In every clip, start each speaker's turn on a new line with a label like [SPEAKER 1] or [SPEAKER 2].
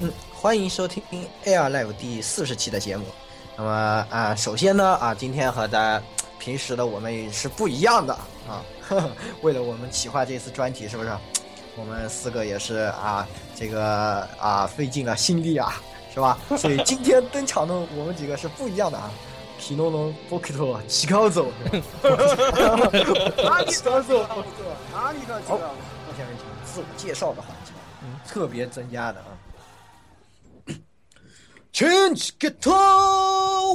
[SPEAKER 1] 嗯欢迎收听 Air Live 第四十期的节目。那么啊，首先呢啊，今天和大家平时的我们是不一样的啊 呵呵。为了我们企划这次专题，是不是？我们四个也是啊，这个啊费尽了心力啊，是吧？所以今天登场的我们几个是不一样的啊。皮诺龙、波克托、奇高走，
[SPEAKER 2] 阿里高走，阿里高走。
[SPEAKER 1] 下面进入自我介绍的环节，特别增加的啊。Change guitar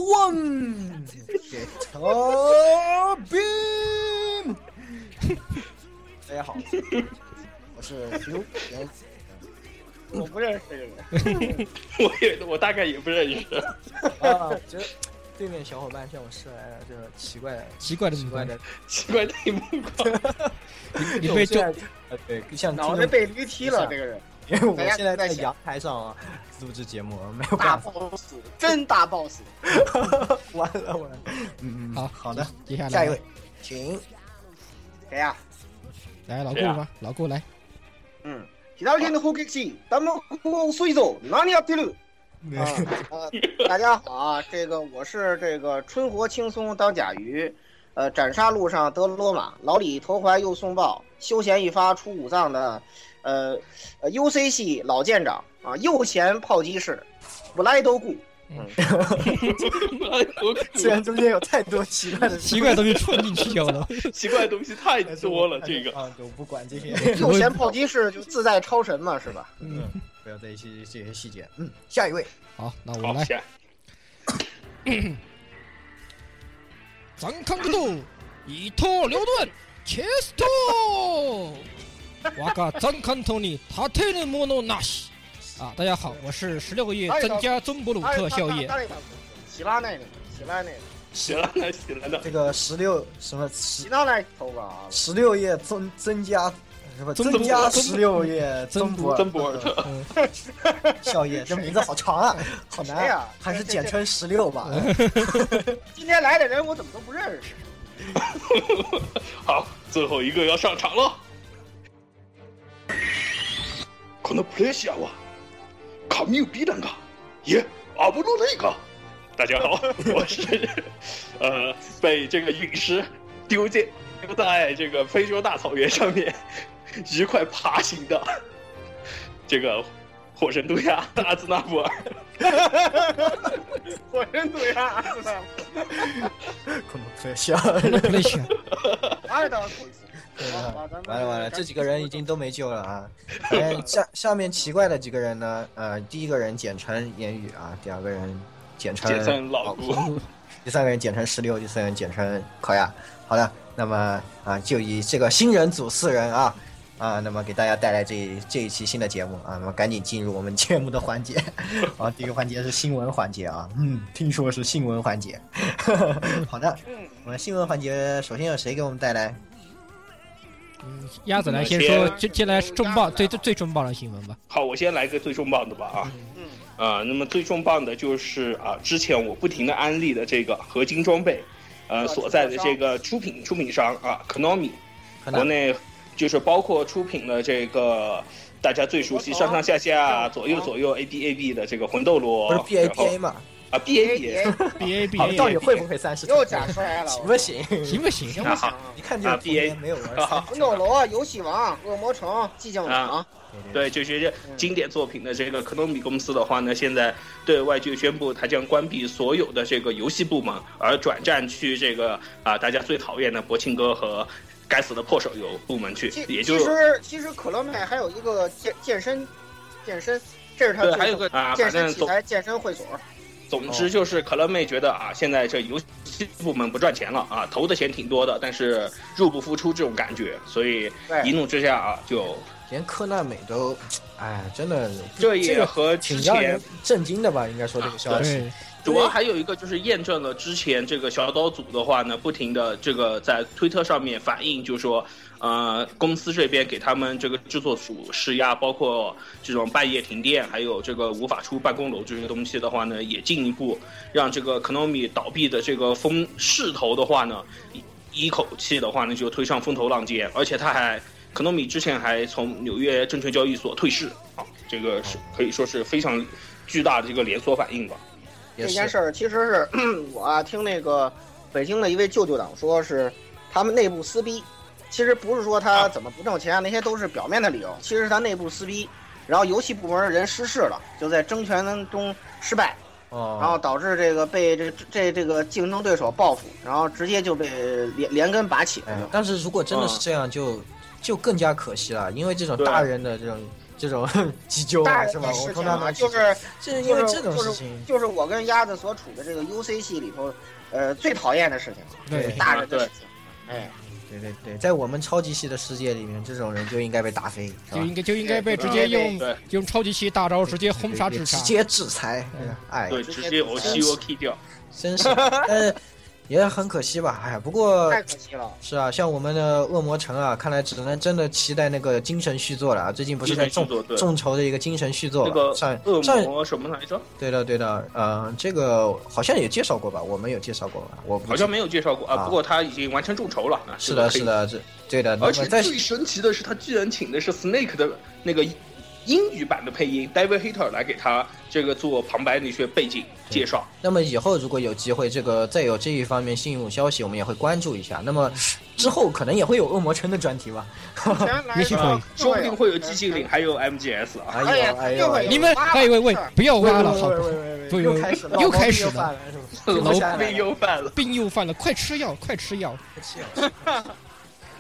[SPEAKER 1] one, guitar beam。大家好，我是 Q。
[SPEAKER 3] 我不认识这个人， 我也我大概也不认识。
[SPEAKER 1] 啊，觉得对面小伙伴向我射来了这个奇怪的、
[SPEAKER 2] 奇怪的
[SPEAKER 1] 奇怪的、
[SPEAKER 3] 奇怪的一幕，
[SPEAKER 2] 你被
[SPEAKER 1] 就呃
[SPEAKER 2] 就
[SPEAKER 1] 对，像
[SPEAKER 3] 脑袋被驴踢了，这个呃人
[SPEAKER 1] 因为我现在在阳台上啊录制节目，没有
[SPEAKER 3] 大
[SPEAKER 1] 办法，
[SPEAKER 3] boss，真大 boss。
[SPEAKER 1] 完了完了。嗯嗯，
[SPEAKER 2] 好
[SPEAKER 1] 好的，
[SPEAKER 2] 接下来
[SPEAKER 1] 下一位，请
[SPEAKER 3] 谁呀？
[SPEAKER 2] 来老顾
[SPEAKER 3] 谁啊
[SPEAKER 2] 吧，老顾来。
[SPEAKER 3] 嗯。左手の砲撃士、弾幕を遅いぞ。何やってる？啊
[SPEAKER 1] 啊
[SPEAKER 3] 呃，大家好啊，这个我是这个春活轻松当甲鱼，呃，斩杀路上得罗马，老李投怀又送报，休闲一发出五脏的，呃，呃，UC 系老舰长啊，右舷炮击士，不来都顾，
[SPEAKER 1] 虽然中间有太多奇怪的
[SPEAKER 2] 奇怪的东西冲进去有了，
[SPEAKER 4] 奇怪的东西太 多了， 这个
[SPEAKER 1] 啊，我不管这些，
[SPEAKER 3] 右舷炮击士就自在超神嘛，是吧？
[SPEAKER 2] 嗯，
[SPEAKER 1] 不要在意这些这些细节。嗯，下一位，
[SPEAKER 2] 好，那我
[SPEAKER 4] 好
[SPEAKER 2] 来。
[SPEAKER 4] 下
[SPEAKER 2] 咱看个斗，一拖牛顿，切斯托。哇嘎，咱看透你，他推的莫诺纳西。啊，大家好，我是十六个月增加中国鲁
[SPEAKER 3] 当然
[SPEAKER 2] 特效 液
[SPEAKER 3] 当。然当然喜拉那个，喜拉那个，
[SPEAKER 4] 起来了，起来了，
[SPEAKER 1] 这个十六什么
[SPEAKER 3] 喜
[SPEAKER 1] 十
[SPEAKER 3] 拉那头发啊，
[SPEAKER 1] 十六页增增加。什么
[SPEAKER 2] 增
[SPEAKER 1] 增加
[SPEAKER 2] 增
[SPEAKER 1] 十六页增博
[SPEAKER 4] 增博的
[SPEAKER 2] 嗯
[SPEAKER 1] 效液，这名字好长啊，好难
[SPEAKER 3] 谁呀
[SPEAKER 1] 还是简称十六吧。
[SPEAKER 3] 今天来的人我怎么都不认识？
[SPEAKER 4] 好，最后一个要上场了。このプレッシャーは神を逼だが、いえ、危のないか。大家好，我是呃被这个陨石丢进丢在这个非洲大草原上面一块爬行的这个火神杜亚阿兹纳布尔。
[SPEAKER 3] 我真对啊，是吧？
[SPEAKER 1] 可能特效。
[SPEAKER 2] 不能选，
[SPEAKER 3] 哪里到的鬼子？
[SPEAKER 1] 啊完了完了，这几个人已经都没救了啊！反正下下面奇怪的几个人呢，呃，第一个人简称言语啊，第二个人简称
[SPEAKER 4] 简称老
[SPEAKER 1] 顾
[SPEAKER 4] 顾，
[SPEAKER 1] 第三个人简称十六，第四个人简称烤鸭。好的，那么啊，就以这个新人组四人啊啊，那么给大家带来这一这一期新的节目啊，那么赶紧进入我们节目的环节 啊。第一个环节是新闻环节啊，嗯，听说是新闻环节。 好的，
[SPEAKER 3] 嗯
[SPEAKER 1] 我们新闻环节首先由谁给我们带来？
[SPEAKER 2] 嗯鸭子来先说，接接下来是重磅最最最重磅的新闻吧。
[SPEAKER 4] 好，我先来个最重磅的吧啊。
[SPEAKER 3] 嗯
[SPEAKER 4] 啊，那么最重磅的就是啊，之前我不停的安利的这个合金装备，呃，
[SPEAKER 3] 啊
[SPEAKER 4] 所在的这个出品出品商啊，Konami，
[SPEAKER 1] 柯南
[SPEAKER 4] 国内就是包括出品的这个大家最熟悉上上下下左右左右 A B A B 的这个魂斗罗，
[SPEAKER 1] 不是 B A
[SPEAKER 4] 然
[SPEAKER 1] B
[SPEAKER 4] 后
[SPEAKER 1] A 嘛？
[SPEAKER 4] 啊 B A B A
[SPEAKER 2] B A B
[SPEAKER 4] 好
[SPEAKER 2] A，
[SPEAKER 1] 到底会不会三十？
[SPEAKER 3] 又假摔了，
[SPEAKER 1] 行不行？
[SPEAKER 2] 行不行？
[SPEAKER 3] 行不行？
[SPEAKER 1] 一看就是童年没 有玩三
[SPEAKER 3] 魂斗罗、游戏王、恶魔城、寂静岭嗯
[SPEAKER 4] 啊，对，就是这经典作品的这个 Konami 公司的话呢，现在对外界宣布，它将关闭所有的这个游戏部门，而转战去这个啊、大家最讨厌的博庆哥和该死的破手游部门去
[SPEAKER 3] 其，
[SPEAKER 4] 也
[SPEAKER 3] 其
[SPEAKER 4] 就是
[SPEAKER 3] 实其实可乐妹还有一个健健身健身，这是他
[SPEAKER 4] 对，还有个啊，
[SPEAKER 3] 健
[SPEAKER 4] 反
[SPEAKER 3] 身
[SPEAKER 4] 正
[SPEAKER 3] 器
[SPEAKER 4] 总
[SPEAKER 3] 材健身会所。
[SPEAKER 4] 总之就是可乐妹觉得啊，现在这游戏部门不赚钱了啊，投的钱挺多的，但是入不敷出这种感觉，所以一
[SPEAKER 3] 对，
[SPEAKER 4] 怒之下啊，就
[SPEAKER 1] 连科纳美都，哎，真的不
[SPEAKER 4] 这
[SPEAKER 1] 这
[SPEAKER 4] 也
[SPEAKER 1] 个
[SPEAKER 4] 和之
[SPEAKER 1] 挺让
[SPEAKER 4] 前
[SPEAKER 1] 人震惊的吧？应该说这个
[SPEAKER 3] 啊
[SPEAKER 1] 消息，
[SPEAKER 2] 对，
[SPEAKER 4] 主要还有一个就是验证了之前这个小岛组的话呢，不停的这个在推特上面反映，就说，呃，公司这边给他们这个制作组施压，包括这种半夜停电，还有这个无法出办公楼这些东西的话呢，也进一步让这个 Konami 倒闭的这个风势头的话呢，一一口气的话呢就推上风头浪尖，而且他还 Konami 之前还从纽约证券交易所退市啊，这个是可以说是非常巨大的这个连锁反应吧。
[SPEAKER 1] 也
[SPEAKER 3] 这
[SPEAKER 1] 是
[SPEAKER 3] 件事儿其实是 我啊听那个北京的一位舅舅党说是他们内部撕逼，其实不是说他怎么不挣钱啊，那些都是表面的理由，其实是他内部撕逼，然后游戏部门的人失势了，就在争权中失败，然后
[SPEAKER 1] 哦，
[SPEAKER 3] 导致这个被这这这个竞争对手报复，然后直接就被连连根拔起了
[SPEAKER 1] 哎
[SPEAKER 3] 就。
[SPEAKER 1] 但是如果真的
[SPEAKER 3] 嗯
[SPEAKER 1] 是这样，就就更加可惜了，因为这种
[SPEAKER 4] 对
[SPEAKER 1] 大人的这种这种 急救
[SPEAKER 3] 大
[SPEAKER 1] 啊，
[SPEAKER 3] 人
[SPEAKER 1] 是吧？
[SPEAKER 3] 的
[SPEAKER 1] 我
[SPEAKER 3] 事
[SPEAKER 1] 通
[SPEAKER 3] 情
[SPEAKER 1] 常
[SPEAKER 3] 啊，
[SPEAKER 1] 都
[SPEAKER 3] 就是
[SPEAKER 1] 这因
[SPEAKER 3] 就
[SPEAKER 1] 为
[SPEAKER 3] 是
[SPEAKER 1] 这种
[SPEAKER 3] 就是
[SPEAKER 1] 事情，
[SPEAKER 3] 就是我跟鸭子所处的这个 UC 系里头，呃，最讨厌的事情，
[SPEAKER 2] 对，
[SPEAKER 3] 大人
[SPEAKER 1] 啊
[SPEAKER 3] 的事情。哎，
[SPEAKER 1] 对对对，在我们超级系的世界里面，这种人就应该被打飞，是
[SPEAKER 2] 就
[SPEAKER 1] 吧？
[SPEAKER 2] 应该就应该被直接用
[SPEAKER 4] 对
[SPEAKER 2] 用超级系大招直接轰杀
[SPEAKER 1] 对
[SPEAKER 2] 制
[SPEAKER 1] 对
[SPEAKER 2] 杀
[SPEAKER 1] 直，接制裁，
[SPEAKER 2] 嗯
[SPEAKER 1] 哎，
[SPEAKER 4] 对，直接 O
[SPEAKER 3] 直
[SPEAKER 4] C
[SPEAKER 1] 接
[SPEAKER 4] O K 掉。
[SPEAKER 1] 真是，但是也很可惜吧，哎，不过
[SPEAKER 3] 太可惜了。
[SPEAKER 1] 是啊，像我们的恶魔城啊，看来只能真的期待那个精神续作了啊！最近不是在
[SPEAKER 4] 精神
[SPEAKER 1] 众
[SPEAKER 4] 续作对
[SPEAKER 1] 众筹的一个精神续作
[SPEAKER 4] 那个
[SPEAKER 1] 了，上
[SPEAKER 4] 恶
[SPEAKER 1] 上
[SPEAKER 4] 魔什么来着？
[SPEAKER 1] 对的对的，呃，这个好像也介绍过吧？我们有介绍过吧？我不
[SPEAKER 4] 好
[SPEAKER 1] 记
[SPEAKER 4] 像没有介绍过啊，
[SPEAKER 1] 啊
[SPEAKER 4] 不过他已经完成众筹了。啊
[SPEAKER 1] 是的，
[SPEAKER 4] 这
[SPEAKER 1] 是
[SPEAKER 4] 个
[SPEAKER 1] 的，这对的。
[SPEAKER 4] 可以。而
[SPEAKER 1] 那
[SPEAKER 4] 且
[SPEAKER 1] 么在
[SPEAKER 4] 最神奇的是，他居然请的是 Snake 的那个英语版的配音 David Hater 来给他这个做旁白的一些背景介绍。
[SPEAKER 1] 那么以后如果有机会，这个再有这一方面信用消息，我们也会关注一下。那么之后可能也会有恶魔城的专题吧？
[SPEAKER 3] 前 来
[SPEAKER 2] 也许
[SPEAKER 3] 说
[SPEAKER 2] 会
[SPEAKER 4] 说不定会有寂静岭，。还有 MGS 啊。
[SPEAKER 1] 哎
[SPEAKER 3] 哎
[SPEAKER 1] 呦
[SPEAKER 3] 呀
[SPEAKER 1] 哎
[SPEAKER 3] 又
[SPEAKER 1] 呦，
[SPEAKER 3] 会
[SPEAKER 1] 哎呦
[SPEAKER 2] 你们
[SPEAKER 3] 挖吧
[SPEAKER 2] 哎喂喂
[SPEAKER 3] 这儿，
[SPEAKER 2] 不要挖了，
[SPEAKER 1] 喂
[SPEAKER 2] 好
[SPEAKER 1] 喂
[SPEAKER 2] 不好
[SPEAKER 1] 喂？喂喂
[SPEAKER 2] 对
[SPEAKER 1] 又开始了，
[SPEAKER 2] 又
[SPEAKER 1] 老毛病
[SPEAKER 2] 开始了
[SPEAKER 1] 犯了是吧？
[SPEAKER 4] 老
[SPEAKER 1] 又下来
[SPEAKER 4] 病
[SPEAKER 1] 了
[SPEAKER 4] 又犯了，
[SPEAKER 2] 病又犯了，快吃药，快吃药！
[SPEAKER 1] 是啊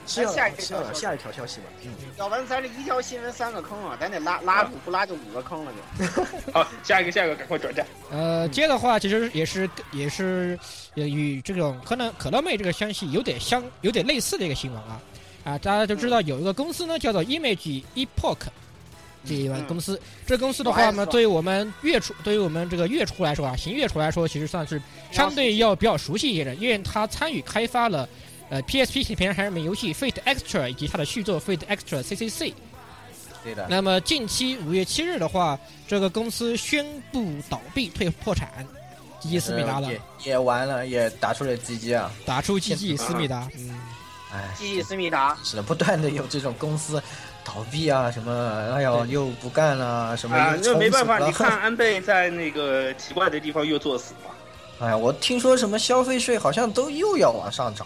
[SPEAKER 1] 是啊
[SPEAKER 3] 下一个
[SPEAKER 1] 是啊
[SPEAKER 3] 消息
[SPEAKER 1] 下一条消息吧。嗯
[SPEAKER 3] 要不然咱这一条新闻三个坑啊，咱得拉拉住，不拉就五个坑了就。
[SPEAKER 4] 好，下一个，下一个，赶快转战。
[SPEAKER 2] 呃，接的话其实也是也是也与这种可能可乐妹这个消息有点相有点类似的一个新闻啊啊，大家都知道有一个公司呢叫做 Image Epoch。这一个
[SPEAKER 3] 嗯
[SPEAKER 2] 公司，这公司的
[SPEAKER 3] 我
[SPEAKER 2] 话
[SPEAKER 3] 还
[SPEAKER 2] 呢，
[SPEAKER 3] 说
[SPEAKER 2] 对于我们月初，对于我们这个月初来说啊，行月初来说，其实算是相对要比较熟悉一些的，因为他参与开发了呃 PSP 平台上面游戏《Fate Extra》以及它的续作《Fate Extra CCC》。
[SPEAKER 1] 对的，
[SPEAKER 2] 那么近期五月七日的话，这个公司宣布倒闭、退破产。吉吉斯密达了，
[SPEAKER 1] 呃也也完哎了，也打出了 GG 啊！
[SPEAKER 2] 打出 GG 斯密达，嗯，
[SPEAKER 1] 哎，
[SPEAKER 3] 记忆思密达，
[SPEAKER 1] 是的，不断的有这种公司倒闭啊，什么，哎呦，
[SPEAKER 2] 对
[SPEAKER 1] 又不干了，什么
[SPEAKER 4] 啊，
[SPEAKER 1] 又
[SPEAKER 4] 那没
[SPEAKER 1] 重
[SPEAKER 4] 办法，
[SPEAKER 1] 组了
[SPEAKER 4] 你看，安倍在那个奇怪的地方又作死嘛。
[SPEAKER 1] 哎，我听说什么消费税好像都又要往上涨，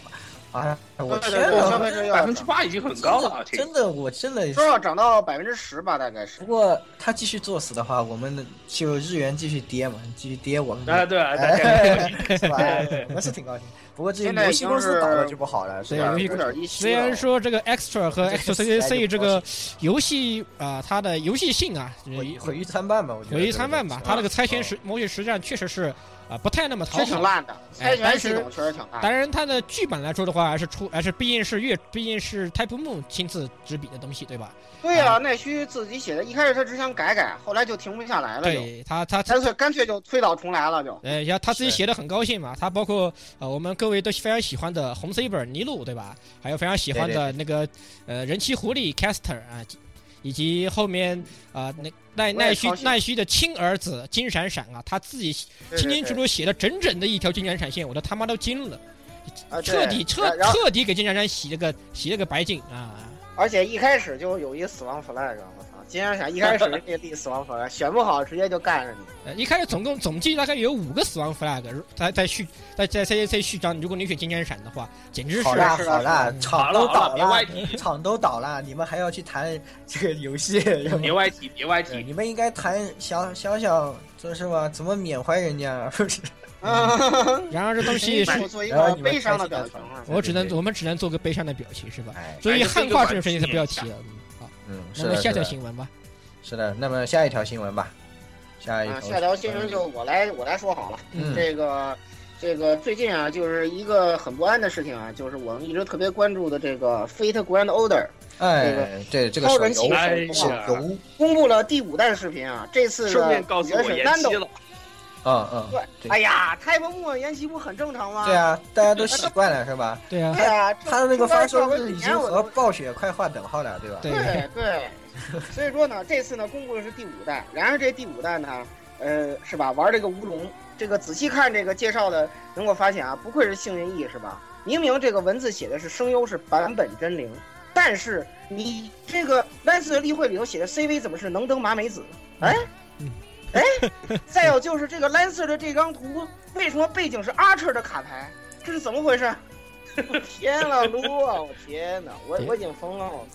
[SPEAKER 1] 哎，我
[SPEAKER 3] 对
[SPEAKER 1] 天
[SPEAKER 3] 对对消
[SPEAKER 1] 哪
[SPEAKER 3] 费，税
[SPEAKER 4] 百
[SPEAKER 3] 要
[SPEAKER 4] 分之八已经很高了啊，这个
[SPEAKER 1] 真的，我真的。
[SPEAKER 3] 说要涨到百分之十吧，大概是
[SPEAKER 1] 不。过他继续作死的话，我们就日元继续跌嘛，继续跌，我们
[SPEAKER 4] 啊，对啊，大家
[SPEAKER 1] 哎是吧？哎我是挺高兴。不过这
[SPEAKER 3] 现在
[SPEAKER 1] 游
[SPEAKER 3] 已
[SPEAKER 1] 戏
[SPEAKER 3] 经
[SPEAKER 1] 公司倒了
[SPEAKER 3] 是
[SPEAKER 1] 就不好了，是
[SPEAKER 2] 对
[SPEAKER 1] 吧
[SPEAKER 2] 游戏
[SPEAKER 3] 五点一七
[SPEAKER 2] 虽然说这个 Extra 和
[SPEAKER 1] 这
[SPEAKER 2] Extra
[SPEAKER 1] 个死来
[SPEAKER 2] CCC
[SPEAKER 1] 就
[SPEAKER 2] 这
[SPEAKER 1] 不高
[SPEAKER 2] 个游戏啊、它的游戏性啊，
[SPEAKER 1] 毁毁誉参半吧，我觉得
[SPEAKER 2] 毁誉参半吧，
[SPEAKER 1] 这个
[SPEAKER 2] 它那个猜拳
[SPEAKER 1] 嗯
[SPEAKER 2] 实模拟实战确实是啊、不太那么讨
[SPEAKER 3] 确实挺
[SPEAKER 2] 好。
[SPEAKER 3] 烂的，
[SPEAKER 2] 哎
[SPEAKER 3] 猜拳系统确实挺烂。
[SPEAKER 2] 当然，它的剧本来说的话，还是出还是毕竟是月，毕竟是 Type Moon 亲自执笔的东西，对吧？
[SPEAKER 3] 对啊，奈须自己写的，一开始他只想改改，后来就停不下来了，
[SPEAKER 1] 哎
[SPEAKER 3] 就
[SPEAKER 2] 对，它它
[SPEAKER 3] 干脆干脆就推倒重来了，就。
[SPEAKER 2] 呃，然后他自己
[SPEAKER 1] 是
[SPEAKER 2] 写的很高兴嘛，他包括呃我们各位都非常喜欢的红 saber 尼禄对吧？还有非常喜欢的那个呃人气狐狸 caster 啊，以及后面啊、那奈
[SPEAKER 3] 也
[SPEAKER 2] 奈须
[SPEAKER 3] 超喜欢
[SPEAKER 2] 奈须的亲儿子金闪闪啊，他自己
[SPEAKER 3] 对
[SPEAKER 2] 清
[SPEAKER 3] 对
[SPEAKER 2] 清楚楚写了整整的一条金闪闪线，我都他妈都惊了，
[SPEAKER 3] 啊对
[SPEAKER 2] 彻底彻
[SPEAKER 3] 然后
[SPEAKER 2] 彻底给金闪闪洗了个洗了个白净啊！
[SPEAKER 3] 而且一开始就有一死亡 flag，我操！金闪闪一开始人家立死亡 flag，选不好直接就干上 你。
[SPEAKER 2] 呃，一开始总共总计大概有五个死亡 flag，如在在序在在 C C 序章，如果你选金闪闪的话，简直是
[SPEAKER 1] 好啦好啦，
[SPEAKER 2] 嗯
[SPEAKER 1] 厂都
[SPEAKER 4] 好了好
[SPEAKER 1] 倒
[SPEAKER 4] 了别
[SPEAKER 1] 啦
[SPEAKER 4] 歪题，
[SPEAKER 1] 厂都倒啦，你们还要去谈这个游戏？然
[SPEAKER 4] 别
[SPEAKER 1] 后
[SPEAKER 4] 歪题，别歪
[SPEAKER 1] 对
[SPEAKER 4] 题。
[SPEAKER 1] 你们应该谈想想想，就是吧？怎么缅怀人家？不是，
[SPEAKER 2] 然而这东 西
[SPEAKER 3] 你
[SPEAKER 2] 是
[SPEAKER 3] 做做一
[SPEAKER 1] 然后
[SPEAKER 3] 个
[SPEAKER 1] 哎你们
[SPEAKER 3] 悲伤的
[SPEAKER 1] 开
[SPEAKER 3] 表
[SPEAKER 1] 心
[SPEAKER 3] 情啊！
[SPEAKER 2] 我只能
[SPEAKER 1] 对，对
[SPEAKER 2] 我们只能做个悲伤的表情，是吧？
[SPEAKER 1] 哎，
[SPEAKER 2] 所以汉化这种事情就不要提了。嗯好，
[SPEAKER 1] 嗯，是
[SPEAKER 2] 那么
[SPEAKER 1] 的，
[SPEAKER 2] 下
[SPEAKER 1] 是
[SPEAKER 2] 条
[SPEAKER 1] 的，
[SPEAKER 2] 新闻吧。
[SPEAKER 1] 是的。那么下一条新闻吧，下一
[SPEAKER 3] 啊，
[SPEAKER 1] 条
[SPEAKER 3] 下条新闻就我来我来说好了。
[SPEAKER 1] 嗯
[SPEAKER 3] 这个这个最近啊，就是一个很不安的事情啊，就是我们一直特别关注的这个《Fate Grand Order
[SPEAKER 1] 哎，这这个
[SPEAKER 3] 超
[SPEAKER 1] 手
[SPEAKER 3] 人骑
[SPEAKER 1] 游
[SPEAKER 5] 哎
[SPEAKER 3] 手
[SPEAKER 1] 手
[SPEAKER 3] 不
[SPEAKER 5] 呀
[SPEAKER 3] 好，
[SPEAKER 1] 游，》
[SPEAKER 3] 公布了第五弹视频啊，这次
[SPEAKER 5] 顺
[SPEAKER 3] 的
[SPEAKER 5] 便告诉
[SPEAKER 3] 原
[SPEAKER 5] 我
[SPEAKER 3] 始
[SPEAKER 5] 延
[SPEAKER 3] 单
[SPEAKER 5] 期
[SPEAKER 3] 斗
[SPEAKER 5] 了，
[SPEAKER 1] 嗯嗯，
[SPEAKER 5] 啊
[SPEAKER 3] 对，哎呀，开个幕延期不很正常吗？
[SPEAKER 1] 对，啊，大家都习惯了是吧？
[SPEAKER 2] 对呀
[SPEAKER 3] 对，啊，
[SPEAKER 1] 他的那个发售
[SPEAKER 3] 日
[SPEAKER 1] 日已经和暴雪快划等号了，对吧？
[SPEAKER 2] 对
[SPEAKER 3] 对对，所以说呢，这次呢公布的是第五代，然而这第五代呢，呃，是吧？玩这个乌龙，这个仔细看这个介绍的，能够发现啊，不愧是幸运翼是吧？明明这个文字写的是声优是版本真灵，但是你这个单次的例会里头写的 CV 怎么是能登麻美子？哎
[SPEAKER 2] 嗯，
[SPEAKER 3] 哎，再有就是这个兰瑟的这张图，为什么背景是阿彻的卡牌？这是怎么回事？ 我天了撸啊！我天哪，我我已经疯了！我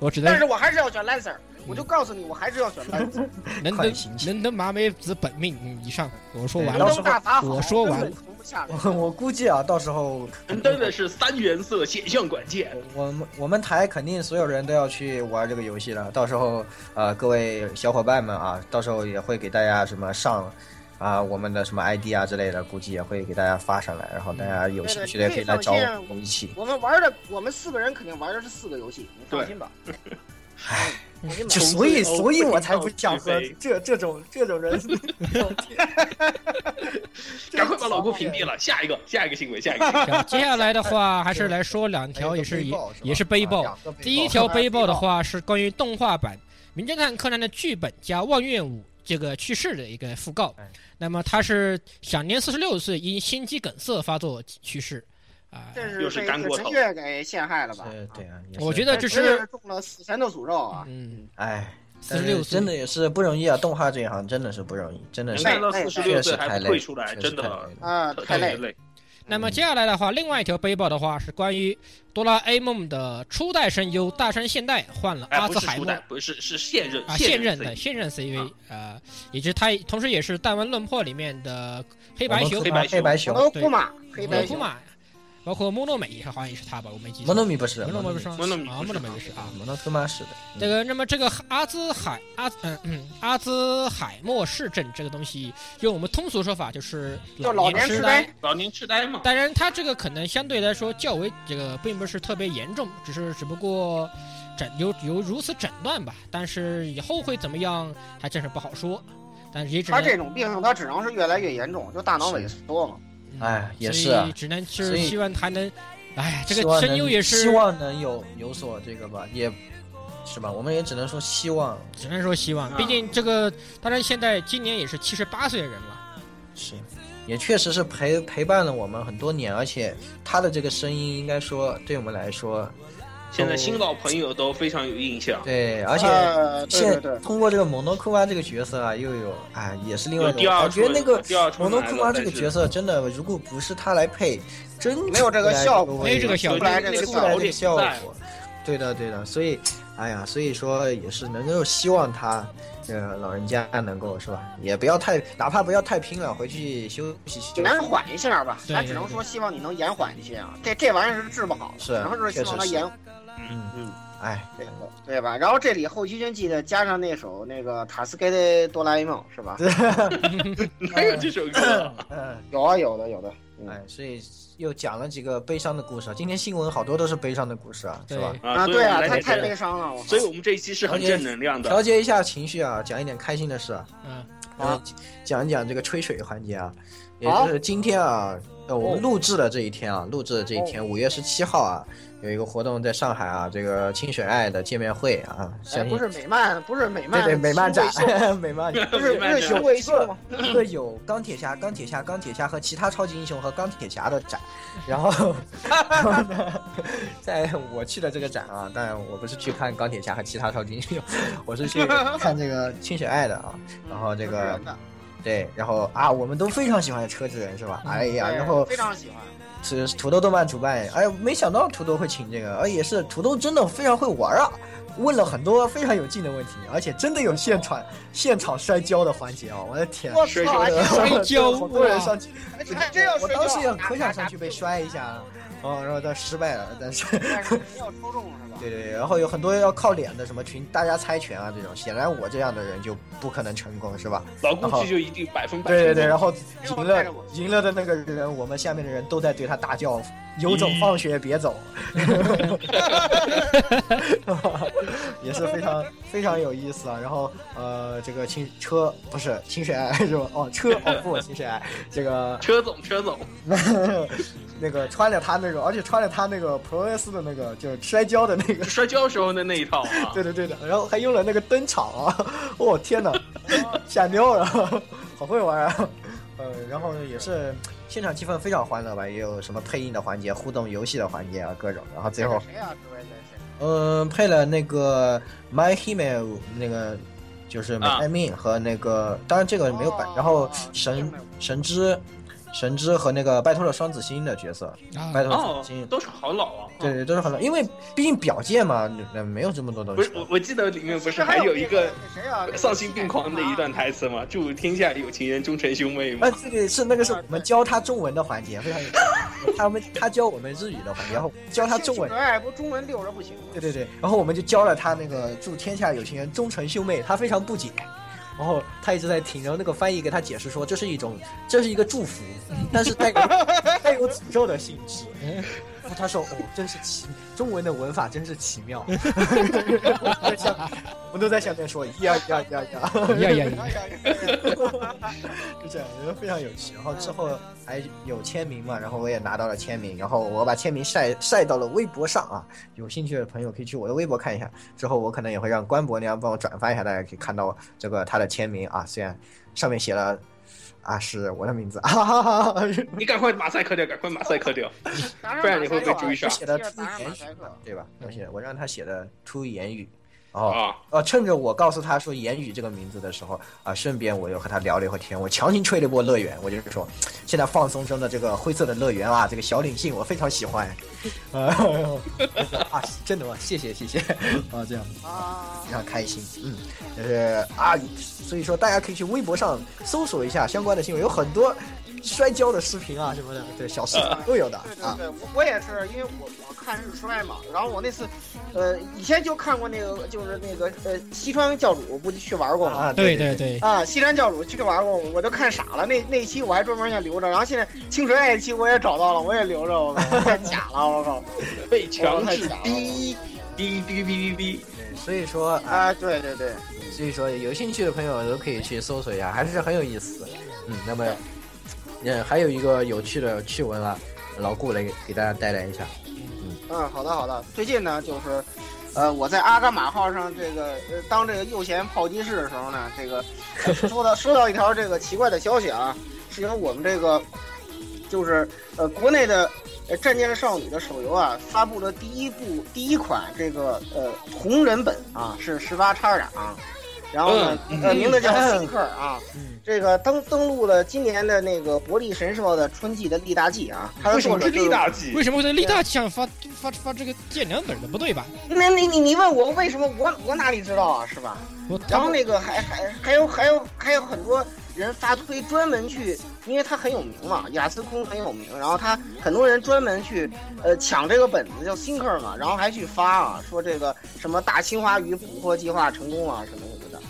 [SPEAKER 2] 我只能
[SPEAKER 3] 但是我还是要选 Lancer，我就告诉你，我还是要选 Lancer。
[SPEAKER 2] 能
[SPEAKER 1] 快
[SPEAKER 2] 登
[SPEAKER 1] 行行
[SPEAKER 2] 能登麻美子本命嗯以上，我说
[SPEAKER 1] 对
[SPEAKER 2] 完了
[SPEAKER 1] 到
[SPEAKER 3] 能
[SPEAKER 1] 时。候
[SPEAKER 3] 登大法好，
[SPEAKER 2] 我说完了
[SPEAKER 3] 根本停不下来。
[SPEAKER 1] 我我估计啊，到时候
[SPEAKER 5] 人登的是三原色显像管件，
[SPEAKER 1] 我们我们台肯定所有人都要去玩这个游戏了，到时候呃，各位小伙伴们啊，到时候也会给大家什么上啊、我们的什么 ID 啊之类的，估计也会给大家发上来，然后大家有兴趣的可以来找我们一起。
[SPEAKER 3] 我们玩的，我们四个人肯定玩的是四个游戏，你放心吧。嗯
[SPEAKER 1] 唉，
[SPEAKER 3] 放心吧
[SPEAKER 1] 就。所以所以我才不想和这这种这种人聊天。
[SPEAKER 5] 赶快把老郭屏蔽了。下一个，下一个新闻，下一个新闻。
[SPEAKER 2] 然后接下来的
[SPEAKER 1] 哎
[SPEAKER 2] 话，还是来说两
[SPEAKER 5] 哎
[SPEAKER 2] 条，也是也也是
[SPEAKER 5] 啊
[SPEAKER 2] 背
[SPEAKER 1] 啊
[SPEAKER 2] 包。第一条背报的话是关于动画版《名侦探柯南》的剧本加望月舞这个去世的一个讣告
[SPEAKER 1] 哎。
[SPEAKER 2] 那么他是享年四十六岁，因心肌梗塞发作去世。啊，
[SPEAKER 3] 这是
[SPEAKER 5] 又是
[SPEAKER 3] 被
[SPEAKER 5] 干
[SPEAKER 3] 这
[SPEAKER 5] 锅
[SPEAKER 3] 陈
[SPEAKER 5] 头
[SPEAKER 3] 月给陷害了吧？
[SPEAKER 1] 是，对
[SPEAKER 3] 啊，
[SPEAKER 1] 啊，
[SPEAKER 2] 我觉得这
[SPEAKER 3] 绝对
[SPEAKER 2] 是
[SPEAKER 3] 中了死神的诅咒啊！
[SPEAKER 2] 嗯，
[SPEAKER 1] 哎，
[SPEAKER 2] 四
[SPEAKER 1] 但
[SPEAKER 2] 十
[SPEAKER 1] 是
[SPEAKER 2] 六岁
[SPEAKER 1] 真的也是不容易啊，动画这一行真的是不容易，真的
[SPEAKER 5] 能
[SPEAKER 1] 是
[SPEAKER 5] 干到哎四十六
[SPEAKER 1] 确
[SPEAKER 5] 岁
[SPEAKER 1] 实
[SPEAKER 5] 还
[SPEAKER 1] 太
[SPEAKER 5] 不
[SPEAKER 1] 累
[SPEAKER 5] 退
[SPEAKER 1] 了，
[SPEAKER 5] 出来，
[SPEAKER 1] 确实
[SPEAKER 5] 真
[SPEAKER 1] 太
[SPEAKER 5] 的
[SPEAKER 1] 累了。
[SPEAKER 3] 啊，太累
[SPEAKER 5] 特别。累。
[SPEAKER 2] 那么接下来的话，另外一条背报的话是关于哆啦 A 梦的初代声优大山现代换了
[SPEAKER 5] 哎，
[SPEAKER 2] 阿
[SPEAKER 5] 不
[SPEAKER 2] 兹
[SPEAKER 5] 是
[SPEAKER 2] 海
[SPEAKER 5] 初
[SPEAKER 2] 默
[SPEAKER 5] 代，不是是现任
[SPEAKER 2] 啊，现任的
[SPEAKER 5] 的
[SPEAKER 2] 现任 CV
[SPEAKER 5] 啊
[SPEAKER 2] 啊，也就是他，同时也是《弹丸论破》里面的黑白
[SPEAKER 1] 我
[SPEAKER 2] 熊
[SPEAKER 1] 们、
[SPEAKER 5] 白熊
[SPEAKER 1] 黑白
[SPEAKER 3] 我
[SPEAKER 1] 熊，
[SPEAKER 3] 都库马黑白
[SPEAKER 2] 摩库
[SPEAKER 3] 熊，
[SPEAKER 2] 玛，包括莫诺美好像也是他吧，我没记错。
[SPEAKER 1] 摩诺米不是，
[SPEAKER 2] 莫诺美不是吗
[SPEAKER 5] 莫诺美
[SPEAKER 2] 啊，
[SPEAKER 5] 不
[SPEAKER 2] 莫
[SPEAKER 5] 是
[SPEAKER 2] 诺美不是啊。
[SPEAKER 1] 摩诺特玛是的。
[SPEAKER 2] 这个，那么这个阿兹海阿嗯嗯阿兹海默氏症这个东西，用我们通俗说法就是
[SPEAKER 3] 就老年
[SPEAKER 2] 痴
[SPEAKER 3] 痴呆。。
[SPEAKER 5] 老年痴呆嘛，
[SPEAKER 2] 当然，它这个可能相对来说较为这个并不是特别严重，只是只不过诊有有如此诊断吧。但是以后会怎么样，还真是不好说。但是也只
[SPEAKER 3] 他
[SPEAKER 1] 啊
[SPEAKER 2] 能
[SPEAKER 3] 这种病，他只能是越来越严重，就大脑萎缩嘛。
[SPEAKER 2] 嗯
[SPEAKER 1] 哎也
[SPEAKER 2] 所
[SPEAKER 1] 是啊
[SPEAKER 2] 以只能
[SPEAKER 1] 所
[SPEAKER 2] 是
[SPEAKER 1] 以
[SPEAKER 2] 希望还能，哎呀，这
[SPEAKER 1] 希
[SPEAKER 2] 个
[SPEAKER 1] 望
[SPEAKER 2] 声
[SPEAKER 1] 能
[SPEAKER 2] 优也是
[SPEAKER 1] 希，望能有有所这个吧，也是吧，我们也只能说希望
[SPEAKER 2] 只能说希望。
[SPEAKER 5] 啊
[SPEAKER 2] 毕竟这个，当然现在今年也是七十八岁的人了，
[SPEAKER 1] 是，也确实是陪陪伴了我们很多年，而且他的这个声音应该说对我们来说，
[SPEAKER 5] 现在新老朋友都非常有印象，
[SPEAKER 1] 对，而且
[SPEAKER 5] 啊
[SPEAKER 3] 呃对对
[SPEAKER 1] 现
[SPEAKER 3] 对，
[SPEAKER 1] 通过这个蒙多库娃这个角色啊，又有啊，也是另外
[SPEAKER 5] 有
[SPEAKER 1] 一种
[SPEAKER 5] 第二
[SPEAKER 1] 感觉
[SPEAKER 5] 春
[SPEAKER 1] 那个
[SPEAKER 5] 第二春
[SPEAKER 1] 蒙多
[SPEAKER 5] 来
[SPEAKER 1] 库
[SPEAKER 5] 了
[SPEAKER 1] 娃
[SPEAKER 5] 但
[SPEAKER 1] 这个
[SPEAKER 5] 是
[SPEAKER 1] 角色真的，如果不是他来配，真
[SPEAKER 3] 没有这个效果
[SPEAKER 2] 没有这个效
[SPEAKER 3] 果
[SPEAKER 2] 果
[SPEAKER 3] 出。来这
[SPEAKER 5] 那个
[SPEAKER 3] 个
[SPEAKER 1] 出来
[SPEAKER 3] 效
[SPEAKER 1] 这
[SPEAKER 3] 果
[SPEAKER 1] 个效
[SPEAKER 5] 在
[SPEAKER 1] 果。对的，对的，所以，哎呀，所以说也是能够希望他，呃，老人家能够是吧，也不要太，哪怕不要太拼了，回去休息休息。
[SPEAKER 3] 延缓一下吧，
[SPEAKER 2] 对
[SPEAKER 3] 咱只能说希望你能延缓一些啊。这这玩意儿是治不好的，
[SPEAKER 1] 是
[SPEAKER 3] 只能是希望
[SPEAKER 1] 确
[SPEAKER 3] 它
[SPEAKER 1] 实是
[SPEAKER 3] 延缓
[SPEAKER 1] 嗯
[SPEAKER 5] 嗯，
[SPEAKER 1] 哎，
[SPEAKER 3] 这个，对吧？然后这里后期经记得加上那首那个塔斯盖的哆啦 A 梦是吧？
[SPEAKER 5] 哪有这首歌？
[SPEAKER 1] 嗯，
[SPEAKER 3] 有啊，有的有的。嗯
[SPEAKER 1] 哎，所以又讲了几个悲伤的故事啊。今天新闻好多都是悲伤的故事啊，是吧
[SPEAKER 2] 对？
[SPEAKER 3] 啊，
[SPEAKER 5] 所以
[SPEAKER 3] 对
[SPEAKER 5] 我
[SPEAKER 3] 啊，
[SPEAKER 5] 们
[SPEAKER 3] 他
[SPEAKER 5] 来
[SPEAKER 3] 太
[SPEAKER 5] 点
[SPEAKER 3] 悲伤了，我靠
[SPEAKER 5] 所以我们这一期是很正能量的
[SPEAKER 1] 调。节一下情绪啊，讲一点开心的事啊。
[SPEAKER 2] 嗯，
[SPEAKER 3] 啊，
[SPEAKER 1] 讲一讲这个吹水环节啊，也
[SPEAKER 3] 好
[SPEAKER 1] 就是今天啊，呃，我
[SPEAKER 3] 哦
[SPEAKER 1] 们录制的这一天啊，录制的这一天，五月十七号啊，有一个活动在上海啊，这个清水爱的见面会啊，
[SPEAKER 3] 哎，
[SPEAKER 1] 相
[SPEAKER 3] 不
[SPEAKER 1] 信
[SPEAKER 3] 是美漫，不是美
[SPEAKER 1] 对
[SPEAKER 3] 漫，
[SPEAKER 1] 对美漫展
[SPEAKER 3] 新贵 秀，
[SPEAKER 1] 美漫
[SPEAKER 3] 不是
[SPEAKER 5] 美
[SPEAKER 3] 不
[SPEAKER 5] 漫展
[SPEAKER 3] 是新贵秀吗？
[SPEAKER 1] 会有钢铁侠、钢铁侠、钢铁侠和其他超级英雄和钢铁侠的展，然 后，然后呢，在我去的这个展啊，但我不是去看钢铁侠和其他超级英雄，我是去看这个清水爱的啊，然后这个对，然后啊，我们都非常喜欢车之人是吧？
[SPEAKER 2] 嗯
[SPEAKER 1] 哎
[SPEAKER 3] 对
[SPEAKER 1] 呀，然后
[SPEAKER 3] 非常喜欢，
[SPEAKER 1] 是土豆动漫主办，哎，没想到土豆会请这个，哎，也是土豆真的非常会玩啊，问了很多非常有劲的问题，而且真的有现场现场摔跤的环节哦，我的天！
[SPEAKER 3] 我
[SPEAKER 5] 摔
[SPEAKER 3] 操！
[SPEAKER 5] 跤的
[SPEAKER 3] 还
[SPEAKER 2] 摔跤
[SPEAKER 1] 好多人上去，
[SPEAKER 3] 还真要
[SPEAKER 1] 我
[SPEAKER 3] 摔跤！啊
[SPEAKER 1] 当时也可想上去被摔一下，哦，然后但失败了，但是
[SPEAKER 3] 但是没有抽中是吧？
[SPEAKER 1] 对对，对，然后有很多要靠脸的什么群，大家猜拳啊这种，显然我这样的人就不可能成功，是吧？
[SPEAKER 5] 老估计就一定百分百
[SPEAKER 1] 对对对，
[SPEAKER 5] 成
[SPEAKER 1] 然
[SPEAKER 5] 功
[SPEAKER 1] 后赢了赢了的那个人，我们下面的人都在对他大叫：“有种放学别走！” 也是非常非常有意思啊。然后呃，这个清车不是清水爱是吧？哦，车哦不，清水爱这个
[SPEAKER 5] 车总车总，
[SPEAKER 1] 那个穿了他那个，而且穿了他那个 Pro S 的那个就是摔跤的那个
[SPEAKER 5] 摔跤时候的那一套啊，
[SPEAKER 1] 对的对的，然后还用了那个登场啊， 我、天哪，吓尿了，好会玩啊！ 呃，然后呢也是现场气氛非常欢乐吧，也有什么配音的环节、互动游戏的环节啊，各种。然后最后，
[SPEAKER 3] 谁啊？这位在
[SPEAKER 1] 嗯，配了那个 My Hime 那个就是美
[SPEAKER 5] 啊哦
[SPEAKER 1] 太命和那个，当然这个没有版。然后神神之神之和那个拜托了双子星的角色，
[SPEAKER 2] 啊
[SPEAKER 1] 拜托了双
[SPEAKER 5] 哦
[SPEAKER 1] 子星，，
[SPEAKER 5] 都是好老啊。
[SPEAKER 1] 对对，都是很多，因为毕竟表界嘛，那没有这么多东
[SPEAKER 5] 不
[SPEAKER 1] 西
[SPEAKER 5] 是。我我记得里面不是还有一个
[SPEAKER 3] 谁啊？
[SPEAKER 5] 丧心病狂的一段台词吗？祝天下有情人终成兄妹吗
[SPEAKER 1] 啊，？这个是那个是我们教他中文的环节，非常有趣。他们他教我们日语的环节，然后教他中文。
[SPEAKER 3] 哎，不中文溜着不行。
[SPEAKER 1] 对对对，然后我们就教了他那个祝天下有情人终成兄妹，他非常不解，然后他一直在听，然后那个翻译给他解释说这是一种这是一个祝福，嗯但是带有带有诅咒的性质。嗯然后他说哦，真是奇，中文的文法真是奇妙。 我都在下我都在下面说呀呀呀呀。
[SPEAKER 2] 呀呀呀！
[SPEAKER 3] 对，
[SPEAKER 1] 就这样，觉得非常有趣。然后之后还有签名嘛，然后我也拿到了签名，然后我把签名晒晒到了微博上啊，有兴趣的朋友可以去我的微博看一下。之后我可能也会让官博那样帮我转发一下，大家可以看到这个他的签名啊，虽然上面写了啊是我的名字啊， 哈哈哈
[SPEAKER 5] 你赶快马赛克掉，赶快马赛克掉，不然你会被追杀
[SPEAKER 1] 写的出
[SPEAKER 3] 啊打上
[SPEAKER 1] 言
[SPEAKER 3] 马
[SPEAKER 1] 语
[SPEAKER 3] 赛克，
[SPEAKER 1] 对吧？我写我让他写的出言语，哦。
[SPEAKER 5] 啊！
[SPEAKER 1] 呃，趁着我告诉他说“言语”这个名字的时候，啊、顺便我又和他聊了一会儿天，我强行吹了一波乐园，我就是说，现在放松中的这个灰色的乐园啊，这个小领性我非常喜欢，呃， 啊，真的吗？谢谢谢谢， 啊，这样
[SPEAKER 3] 啊
[SPEAKER 1] 非常开心，嗯，就是啊，所以说大家可以去微博上搜索一下相关的新闻，有很多摔跤的视频啊什么的，对，小视频都有的
[SPEAKER 3] 对对
[SPEAKER 1] 啊，
[SPEAKER 3] 对，我我也是，因为我我看日衰嘛，然后我那次，呃，以前就看过那个，就是那个呃，西川教主不就去玩过吗？
[SPEAKER 1] 啊，
[SPEAKER 2] 对
[SPEAKER 1] 对
[SPEAKER 2] 对对，
[SPEAKER 3] 啊，西川教主去玩过，我都看傻了。那那一期我还专门想留着，然后现在清水爱一期我也找到了，我也留着，我靠，太假了，我靠！
[SPEAKER 5] 被 强制逼逼逼逼逼逼，
[SPEAKER 1] 对，所以说啊。
[SPEAKER 3] 啊，对对对，
[SPEAKER 1] 所以说有兴趣的朋友都可以去搜索一下，还是很有意思。嗯，那么，嗯，还有一个有趣的趣闻啊，老顾来给给大家带来一下。
[SPEAKER 3] 嗯，好的好的。最近呢，就是，呃，我在阿伽马号上这个、呃、当这个右舷炮击士的时候呢，这个、呃收到收到一条这个奇怪的消息啊，是由我们这个就是呃国内的呃战舰少女的手游啊发布了第一部第一款这个呃同人本啊，是十八叉染啊，然后呢、
[SPEAKER 5] 嗯
[SPEAKER 3] 呃名字叫
[SPEAKER 1] 嗯
[SPEAKER 3] Seeker 啊。
[SPEAKER 1] 嗯，
[SPEAKER 3] 这个登登录了今年的那个伯利神社的春季的历大祭啊，它的
[SPEAKER 5] 为什
[SPEAKER 3] 作
[SPEAKER 5] 么
[SPEAKER 3] 者
[SPEAKER 5] 是
[SPEAKER 3] 就是
[SPEAKER 5] 力大剂
[SPEAKER 2] 为？什么会对力大想发发发这个建两本的不对吧？
[SPEAKER 3] 那你你你问我为什么我我哪里知道啊，是吧？
[SPEAKER 2] 我
[SPEAKER 3] 然后那个还还还有还有还有很多人发推专门去，因为他很有名嘛，雅思空很有名，然后他很多人专门去呃抢这个本子叫 Thinker 嘛，然后还去发啊，说这个什么大青花鱼捕获计划成功啊什么什么的。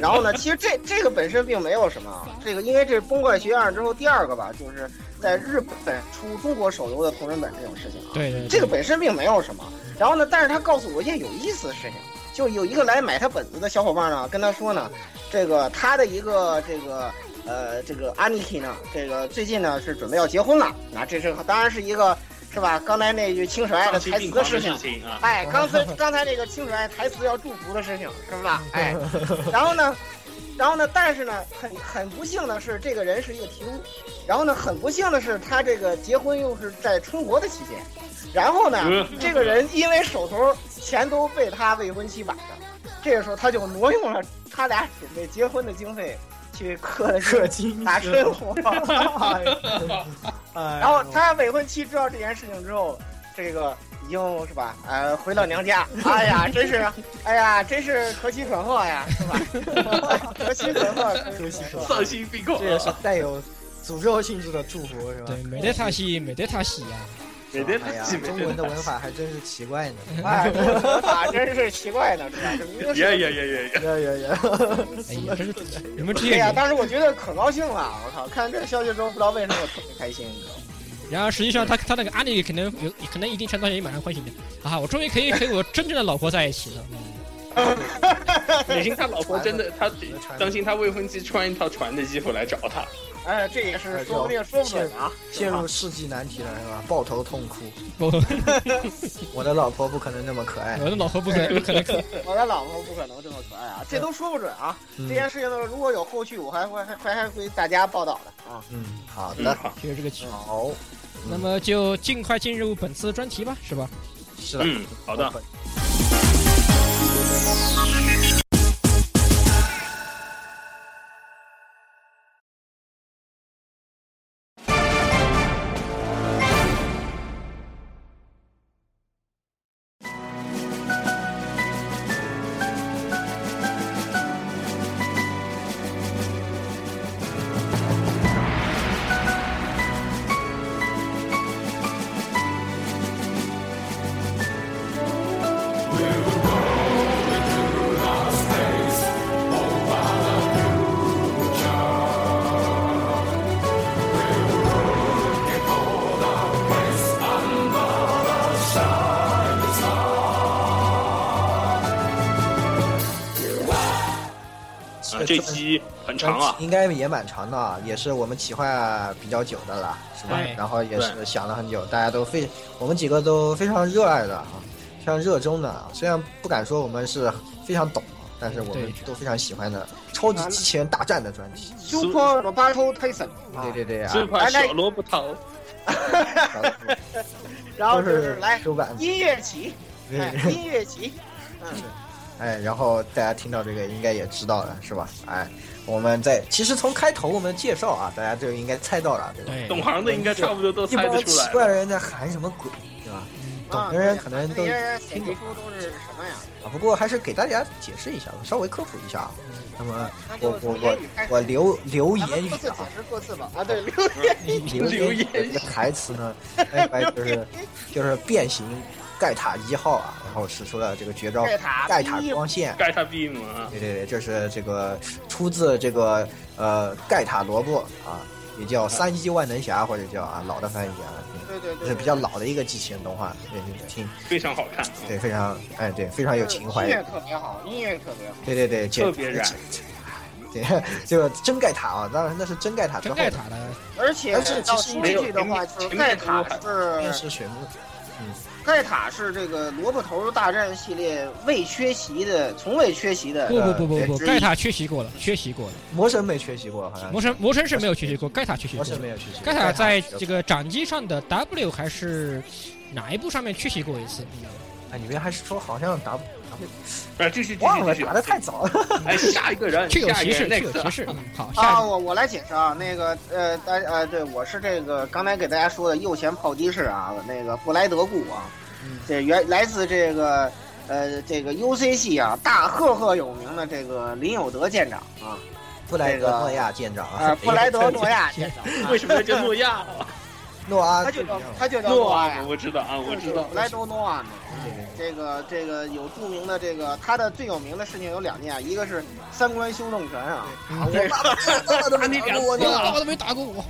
[SPEAKER 3] 然后呢，其实这这个本身并没有什么啊，这个因为这是崩溃学院之后第二个吧，就是在日本出中国手游的同人本这种事情啊。
[SPEAKER 2] 对对
[SPEAKER 3] 这个本身并没有什么。然后呢，但是他告诉我一件有意思的事情，就有一个来买他本子的小伙伴呢，跟他说呢，这个他的一个这个呃这个 Aniki 呢，这个最近呢是准备要结婚了，那这是当然是一个是吧？刚才那句清水爱的
[SPEAKER 5] 丧心
[SPEAKER 3] 台词
[SPEAKER 5] 病
[SPEAKER 3] 的
[SPEAKER 5] 狂
[SPEAKER 3] 事
[SPEAKER 5] 的
[SPEAKER 3] 情
[SPEAKER 5] 事。情啊！
[SPEAKER 3] 哎，刚才刚才那个清水爱台词要祝福的事情是吧？ 哎，然后呢，然后呢，但是呢，很很不幸的是，这个人是一个提督，然后呢，很不幸的是，他这个结婚又是在春国的期间，然后呢，
[SPEAKER 5] 嗯
[SPEAKER 3] 这个人因为手头钱都被他未婚妻摆着，这个时候他就挪用了他俩准备结婚的经费去氪了
[SPEAKER 1] 氪金
[SPEAKER 3] 打春活。
[SPEAKER 1] 哎呦哎
[SPEAKER 3] 然后他未婚妻知道这件事情之后，这个已经是吧？呃，回到娘家，哎呀，真是，哎呀，真是可喜可贺呀，是吧？ 可喜可贺，
[SPEAKER 1] 可喜可贺
[SPEAKER 5] 丧心病狂
[SPEAKER 1] 这也是带有诅咒性质的祝福，是吧？
[SPEAKER 2] 对，没得他洗，没得他洗呀。
[SPEAKER 5] 每天
[SPEAKER 1] 哎呀，
[SPEAKER 5] 基本
[SPEAKER 1] 中文的文法还真是奇怪 呢。
[SPEAKER 3] 哎，这个说法真是奇怪呢，是吧？这明明
[SPEAKER 5] 呀
[SPEAKER 3] 是。
[SPEAKER 5] 呀呀呀呀！
[SPEAKER 1] 呀呀呀！
[SPEAKER 2] 哎呀，真是你们这
[SPEAKER 3] 哎
[SPEAKER 2] 些
[SPEAKER 3] 呀，
[SPEAKER 2] 人。
[SPEAKER 3] 当时我觉得可高兴了，我靠！看这个消息之后，不知道为什么我特别开心，你知道吗？
[SPEAKER 2] 然而实际上他，他那个阿丽可能有，可能一定程度上也蛮欢喜的啊！我终于可以和我真正的老婆在一起了。
[SPEAKER 5] 李欣他老婆真的，他当心他未婚妻穿一套船的衣服来找他。
[SPEAKER 3] 哎，这也是说不定说不准啊，
[SPEAKER 1] 陷入世纪难题了是吧？抱头痛哭，
[SPEAKER 2] 我
[SPEAKER 1] 我的老婆不可能那么可爱
[SPEAKER 2] 我。的老婆不可不可能可
[SPEAKER 3] 我的老婆不可能这么可爱啊，这都说不准啊。
[SPEAKER 1] 嗯
[SPEAKER 3] 这件事情呢，如果有后续，我还会还还还会大家报道的啊。
[SPEAKER 1] 嗯，好
[SPEAKER 5] 嗯，
[SPEAKER 1] 的，
[SPEAKER 5] 好，
[SPEAKER 2] 学这个曲。
[SPEAKER 1] 好，
[SPEAKER 2] 那么就尽快进入本次专题吧，是吧？
[SPEAKER 1] 是的，
[SPEAKER 5] 嗯，好的。啊，这期很长啊，
[SPEAKER 1] 呃应该也蛮长的啊，也是我们企划比较久的了，是吧
[SPEAKER 2] 对？
[SPEAKER 1] 然后也是想了很久，大家都非我们几个都非常热爱的啊，非常热衷的啊。虽然不敢说我们是非常懂啊，但是我们
[SPEAKER 2] 对
[SPEAKER 1] 都非常喜欢的超级机器人大战的专题。
[SPEAKER 3] Super Roberto Tyson 啊
[SPEAKER 1] 对，对对啊，
[SPEAKER 5] 最 怕小萝卜头。
[SPEAKER 3] 然后
[SPEAKER 1] 都
[SPEAKER 3] 就是
[SPEAKER 1] 是
[SPEAKER 3] 来
[SPEAKER 1] 修版
[SPEAKER 3] 音乐起，哎
[SPEAKER 1] 对，
[SPEAKER 3] 音乐起，
[SPEAKER 1] 哎，然后大家听到这个应该也知道了，是吧？哎，我们在其实从开头我们介绍啊，大家就应该猜到了，对吧？
[SPEAKER 2] 对，
[SPEAKER 5] 懂行的应该差不多都
[SPEAKER 1] 一
[SPEAKER 5] 猜得
[SPEAKER 1] 般
[SPEAKER 5] 出
[SPEAKER 1] 奇
[SPEAKER 5] 来了。
[SPEAKER 1] 怪的人在喊什么鬼，对吧？懂
[SPEAKER 3] 啊
[SPEAKER 1] 的人可能
[SPEAKER 3] 这
[SPEAKER 1] 都
[SPEAKER 3] 些人写
[SPEAKER 1] 听
[SPEAKER 3] 皮
[SPEAKER 1] 懂
[SPEAKER 3] 书都是什么呀？
[SPEAKER 1] 啊。不过还是给大家解释一下吧，稍微科普一下啊。那么
[SPEAKER 3] 那就
[SPEAKER 1] 我
[SPEAKER 3] 从
[SPEAKER 1] 我
[SPEAKER 3] 言
[SPEAKER 1] 我
[SPEAKER 3] 语开始
[SPEAKER 1] 我留留言
[SPEAKER 3] 咱们
[SPEAKER 1] 语
[SPEAKER 3] 各自解
[SPEAKER 1] 啊，
[SPEAKER 3] 释各自吧。啊，对，留
[SPEAKER 1] 留
[SPEAKER 5] 留
[SPEAKER 1] 言语
[SPEAKER 5] 言
[SPEAKER 1] 的这个台词呢，哎，哎就是就是变形盖塔一号啊，然后使出了这个绝招
[SPEAKER 3] 盖塔
[SPEAKER 1] 盖塔
[SPEAKER 3] 一
[SPEAKER 1] 光线。
[SPEAKER 5] 盖他闭门啊！
[SPEAKER 1] 对对对，这是这个出自这个呃盖塔罗布啊，也叫三一万能侠或者叫啊老的翻译啊，
[SPEAKER 3] 对对
[SPEAKER 1] 就
[SPEAKER 3] 对，
[SPEAKER 1] 是比较老的一个机器人动画，对对对，挺
[SPEAKER 5] 非常好看，
[SPEAKER 1] 对非常哎对非常有情怀
[SPEAKER 3] 音，乐特别好，音乐特别好。
[SPEAKER 1] 对对对，
[SPEAKER 5] 特别
[SPEAKER 1] 简
[SPEAKER 5] 燃
[SPEAKER 1] 对， 这个真盖塔啊，当然那是真盖塔之
[SPEAKER 2] 真
[SPEAKER 1] 后
[SPEAKER 2] 盖塔的，
[SPEAKER 3] 而且
[SPEAKER 1] 而且
[SPEAKER 3] 到
[SPEAKER 1] 其实
[SPEAKER 3] 新
[SPEAKER 1] 没
[SPEAKER 3] 世
[SPEAKER 1] 有
[SPEAKER 3] 纪的话，
[SPEAKER 5] 前
[SPEAKER 3] 就是
[SPEAKER 5] 面
[SPEAKER 3] 盖
[SPEAKER 5] 前
[SPEAKER 3] 塔
[SPEAKER 5] 面
[SPEAKER 1] 便
[SPEAKER 3] 是
[SPEAKER 1] 是水幕，
[SPEAKER 3] 盖塔是这个萝卜头大战系列未缺席的，从未缺席的
[SPEAKER 2] 不不不不不，盖塔缺席过了，缺席过了。
[SPEAKER 1] 魔神没缺席过，好像
[SPEAKER 2] 魔神魔神是没有缺席过，盖塔缺席
[SPEAKER 1] 魔
[SPEAKER 2] 过
[SPEAKER 1] 神
[SPEAKER 2] 了。
[SPEAKER 1] 没有缺席过，
[SPEAKER 2] 盖塔在这
[SPEAKER 1] 个
[SPEAKER 2] 个掌机上的 W 还是哪一部上面缺席过一次？
[SPEAKER 1] 啊里面还是说好像打
[SPEAKER 4] 哎
[SPEAKER 5] 啊，继续继
[SPEAKER 1] 忘
[SPEAKER 5] 续
[SPEAKER 1] 了
[SPEAKER 5] 继续
[SPEAKER 1] 打。的太早了，
[SPEAKER 5] 哎，下一个人，
[SPEAKER 2] 确有
[SPEAKER 5] 下一
[SPEAKER 2] 其
[SPEAKER 5] 个
[SPEAKER 2] 事，
[SPEAKER 5] 人
[SPEAKER 2] 确有
[SPEAKER 5] next
[SPEAKER 2] 其
[SPEAKER 5] 啊。
[SPEAKER 2] 事。嗯，好，
[SPEAKER 3] 啊，
[SPEAKER 2] 下一
[SPEAKER 3] 我我来解释啊，那个呃，大呃，对我是这个刚才给大家说的右前炮击式啊，那个布莱德固啊，
[SPEAKER 5] 嗯
[SPEAKER 3] 这原来自这个呃这个 UC 系啊大赫赫有名的这个林有德舰长啊，
[SPEAKER 1] 布莱德诺亚舰
[SPEAKER 5] 啊
[SPEAKER 1] 长
[SPEAKER 3] 呃布莱 德诺亚舰长，啊
[SPEAKER 5] 哎为什么叫诺亚？
[SPEAKER 1] 诺阿
[SPEAKER 3] 他就叫他就叫
[SPEAKER 5] 诺
[SPEAKER 3] 诺
[SPEAKER 5] 亚
[SPEAKER 3] 亚呀，
[SPEAKER 5] 我知道啊，我知道
[SPEAKER 3] 布。莱德诺亚嘛。这个这个有著名的这个他的最有名的事情有两件，啊一个是三观修正权啊，
[SPEAKER 1] 啊，我爸爸爸爸都没打过我
[SPEAKER 2] 我
[SPEAKER 1] 呢。
[SPEAKER 2] 老婆都没打过我。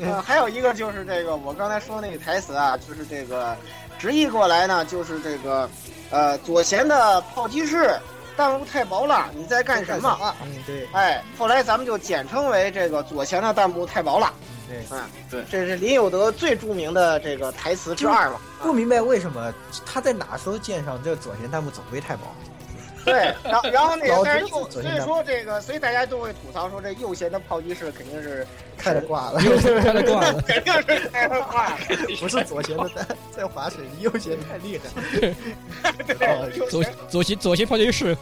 [SPEAKER 3] 呃，还有一个就是这个我刚才说那个台词啊，就是这个直译过来呢，就是这个，呃，左贤的炮击式弹幕太薄了，你在干什么？？
[SPEAKER 1] 嗯，对
[SPEAKER 3] 哎，后来咱们就简称为这个左贤的弹幕太薄了，
[SPEAKER 1] 对，
[SPEAKER 3] 这是林有德最著名的这个台词之二嘛。
[SPEAKER 1] 不明白为什么他在哪艘舰上这左舷弹幕总归太薄。
[SPEAKER 3] 对，然后然后那个，
[SPEAKER 1] 老
[SPEAKER 3] 但是
[SPEAKER 1] 觉得
[SPEAKER 3] 右，
[SPEAKER 1] 左
[SPEAKER 3] 所
[SPEAKER 1] 贤
[SPEAKER 3] 以
[SPEAKER 1] 弹幕
[SPEAKER 3] 说这个，所以大家都会吐槽说这右贤的炮击式肯 定是
[SPEAKER 1] 看着挂了，
[SPEAKER 2] 又开了挂了，
[SPEAKER 3] 肯定是太快了，
[SPEAKER 1] 不是左舷的在在划水，右舷太厉害。
[SPEAKER 3] 对，右
[SPEAKER 1] 哦
[SPEAKER 2] 左
[SPEAKER 3] 贤
[SPEAKER 2] 左旗左旗炮击是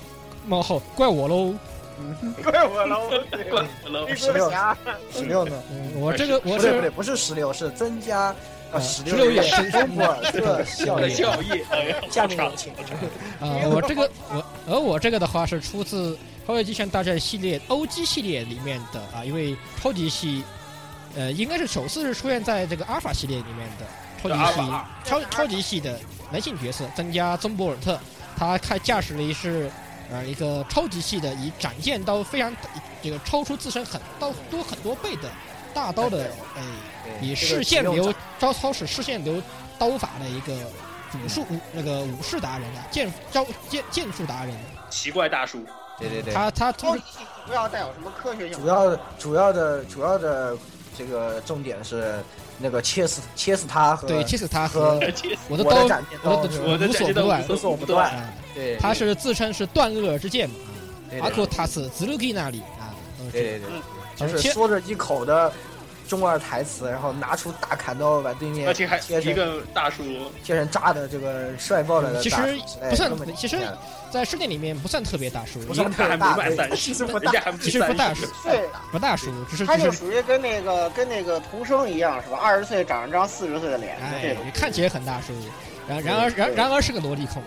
[SPEAKER 2] 冒号怪我喽。
[SPEAKER 3] 怪 我了，我
[SPEAKER 4] 了
[SPEAKER 3] 绿蜘蛛侠，
[SPEAKER 1] 十六呢？
[SPEAKER 2] 嗯，我这个我
[SPEAKER 1] 不对不
[SPEAKER 2] 是
[SPEAKER 1] 对，不是十六，是增加
[SPEAKER 2] 呃
[SPEAKER 1] 啊十六
[SPEAKER 2] 16
[SPEAKER 1] 个
[SPEAKER 2] 眼神
[SPEAKER 1] 霍尔特效
[SPEAKER 4] 的
[SPEAKER 1] 应。
[SPEAKER 4] 效益，哎呀，
[SPEAKER 1] 下面有请。
[SPEAKER 2] 啊，我这个我而我这个的话是出自《超越机器人大战》系列 OG 系列里面的啊，因为超级系，呃，应该是首次是出现在这个阿尔法系列里面的超
[SPEAKER 4] 这
[SPEAKER 2] 级
[SPEAKER 4] 阿尔
[SPEAKER 2] 系
[SPEAKER 4] 法啊
[SPEAKER 2] 超超级系的男性角色，增加曾博尔特，他开驾驶了一是呃一个超级系的以斩剑刀非常这个超出自身很刀多很多倍的大刀的哎。以视线流招操使视线流刀法的一个武术
[SPEAKER 1] 嗯
[SPEAKER 2] 武那个武士达人啊，剑招剑剑术达人，啊
[SPEAKER 4] 奇怪大叔，
[SPEAKER 1] 对对哦对，
[SPEAKER 2] 他他
[SPEAKER 3] 超
[SPEAKER 2] 通
[SPEAKER 3] 级系哦不要带有什么科学
[SPEAKER 1] 主
[SPEAKER 3] 性。
[SPEAKER 1] 要主要的主要的这个重点是那个切死切死他和
[SPEAKER 2] 对气死他和
[SPEAKER 1] 呃和
[SPEAKER 4] 切死
[SPEAKER 2] 我
[SPEAKER 1] 我
[SPEAKER 2] 的刀
[SPEAKER 1] 斩电
[SPEAKER 2] 我
[SPEAKER 1] 刀
[SPEAKER 2] 的
[SPEAKER 1] 是吧
[SPEAKER 4] 我的
[SPEAKER 2] 无
[SPEAKER 4] 斩
[SPEAKER 2] 所
[SPEAKER 4] 剑
[SPEAKER 2] 不
[SPEAKER 4] 刀
[SPEAKER 2] 乱
[SPEAKER 4] 无所不断，
[SPEAKER 2] 啊，
[SPEAKER 1] 对，
[SPEAKER 2] 他是自称是断恶之剑嘛，啊
[SPEAKER 1] 对
[SPEAKER 2] 阿
[SPEAKER 1] 对
[SPEAKER 2] 库塔斯泽鲁基那里啊，都是
[SPEAKER 1] 对
[SPEAKER 2] 这
[SPEAKER 1] 对
[SPEAKER 2] 样
[SPEAKER 1] 对
[SPEAKER 3] 嗯，
[SPEAKER 1] 就是
[SPEAKER 2] 切
[SPEAKER 1] 说着一口的中二台词，然后拿出大砍刀把对面
[SPEAKER 4] 而且还
[SPEAKER 1] 切
[SPEAKER 4] 一
[SPEAKER 1] 成
[SPEAKER 4] 个大叔，
[SPEAKER 1] 切成渣的这个帅爆了的
[SPEAKER 2] 嗯其实
[SPEAKER 1] 大叔之类的
[SPEAKER 2] 不算
[SPEAKER 1] 根本就
[SPEAKER 2] 其实
[SPEAKER 1] 不像
[SPEAKER 2] 在世界里面不算特别大叔，
[SPEAKER 1] 不
[SPEAKER 4] 人
[SPEAKER 1] 算
[SPEAKER 4] 家还没
[SPEAKER 1] 大
[SPEAKER 4] 满
[SPEAKER 1] 对
[SPEAKER 4] 三 十，
[SPEAKER 1] 是不
[SPEAKER 4] 人
[SPEAKER 1] 大
[SPEAKER 4] 家还没
[SPEAKER 2] 其实不大
[SPEAKER 4] 三十
[SPEAKER 2] 叔，，
[SPEAKER 3] 对，
[SPEAKER 2] 不大叔，只是
[SPEAKER 3] 他
[SPEAKER 2] 只
[SPEAKER 3] 就是属于跟那个跟那个童生一样，是吧？二十岁长一张四十岁的脸，就这
[SPEAKER 2] 哎
[SPEAKER 3] 种。，
[SPEAKER 2] 看起来很大叔，然然而然然而是个萝莉控，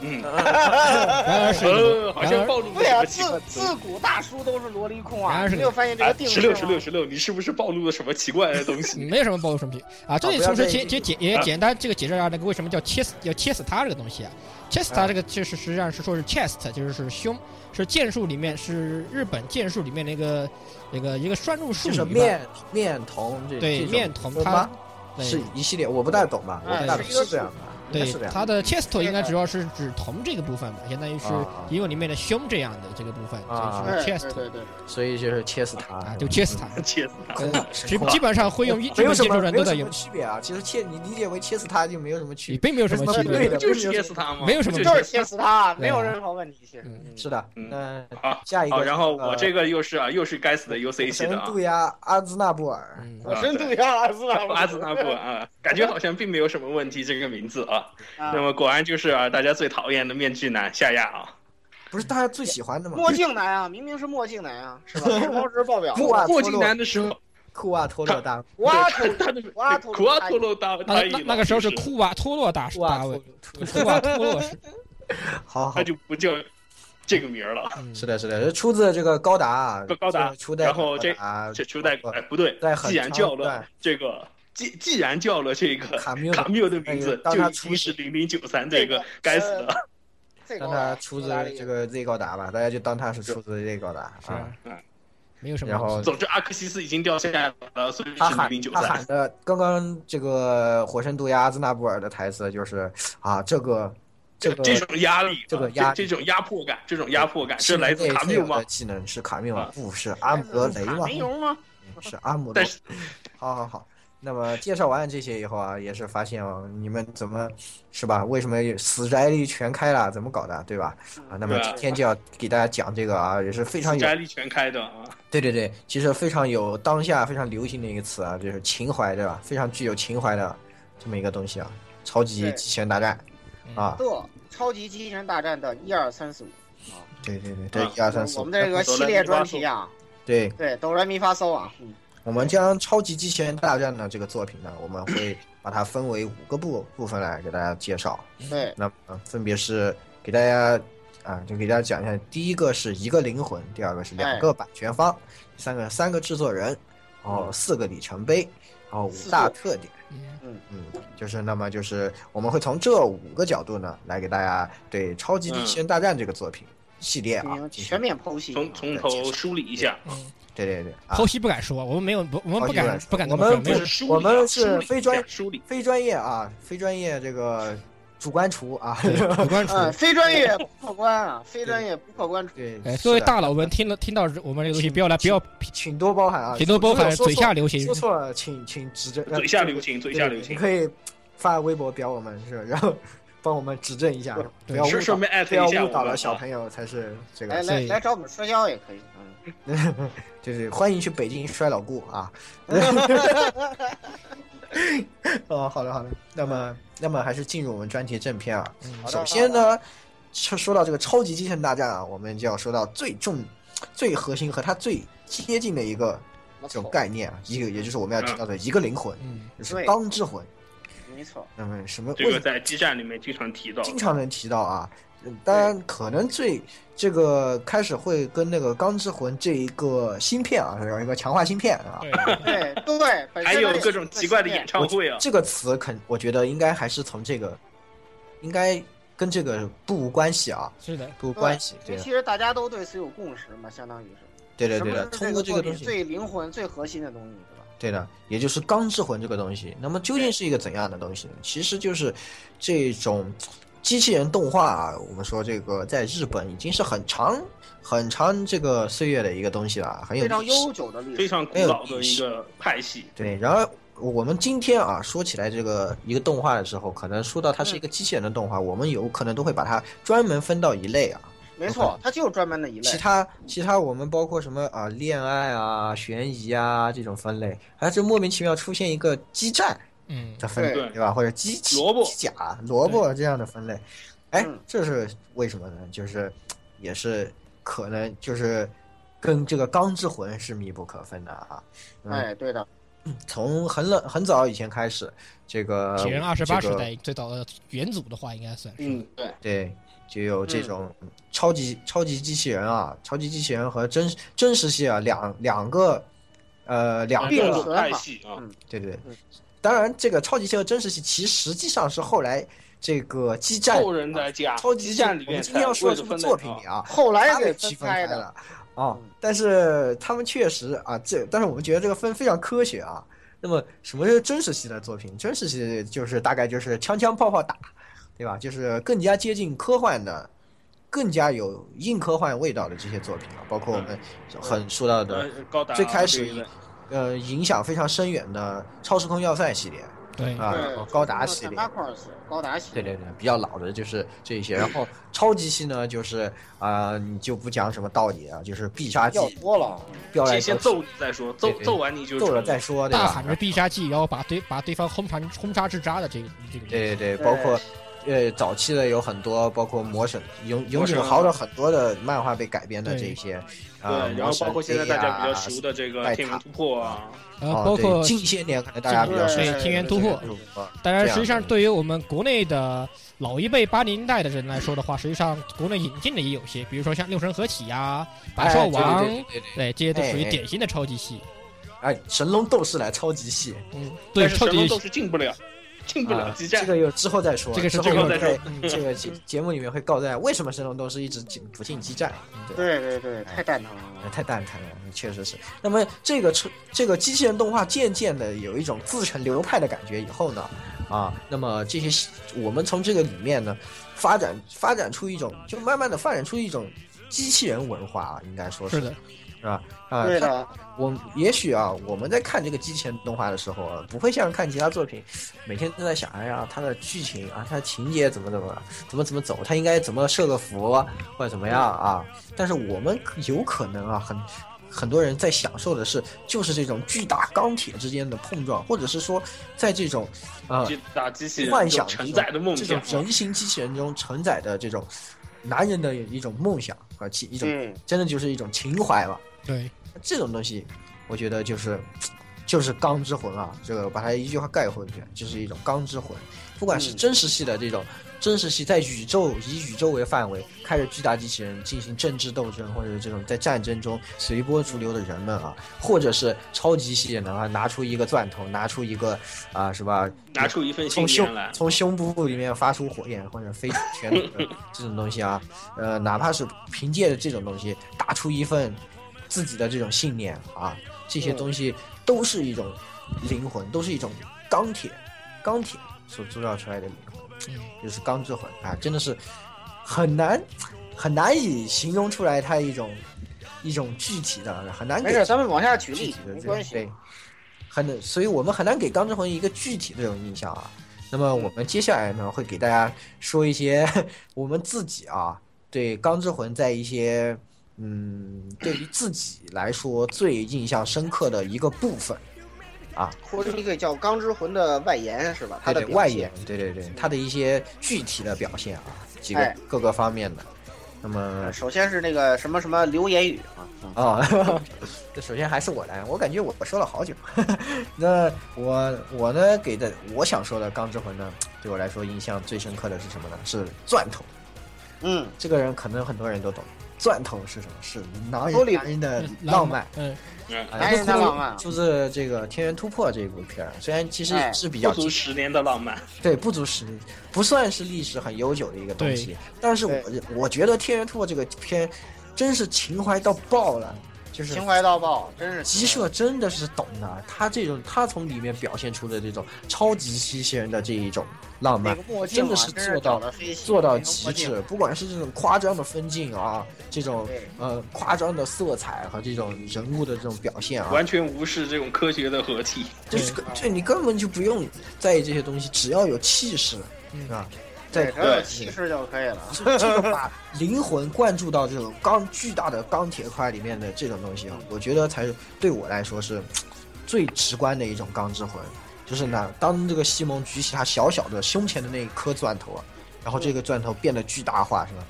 [SPEAKER 4] 嗯，
[SPEAKER 2] 然而是 个萝
[SPEAKER 4] 呃，好像暴露了
[SPEAKER 3] 对
[SPEAKER 4] 什
[SPEAKER 3] 呀、
[SPEAKER 4] 么奇怪
[SPEAKER 3] 自
[SPEAKER 4] 的东西
[SPEAKER 3] 自古大叔都是萝莉控
[SPEAKER 2] 然
[SPEAKER 3] 啊！
[SPEAKER 2] 而是
[SPEAKER 3] 你没有发现这
[SPEAKER 4] 哎
[SPEAKER 3] 个定啊
[SPEAKER 4] 十
[SPEAKER 3] 式
[SPEAKER 4] 六
[SPEAKER 3] 吗？
[SPEAKER 4] 十六十六，你是不是暴露了什么奇怪的东西？
[SPEAKER 2] 没有什么暴露什么啊，这里
[SPEAKER 1] 啊不要
[SPEAKER 2] 同时
[SPEAKER 1] 在
[SPEAKER 2] 解
[SPEAKER 1] 意
[SPEAKER 2] 解解也简单这个解释啊，那个为什么叫切死要切死他这个东西啊？切死他这个就是实际上是说是 chest，就是是胸，是剑术里面是日本剑术里面那个那个一个栓入术
[SPEAKER 1] 就是
[SPEAKER 2] 语吧？
[SPEAKER 1] 面面瞳这
[SPEAKER 2] 对
[SPEAKER 1] 这种
[SPEAKER 2] 面瞳
[SPEAKER 1] 懂
[SPEAKER 2] 它
[SPEAKER 1] 吗
[SPEAKER 2] 对
[SPEAKER 1] 是一系列，我不太懂吧，我
[SPEAKER 3] 哎
[SPEAKER 1] 不太懂
[SPEAKER 3] 是一个
[SPEAKER 1] 是这样的，应该
[SPEAKER 2] 对
[SPEAKER 1] 是这，样
[SPEAKER 2] 它
[SPEAKER 1] 的。
[SPEAKER 2] 的 chest 应该主要是指瞳这个部分吧，相当于是
[SPEAKER 1] 啊
[SPEAKER 2] 英文里面的胸这样的这个部分，
[SPEAKER 1] 啊
[SPEAKER 2] 就是
[SPEAKER 3] 对
[SPEAKER 2] chest
[SPEAKER 3] 哎对对，
[SPEAKER 1] 所以就是切死他
[SPEAKER 2] 啊，就切死他。
[SPEAKER 4] 切死 他！
[SPEAKER 2] 呃
[SPEAKER 1] 是
[SPEAKER 2] 基
[SPEAKER 1] 吧
[SPEAKER 2] 基本上会用日
[SPEAKER 1] 没有
[SPEAKER 2] 本
[SPEAKER 1] 什
[SPEAKER 2] 剑术
[SPEAKER 1] 么
[SPEAKER 2] 人
[SPEAKER 1] 没
[SPEAKER 2] 都
[SPEAKER 1] 有
[SPEAKER 2] 在
[SPEAKER 1] 什
[SPEAKER 2] 用
[SPEAKER 1] 么，区别啊。其实切你理解为切死他就没有什么区
[SPEAKER 2] 也
[SPEAKER 1] 别，
[SPEAKER 2] 并没有什么
[SPEAKER 1] 没
[SPEAKER 2] 区
[SPEAKER 1] 什么
[SPEAKER 2] 别
[SPEAKER 1] 对。
[SPEAKER 4] 不
[SPEAKER 1] 的
[SPEAKER 4] 就是切死他吗？
[SPEAKER 2] 没有什么
[SPEAKER 4] 不
[SPEAKER 2] 对
[SPEAKER 4] 就
[SPEAKER 3] 就是是切死他，啊没有任何问题。其实
[SPEAKER 2] 嗯
[SPEAKER 1] 啊是的，
[SPEAKER 4] 嗯
[SPEAKER 1] 嗯，
[SPEAKER 4] 好
[SPEAKER 1] 下一
[SPEAKER 4] 好，
[SPEAKER 1] 个，
[SPEAKER 4] 然后我这
[SPEAKER 1] 个
[SPEAKER 4] 个又是啊，又是该死的 UC 系
[SPEAKER 1] 神
[SPEAKER 4] 的啊
[SPEAKER 1] 杜，亚阿兹纳布尔，
[SPEAKER 2] 嗯
[SPEAKER 3] 我深度要阿斯纳
[SPEAKER 4] 阿兹纳布尔啊，感觉好像并没有什么问题，这个名字
[SPEAKER 3] 啊
[SPEAKER 4] 啊。那么果然就是啊，大家最讨厌的面具男夏亚啊，
[SPEAKER 1] 不是大家最喜欢的吗？
[SPEAKER 3] 墨镜男啊，明明是墨镜男啊，是吧？时髦值爆表。
[SPEAKER 1] 库 瓦托
[SPEAKER 4] 墨镜
[SPEAKER 1] 洛
[SPEAKER 4] 男的时候，
[SPEAKER 1] 库瓦托洛大
[SPEAKER 4] 对
[SPEAKER 3] 哇，
[SPEAKER 4] 他他的
[SPEAKER 3] 库 瓦托洛
[SPEAKER 4] 库瓦托洛大
[SPEAKER 2] 那
[SPEAKER 4] 大意
[SPEAKER 2] 那
[SPEAKER 4] 了
[SPEAKER 2] 那个时候是
[SPEAKER 4] 就
[SPEAKER 2] 库瓦托洛大
[SPEAKER 1] 库瓦
[SPEAKER 2] 大
[SPEAKER 1] 托
[SPEAKER 2] 卫
[SPEAKER 1] 洛，，
[SPEAKER 2] 库瓦托洛 是，
[SPEAKER 1] 好好
[SPEAKER 4] 他，就不叫这个名儿了。
[SPEAKER 2] 嗯
[SPEAKER 1] 是的，是的，是出自这个高达，啊
[SPEAKER 4] 高达
[SPEAKER 1] 是初代
[SPEAKER 4] 然
[SPEAKER 1] 高达，
[SPEAKER 4] 后这这初代哎不对
[SPEAKER 1] 啊在，很
[SPEAKER 4] 既然
[SPEAKER 1] 长
[SPEAKER 4] 叫了
[SPEAKER 1] 段
[SPEAKER 4] 这个，既既然叫了这个
[SPEAKER 1] 卡缪的
[SPEAKER 4] 卡缪的名字，
[SPEAKER 1] 那个当
[SPEAKER 4] 就
[SPEAKER 1] 他
[SPEAKER 4] 已
[SPEAKER 1] 出
[SPEAKER 4] 经是零零九三这个
[SPEAKER 3] 这个
[SPEAKER 4] 该死的。
[SPEAKER 3] 这个
[SPEAKER 1] 让它出自
[SPEAKER 3] 意大利
[SPEAKER 1] 这个 Z 高达吧，大家就当它是出自 Z 高达
[SPEAKER 2] 是
[SPEAKER 1] 啊。
[SPEAKER 4] 嗯
[SPEAKER 2] 没有什么。
[SPEAKER 1] 然后
[SPEAKER 4] 总之，阿克西斯已经掉下来了，所以
[SPEAKER 1] 他
[SPEAKER 4] 是
[SPEAKER 1] 喊
[SPEAKER 4] 零零九
[SPEAKER 1] 他
[SPEAKER 4] 三
[SPEAKER 1] 喊。的刚刚这个火神毒牙阿兹纳布尔的台词就是啊，这个这个
[SPEAKER 4] 这种压力啊，
[SPEAKER 1] 这个压力
[SPEAKER 4] 这种压迫感，这种压迫感
[SPEAKER 1] 是
[SPEAKER 4] 是来自卡缪
[SPEAKER 1] 缪
[SPEAKER 4] 吗
[SPEAKER 1] 的？技能是卡缪
[SPEAKER 4] 啊
[SPEAKER 1] 吗？不是阿姆德雷吗？
[SPEAKER 3] 没用吗？
[SPEAKER 1] 是阿姆罗
[SPEAKER 4] 但是。
[SPEAKER 1] 好好好，那么介绍完这些以后啊，也是发现哦，你们怎么是吧？为什么死宅力全开了？怎么搞的，对吧？
[SPEAKER 3] 嗯
[SPEAKER 1] 啊，那么
[SPEAKER 4] 对啊
[SPEAKER 1] 今天就要给大家讲这个啊，也是非常有
[SPEAKER 4] 摘力全开的啊，
[SPEAKER 1] 对对对，其实非常有当下非常流行的一个词啊，就是情怀，对吧？非常具有情怀的这么一个东西啊，超级
[SPEAKER 3] 对
[SPEAKER 1] 机器人大战啊，
[SPEAKER 3] 这超级机器人大战的一二三四五，
[SPEAKER 1] 对对对，这
[SPEAKER 4] 啊
[SPEAKER 1] 一二三四
[SPEAKER 3] 我
[SPEAKER 1] 五
[SPEAKER 3] 们，这个系列专题啊，
[SPEAKER 1] 对，
[SPEAKER 3] 对，哆来咪发嗦啊，嗯
[SPEAKER 1] 我们将超级机器人大战呢这个作品呢，我们会把它分为五个部部分来给大家介绍。
[SPEAKER 3] 对，
[SPEAKER 1] 那么分别是给大家啊，就给大家讲一下，第一个是一个灵魂，第二个是
[SPEAKER 3] 哎
[SPEAKER 1] 两个版权方，第三个是三个制作人，然
[SPEAKER 3] 嗯
[SPEAKER 1] 后四个里程碑，然后五大特点。
[SPEAKER 2] 嗯
[SPEAKER 1] 嗯，就是那么就是我们会从这五个角度呢，来给大家对《超级机器人大战》这个作品系列
[SPEAKER 3] 进
[SPEAKER 1] 啊
[SPEAKER 3] 行
[SPEAKER 1] 进行
[SPEAKER 3] 嗯全面剖析。
[SPEAKER 4] 从从头梳理一下，
[SPEAKER 2] 嗯，
[SPEAKER 1] 对对对啊，
[SPEAKER 2] 剖析不敢说，我们没有，不我们不敢
[SPEAKER 1] 剖析
[SPEAKER 2] 不
[SPEAKER 1] 不
[SPEAKER 2] 敢
[SPEAKER 1] 敢
[SPEAKER 2] 那
[SPEAKER 1] 说
[SPEAKER 2] 么
[SPEAKER 1] 我
[SPEAKER 2] 说，
[SPEAKER 1] 们
[SPEAKER 2] 没
[SPEAKER 4] 就
[SPEAKER 2] 有
[SPEAKER 4] 是梳理啊，
[SPEAKER 1] 我们是
[SPEAKER 4] 梳理一下
[SPEAKER 1] 非专
[SPEAKER 4] 梳理，
[SPEAKER 1] 非专业啊，非专业这个主观厨啊，
[SPEAKER 2] 主观处。
[SPEAKER 3] 嗯，非专业不客观啊，非专业不客观。
[SPEAKER 1] 对
[SPEAKER 2] 哎，，
[SPEAKER 1] 是
[SPEAKER 2] 各位
[SPEAKER 1] 的
[SPEAKER 2] 大佬们听了听到我们这个东西，不要来，不要
[SPEAKER 1] 请多包涵啊，
[SPEAKER 2] 请多包
[SPEAKER 1] 如
[SPEAKER 2] 涵，
[SPEAKER 1] 果说
[SPEAKER 2] 嘴
[SPEAKER 1] 错
[SPEAKER 2] 下留情
[SPEAKER 1] 说。错了，请请指正，呃
[SPEAKER 4] 嘴下留情，嘴下留
[SPEAKER 1] 你
[SPEAKER 4] 情。
[SPEAKER 1] 可以发微博表我们是吧，然后帮我们指正一下，不要误
[SPEAKER 4] 顺顺
[SPEAKER 1] 导，
[SPEAKER 4] 便艾
[SPEAKER 1] 不
[SPEAKER 4] 特
[SPEAKER 1] 要
[SPEAKER 4] 一下
[SPEAKER 1] 误
[SPEAKER 4] 我
[SPEAKER 1] 导
[SPEAKER 4] 们
[SPEAKER 1] 了小
[SPEAKER 4] 啊，
[SPEAKER 1] 朋友才是这个，
[SPEAKER 3] 来来来，找我们摔跤也可以。嗯，
[SPEAKER 1] 就是欢迎去北京摔老顾 啊。哦，好了好了，那么那么还是进入我们专题正片啊。
[SPEAKER 2] 嗯
[SPEAKER 3] 嗯好的
[SPEAKER 1] 首先呢，说到这个超级机器人大战啊，我们就要说到最重、最核心和它最接近的一个
[SPEAKER 3] 没
[SPEAKER 1] 这种
[SPEAKER 3] 错
[SPEAKER 1] 概念啊，一个也就是我们要提到的一个灵魂，
[SPEAKER 2] 嗯，
[SPEAKER 1] 就是
[SPEAKER 3] 对
[SPEAKER 1] 钢之魂。
[SPEAKER 3] 没错，
[SPEAKER 1] 那么什么？
[SPEAKER 4] 这
[SPEAKER 1] 为
[SPEAKER 4] 个
[SPEAKER 1] 什么
[SPEAKER 4] 在基站里面经常提到，
[SPEAKER 1] 经常能提到啊？嗯当然，可能最这个开始会跟那个钢之魂这一个芯片啊，有一个强化芯片啊，
[SPEAKER 2] 对，
[SPEAKER 3] 对对，本身
[SPEAKER 4] 还
[SPEAKER 3] 它
[SPEAKER 4] 有
[SPEAKER 3] 也
[SPEAKER 4] 各
[SPEAKER 3] 是
[SPEAKER 4] 种
[SPEAKER 3] 个
[SPEAKER 4] 奇怪的
[SPEAKER 3] 芯片
[SPEAKER 4] 演唱会啊，
[SPEAKER 1] 这个词肯，我觉得应该还是从这个，应该跟这个不无关系啊，
[SPEAKER 2] 是的，
[SPEAKER 1] 不无
[SPEAKER 3] 对
[SPEAKER 1] 关系。
[SPEAKER 3] 因
[SPEAKER 1] 对啊
[SPEAKER 3] 为其实大家都对此有共识嘛，相当于是。
[SPEAKER 1] 对对对
[SPEAKER 3] 什
[SPEAKER 1] 的，
[SPEAKER 3] 么是
[SPEAKER 1] 通过这
[SPEAKER 3] 作
[SPEAKER 1] 个东
[SPEAKER 3] 品
[SPEAKER 1] 西，
[SPEAKER 3] 最灵魂、最核心的东西，对吧？
[SPEAKER 1] 对的，也就是钢之魂这个东西。那么究竟是一个怎样的东西呢？其实就是这种机器人动画啊，我们说这个在日本已经是很长很长这个岁月的一个东西了，很有
[SPEAKER 3] 非常
[SPEAKER 1] 历史
[SPEAKER 3] 悠久的历
[SPEAKER 4] 非
[SPEAKER 3] 史。
[SPEAKER 4] 常古老的一个派系。啊
[SPEAKER 1] 对，然而我们今天啊说起来这个一个动画的时候，可能说到它是一个机器人的动画，我们有可能都会把它专门分到一类啊。
[SPEAKER 3] 没错，它就是专门的一类
[SPEAKER 1] 其。他其他我们包括什么啊恋爱啊悬疑啊这种分类，还这莫名其妙出现一个基站
[SPEAKER 2] 嗯，
[SPEAKER 1] 的分类
[SPEAKER 4] 对
[SPEAKER 1] 对吧？或者机器
[SPEAKER 4] 萝卜
[SPEAKER 1] 机甲萝卜这样的分类，哎
[SPEAKER 3] 嗯，
[SPEAKER 1] 这是为什么呢？就是也是可能就是跟这个钢之魂是密不可分的啊。嗯、
[SPEAKER 3] 哎，对的，
[SPEAKER 1] 从很冷很早以前开始，这个
[SPEAKER 2] 铁人二十八
[SPEAKER 1] 呃这
[SPEAKER 2] 时
[SPEAKER 1] 个
[SPEAKER 2] 代最早的元祖的话，应该算是
[SPEAKER 3] 嗯，对，
[SPEAKER 1] 对，就有
[SPEAKER 4] 嗯
[SPEAKER 1] 这种超级、超级机器人啊，超级机器人和真真实系啊，两两个，呃，两
[SPEAKER 3] 并
[SPEAKER 4] 各
[SPEAKER 1] 个，
[SPEAKER 4] 种派系啊，
[SPEAKER 1] 对对
[SPEAKER 3] 嗯。
[SPEAKER 1] 当然，这个超级系和真实系其实际上是后来这个基站
[SPEAKER 4] 后人在加
[SPEAKER 1] 啊超级
[SPEAKER 4] 基
[SPEAKER 1] 系
[SPEAKER 4] 站里
[SPEAKER 1] 我们
[SPEAKER 4] 面
[SPEAKER 1] 今天要
[SPEAKER 4] 才
[SPEAKER 1] 说
[SPEAKER 4] 为
[SPEAKER 1] 的这
[SPEAKER 4] 了
[SPEAKER 1] 部
[SPEAKER 4] 分
[SPEAKER 1] 作品里
[SPEAKER 4] 类啊
[SPEAKER 1] 啊，
[SPEAKER 3] 后来
[SPEAKER 1] 他
[SPEAKER 3] 给
[SPEAKER 1] 给
[SPEAKER 3] 分
[SPEAKER 1] 区分开
[SPEAKER 3] 开的。
[SPEAKER 1] 了哦
[SPEAKER 3] 嗯，
[SPEAKER 1] 但是他们确实啊，这但是我们觉得这个分非常科学啊。那么什么是真实系的作品？真实系就是大概就是枪枪炮炮打，对吧？就是更加接近科幻的，更加有硬科幻味道的这些作品啊，包括我们很说到的，
[SPEAKER 4] 呃高达
[SPEAKER 1] 啊最开始
[SPEAKER 4] 这一类
[SPEAKER 1] 呃，影响非常深远的《超时空要塞》系列
[SPEAKER 2] 对，
[SPEAKER 1] 啊，然后高达系列，
[SPEAKER 3] 高达系
[SPEAKER 1] 对
[SPEAKER 3] 列，
[SPEAKER 1] 对对，比较老的就是这一些。然后 超级系呢，就是啊、你就不讲什么道理啊，就是必杀
[SPEAKER 3] 比
[SPEAKER 1] 技
[SPEAKER 3] 较，多了。啊
[SPEAKER 1] 飙来
[SPEAKER 4] 这先
[SPEAKER 1] 飙去
[SPEAKER 4] 揍你再说，揍
[SPEAKER 1] 对对
[SPEAKER 4] 揍完你就
[SPEAKER 1] 揍了
[SPEAKER 4] 成
[SPEAKER 1] 再说，对
[SPEAKER 2] 大
[SPEAKER 1] 吧？
[SPEAKER 2] 喊着必杀技，然后把对把对方轰盘轰杀至渣的这个这个，
[SPEAKER 1] 对对对，
[SPEAKER 3] 对
[SPEAKER 1] 包括呃早期的有很多，包括魔神永永井豪的很多的漫画被改编的这些啊，
[SPEAKER 4] 啊对，然后包括现在大家比较熟的这个
[SPEAKER 1] 拜
[SPEAKER 4] 天元
[SPEAKER 1] 塔
[SPEAKER 4] 突破啊，
[SPEAKER 2] 然
[SPEAKER 1] 啊，
[SPEAKER 2] 后
[SPEAKER 1] 哦
[SPEAKER 2] 呃包括
[SPEAKER 1] 对近些年可能大家比较熟
[SPEAKER 3] 对
[SPEAKER 1] 悉的
[SPEAKER 2] 天元突破
[SPEAKER 1] 这个
[SPEAKER 2] 当然，
[SPEAKER 1] 这样
[SPEAKER 2] 实际上
[SPEAKER 1] 的
[SPEAKER 2] 对于我们国内的老一辈八零代的人来说的话，实际上国内引进的也有些，比如说像六神合体呀、百兽
[SPEAKER 1] 哎
[SPEAKER 2] 王，
[SPEAKER 1] 对对对对对
[SPEAKER 2] 对，这些都属于
[SPEAKER 1] 哎哎
[SPEAKER 2] 典型的超级系。
[SPEAKER 1] 哎，神龙斗士来超级系，
[SPEAKER 2] 嗯，对，
[SPEAKER 4] 但是
[SPEAKER 2] 超
[SPEAKER 4] 神龙
[SPEAKER 2] 级
[SPEAKER 4] 斗
[SPEAKER 2] 系，
[SPEAKER 4] 士进不了，进不了
[SPEAKER 1] 啊
[SPEAKER 4] 基
[SPEAKER 1] 这
[SPEAKER 4] 站。
[SPEAKER 1] 个有之后再说，
[SPEAKER 2] 这个是
[SPEAKER 1] 之后
[SPEAKER 4] 之
[SPEAKER 1] 我
[SPEAKER 4] 后
[SPEAKER 1] 们
[SPEAKER 4] 再
[SPEAKER 1] 在
[SPEAKER 4] 说嗯
[SPEAKER 1] 这个节节目里面会告诉大家为什么神龙斗士一直进不进基站，对。
[SPEAKER 3] 对对对，
[SPEAKER 1] 哎
[SPEAKER 3] 太蛋疼了。
[SPEAKER 1] 太蛋疼了，确实是。那么这个车这个机器人动画渐渐的有一种自成流派的感觉以后呢，啊，那么这些系我们从这个里面呢，发展发展出一种，就慢慢的发展出一种机器人文化啊，应该说
[SPEAKER 2] 是
[SPEAKER 1] 是
[SPEAKER 2] 的，
[SPEAKER 1] 是吧？啊，
[SPEAKER 3] 对的，
[SPEAKER 1] 我也许啊，我们在看这个机器人动画的时候啊，不会像看其他作品，每天都在想，哎呀，它的剧情啊，它的情节怎么怎么怎么怎么走，它应该怎么设个伏或者怎么样啊。但是我们有可能啊，很很多人在享受的是，就是这种巨大钢铁之间的碰撞，或者是说，在这种呃
[SPEAKER 4] 去打机器人
[SPEAKER 1] 幻
[SPEAKER 4] 所
[SPEAKER 1] 想
[SPEAKER 4] 承载的梦
[SPEAKER 1] 这种
[SPEAKER 4] 想，啊
[SPEAKER 1] 人形机器人中承载的这种男人的一种梦想和其一种
[SPEAKER 4] 嗯
[SPEAKER 3] 对，
[SPEAKER 1] 真的就是一种情怀吧。
[SPEAKER 2] 对，
[SPEAKER 1] 这种东西，我觉得就是就是钢之魂啊，这个把它一句话概括一下，就是一种钢之魂。不管是
[SPEAKER 3] 嗯
[SPEAKER 1] 真实系的这种、真实系，在宇宙以宇宙为范围，开着巨大机器人进行政治斗争，或者是这种在战争中随波逐流的人们啊，或者是超级系的啊，拿出一个钻头，拿出一个啊，是吧？
[SPEAKER 4] 拿出一份信
[SPEAKER 1] 从胸
[SPEAKER 4] 念来。
[SPEAKER 1] 从胸部里面发出火焰或者飞出拳头 的这种东西啊，呃，哪怕是凭借着这种东西打出一份自己的这种信念啊，这些东西都是一种灵魂，都是一种钢铁，钢铁所铸造出来的灵魂，
[SPEAKER 2] 嗯，
[SPEAKER 1] 就是钢之魂啊，真的是很难很难以形容出来它一种一种具体的，很难
[SPEAKER 3] 没
[SPEAKER 1] 给
[SPEAKER 3] 事，咱们往下举
[SPEAKER 1] 具
[SPEAKER 3] 例
[SPEAKER 1] 体，的
[SPEAKER 3] 没
[SPEAKER 1] 这种
[SPEAKER 3] 关系啊
[SPEAKER 1] 对。，很难，所以我们很难给钢之魂一个具体的这种印象啊。那么我们接下来呢，会给大家说一些 我们自己啊对钢之魂在一些嗯对于自己来说最印象深刻的一个部分啊，
[SPEAKER 3] 或者你可以叫钢之魂的外延是吧？它
[SPEAKER 1] 对对
[SPEAKER 3] 的表
[SPEAKER 1] 外
[SPEAKER 3] 现
[SPEAKER 1] 延，对对对，它的一些具体的表现啊，几个
[SPEAKER 3] 哎
[SPEAKER 1] 各个方面的。那么
[SPEAKER 3] 嗯首先是那个什么什么流言语啊，嗯
[SPEAKER 1] 啊， 这首先还是我来，我感觉我我说了好久。 那我我呢给的，我想说的《钢之魂》呢，对我来说印象最深刻的是什么呢？是钻头。
[SPEAKER 3] 嗯，
[SPEAKER 1] 这个人可能很多人都懂，钻头是什么？是男
[SPEAKER 3] 玻璃
[SPEAKER 1] 人男人的呃浪漫。，
[SPEAKER 2] 嗯，
[SPEAKER 1] 啊
[SPEAKER 3] 男人的浪漫
[SPEAKER 1] 就是这个《天元突破》这部片儿，虽然其实
[SPEAKER 3] 哎
[SPEAKER 1] 是比
[SPEAKER 4] 不
[SPEAKER 1] 较啊
[SPEAKER 4] 足十年的浪漫，
[SPEAKER 1] 对，不足十，不算是历史很悠久的一个东西
[SPEAKER 2] 对。
[SPEAKER 1] 但是我我觉得《天元突破》这个片真是情怀到爆了，就是
[SPEAKER 3] 情怀到爆，真是
[SPEAKER 1] 吉社真的是懂的，他这种他从里面表现出的这种超级机器人的这一种浪
[SPEAKER 3] 那
[SPEAKER 1] 漫
[SPEAKER 3] 个，墨镜
[SPEAKER 1] 真
[SPEAKER 3] 啊
[SPEAKER 1] 的是
[SPEAKER 3] 真
[SPEAKER 1] 做
[SPEAKER 3] 找
[SPEAKER 1] 到
[SPEAKER 3] 得飞起
[SPEAKER 1] 做到
[SPEAKER 3] 那个
[SPEAKER 1] 极
[SPEAKER 3] 墨镜
[SPEAKER 1] 致，不管是这种夸张的分镜啊，这种
[SPEAKER 3] 对
[SPEAKER 1] 呃夸张的色彩和这种人物的这种表现啊，
[SPEAKER 4] 完全无视这种科学的合体。
[SPEAKER 1] 就是就你根本就不用在意这些东西，只要有气势
[SPEAKER 2] 嗯
[SPEAKER 1] 啊，在
[SPEAKER 3] 对，只要有气势就可以了。啊
[SPEAKER 1] 这 这个把灵魂灌注到这种钢巨大的钢铁块里面的这种东西啊，我觉得才是对我来说是最直观的一种钢之魂。就是呢，当这个西蒙举起他小小的胸前的那一颗钻头啊，然后这个钻头变得巨大化，是吧？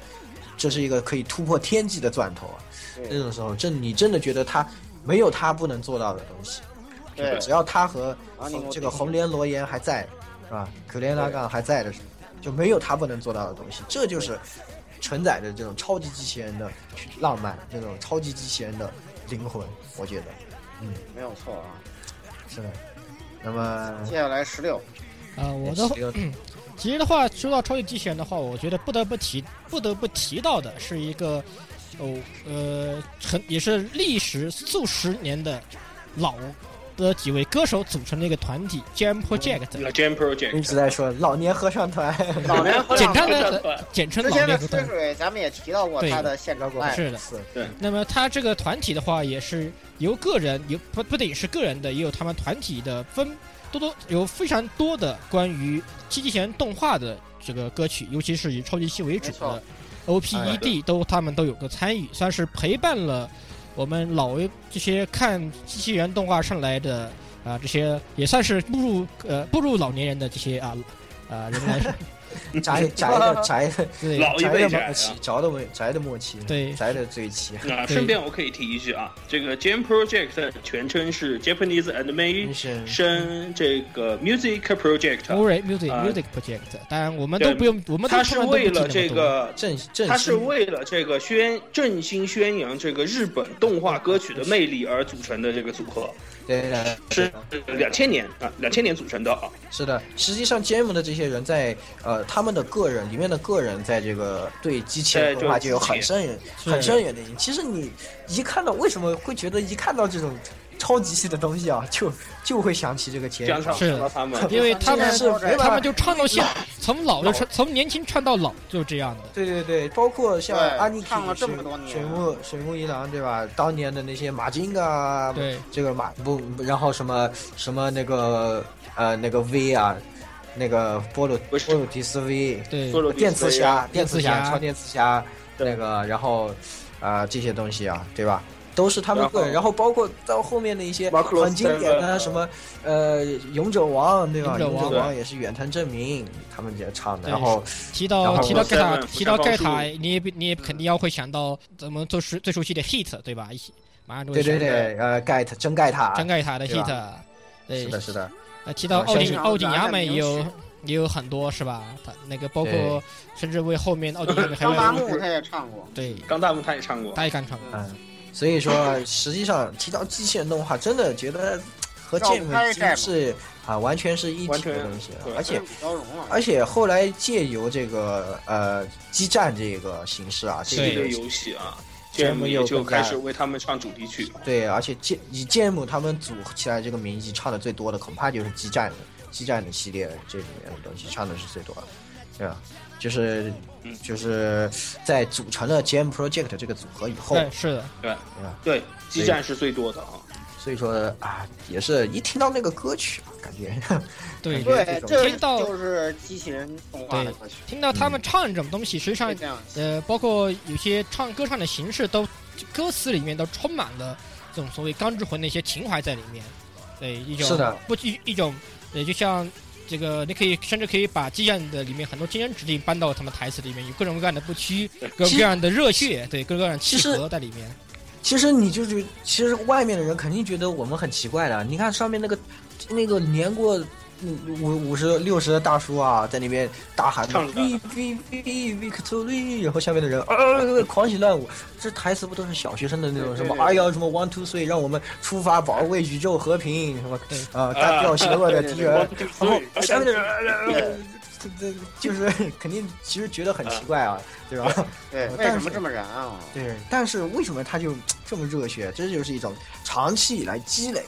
[SPEAKER 1] 这是一个可以突破天际的钻头啊！那种时候，真你真的觉得他没有他不能做到的东西。
[SPEAKER 3] 对，
[SPEAKER 1] 只要他和
[SPEAKER 3] 啊你
[SPEAKER 1] 这个红莲罗岩还在，是吧？可怜拉杠还在的时候，就没有他不能做到的东西。这就是承载着这种超级机器人的浪漫，这种超级机器人的灵魂，我觉得
[SPEAKER 3] 没有错啊。
[SPEAKER 1] 嗯是的。那么
[SPEAKER 3] 接下来 十六，
[SPEAKER 2] 啊，我的
[SPEAKER 1] 这个
[SPEAKER 2] 其实的话，说到超级机器人的话，我觉得不得不提不得不提到的是一个哦呃很也是历时数十年的老的几位歌手组成的一个团体 Jam Project，
[SPEAKER 4] 那 Jam
[SPEAKER 1] 一
[SPEAKER 4] Project 啊
[SPEAKER 1] 直在说老年合唱团，
[SPEAKER 3] 老年合
[SPEAKER 2] 简
[SPEAKER 3] 唱
[SPEAKER 2] 单
[SPEAKER 3] 团
[SPEAKER 2] 的简称
[SPEAKER 3] 之
[SPEAKER 2] 老
[SPEAKER 3] 前的
[SPEAKER 2] 年合唱
[SPEAKER 3] 吹
[SPEAKER 2] 团。
[SPEAKER 3] 水，咱们也提到过
[SPEAKER 2] 对
[SPEAKER 3] 他的现场
[SPEAKER 1] 过
[SPEAKER 3] 哎，
[SPEAKER 2] 是的，
[SPEAKER 1] 是
[SPEAKER 2] 那么他这个团体的话，也是由个人有不不仅是个人的，也有他们团体的分多多有非常多的关于机器人动画的这个歌曲，尤其是以超级系为主
[SPEAKER 3] 没错
[SPEAKER 2] 的
[SPEAKER 4] 哎
[SPEAKER 2] OPED 都他们都有个参与，算是陪伴了我们老一这些看机器人动画上来的啊、这些也算是步入呃步入老年人的这些啊啊、人 来说
[SPEAKER 1] 宅宅的宅的
[SPEAKER 2] 对
[SPEAKER 4] 老一
[SPEAKER 1] 宅
[SPEAKER 4] 辈
[SPEAKER 1] 的
[SPEAKER 4] 宅啊
[SPEAKER 1] 末期，宅的末宅的末期，
[SPEAKER 2] 对
[SPEAKER 1] 宅的最期，
[SPEAKER 4] 啊，
[SPEAKER 2] 对
[SPEAKER 4] 顺便我可以提一句啊，这个 Jam Project 全称是 Japanese
[SPEAKER 1] 真
[SPEAKER 4] Animation
[SPEAKER 1] 是
[SPEAKER 4] 这个 Music Project，
[SPEAKER 2] Murray Music
[SPEAKER 4] 啊
[SPEAKER 2] Music Project，当然我们
[SPEAKER 4] 对
[SPEAKER 2] 都不用，我们都
[SPEAKER 4] 它
[SPEAKER 2] 不
[SPEAKER 4] 是
[SPEAKER 2] 用
[SPEAKER 4] 为
[SPEAKER 2] 提那
[SPEAKER 4] 了
[SPEAKER 2] 么
[SPEAKER 4] 这
[SPEAKER 2] 多
[SPEAKER 4] 个
[SPEAKER 1] 正正
[SPEAKER 4] 它是
[SPEAKER 1] 兴
[SPEAKER 4] 为了这个宣振兴宣扬这个日本动画歌曲的魅力而组成的这个组合，
[SPEAKER 1] 对对对
[SPEAKER 4] 是两千年啊，两千年组成的啊。
[SPEAKER 1] 是的，实际上 GM 的这些人在呃他们的个人里面的个人在这个对机器人
[SPEAKER 4] 对
[SPEAKER 1] 文化
[SPEAKER 4] 就
[SPEAKER 1] 就是有
[SPEAKER 4] 机器
[SPEAKER 1] 很
[SPEAKER 4] 人
[SPEAKER 1] 深远、
[SPEAKER 2] 是
[SPEAKER 1] 很深远的影响。其实你一看到为什么会觉得一看到这种超级系的东西啊，就就会想起这个
[SPEAKER 4] 加
[SPEAKER 1] GM。
[SPEAKER 4] 上
[SPEAKER 2] 是
[SPEAKER 4] 加上他们，
[SPEAKER 2] 因为他们
[SPEAKER 1] 是没办法
[SPEAKER 2] 他们就唱到 现，从老就唱，从年轻唱到老，就是这样的。
[SPEAKER 1] 对对对，包括像
[SPEAKER 3] 对
[SPEAKER 1] 阿尼
[SPEAKER 3] 唱了
[SPEAKER 1] 基、
[SPEAKER 3] 这
[SPEAKER 1] 水
[SPEAKER 3] 么多年
[SPEAKER 1] 水木水木一郎对吧？当年的那些马金啊，
[SPEAKER 2] 对，
[SPEAKER 1] 这个马不，然后什么什么那个呃那个 V 啊，那个波鲁
[SPEAKER 4] 不是
[SPEAKER 1] 波鲁提斯 V，
[SPEAKER 2] 对，
[SPEAKER 4] 说了
[SPEAKER 1] 电磁侠、
[SPEAKER 4] 啊
[SPEAKER 2] 电
[SPEAKER 1] 电
[SPEAKER 2] 磁
[SPEAKER 1] 磁
[SPEAKER 2] 侠
[SPEAKER 1] 侠、超电磁侠，
[SPEAKER 4] 对
[SPEAKER 1] 那个然后啊、这些东西啊，对吧？都是他们个人，
[SPEAKER 4] 然
[SPEAKER 1] 然后包括到后面的一些
[SPEAKER 4] 马克罗斯
[SPEAKER 1] 很经典的
[SPEAKER 4] 呃
[SPEAKER 1] 什么呃勇者王，对吧？
[SPEAKER 2] 勇者
[SPEAKER 1] 勇
[SPEAKER 2] 王
[SPEAKER 1] 者王也是远藤正明他们也唱的，
[SPEAKER 2] 对
[SPEAKER 1] 然后
[SPEAKER 2] 提
[SPEAKER 1] 然
[SPEAKER 2] 到
[SPEAKER 1] 后
[SPEAKER 2] 提到
[SPEAKER 4] 我
[SPEAKER 2] 盖
[SPEAKER 4] 现
[SPEAKER 2] 塔
[SPEAKER 4] 在
[SPEAKER 2] 提到
[SPEAKER 4] 不
[SPEAKER 2] 盖
[SPEAKER 4] 看报
[SPEAKER 2] 塔，你也你也肯定要会想到咱们最熟最熟悉的 hit 对吧？一起马上就会
[SPEAKER 1] 对对
[SPEAKER 2] 想
[SPEAKER 1] 对，呃盖特真盖塔
[SPEAKER 2] 到，真盖塔的
[SPEAKER 1] 对吧
[SPEAKER 2] hit，对
[SPEAKER 1] 是，的，是的，
[SPEAKER 2] 那提到
[SPEAKER 1] 啊
[SPEAKER 2] 奥
[SPEAKER 1] 像
[SPEAKER 2] 丁
[SPEAKER 1] 是
[SPEAKER 2] 奥丁亚美
[SPEAKER 3] 咱们
[SPEAKER 2] 也有
[SPEAKER 3] 平时
[SPEAKER 2] 也有很多是吧？他那个包括
[SPEAKER 1] 对
[SPEAKER 2] 甚至为后面奥丁亚美还
[SPEAKER 3] 张麻
[SPEAKER 2] 有
[SPEAKER 3] 木他也唱过，
[SPEAKER 2] 对，
[SPEAKER 4] 刚大木他也唱过，
[SPEAKER 2] 大一敢唱。
[SPEAKER 1] 嗯，所以说实际上提到机器人动画，真的觉得和
[SPEAKER 3] 绕不
[SPEAKER 1] 剑
[SPEAKER 3] 开
[SPEAKER 1] 已
[SPEAKER 3] 这
[SPEAKER 1] 经是啊完全是一
[SPEAKER 4] 完
[SPEAKER 1] 体
[SPEAKER 4] 全
[SPEAKER 1] 的东西了
[SPEAKER 4] 对，
[SPEAKER 1] 而且
[SPEAKER 3] 比较容啊了。
[SPEAKER 1] 而且后来借由这个呃激战这个形式啊，这
[SPEAKER 4] 系
[SPEAKER 1] 个
[SPEAKER 4] 列
[SPEAKER 2] 对
[SPEAKER 4] 游戏啊
[SPEAKER 1] 节
[SPEAKER 4] ，Jam
[SPEAKER 1] 目
[SPEAKER 4] 也
[SPEAKER 1] 又
[SPEAKER 4] 就
[SPEAKER 1] 更加
[SPEAKER 4] 开始为他们唱主题曲。
[SPEAKER 1] 对，而且剑以剑母他们组起来这个名义唱的最多的，恐怕就是激战的激战的系列这里面的东西唱的是最多的，对吧？就是
[SPEAKER 4] 嗯
[SPEAKER 1] 就是在组成了 GM Project 这个组合以后，
[SPEAKER 2] 对，是的，
[SPEAKER 1] 对吧？
[SPEAKER 4] 对，激战是最多的啊。
[SPEAKER 1] 所以说啊，也是一听到那个歌曲，感觉
[SPEAKER 2] 对
[SPEAKER 1] 对
[SPEAKER 3] 对，
[SPEAKER 2] 这
[SPEAKER 3] 这
[SPEAKER 2] 听到
[SPEAKER 3] 就是机器人动画的歌曲，
[SPEAKER 2] 听到他们唱这种东西，实际上
[SPEAKER 3] 会这样。
[SPEAKER 2] 呃，包括有些唱歌唱的形式都，歌词里面都充满了这种所谓钢之魂的一些情怀在里面。对一种
[SPEAKER 1] 是的
[SPEAKER 2] 不一一种，对，就像这个，你可以甚至可以把经验的里面很多经验指令搬到他们台词里面，有各种各样的不屈，各种各样的热血，对，各种各样的
[SPEAKER 1] 其
[SPEAKER 2] 契
[SPEAKER 1] 实
[SPEAKER 2] 合在里面。
[SPEAKER 1] 其实你就觉，其实外面的人肯定觉得我们很奇怪的。啊你看上面那个那个年过嗯五五十六十的大叔啊，在那边大喊
[SPEAKER 4] 唱着
[SPEAKER 1] “V V V Victory”，然后下面的人啊狂喜乱舞。这台词不都是小学生的那种什么
[SPEAKER 4] 对对对
[SPEAKER 1] 哎呀什么 “One Two Three”，让我们出发保卫宇宙和平 什么
[SPEAKER 2] 对
[SPEAKER 1] 啊干掉邪恶的敌人。
[SPEAKER 5] 对
[SPEAKER 1] 然 后
[SPEAKER 5] 对
[SPEAKER 1] 下面的人 呃呃这这就是肯定其实觉得很奇怪啊，对吧？
[SPEAKER 3] 对，为什么这么燃啊？
[SPEAKER 1] 对，但是为什么他就这么热血？这就是一种长期以来积累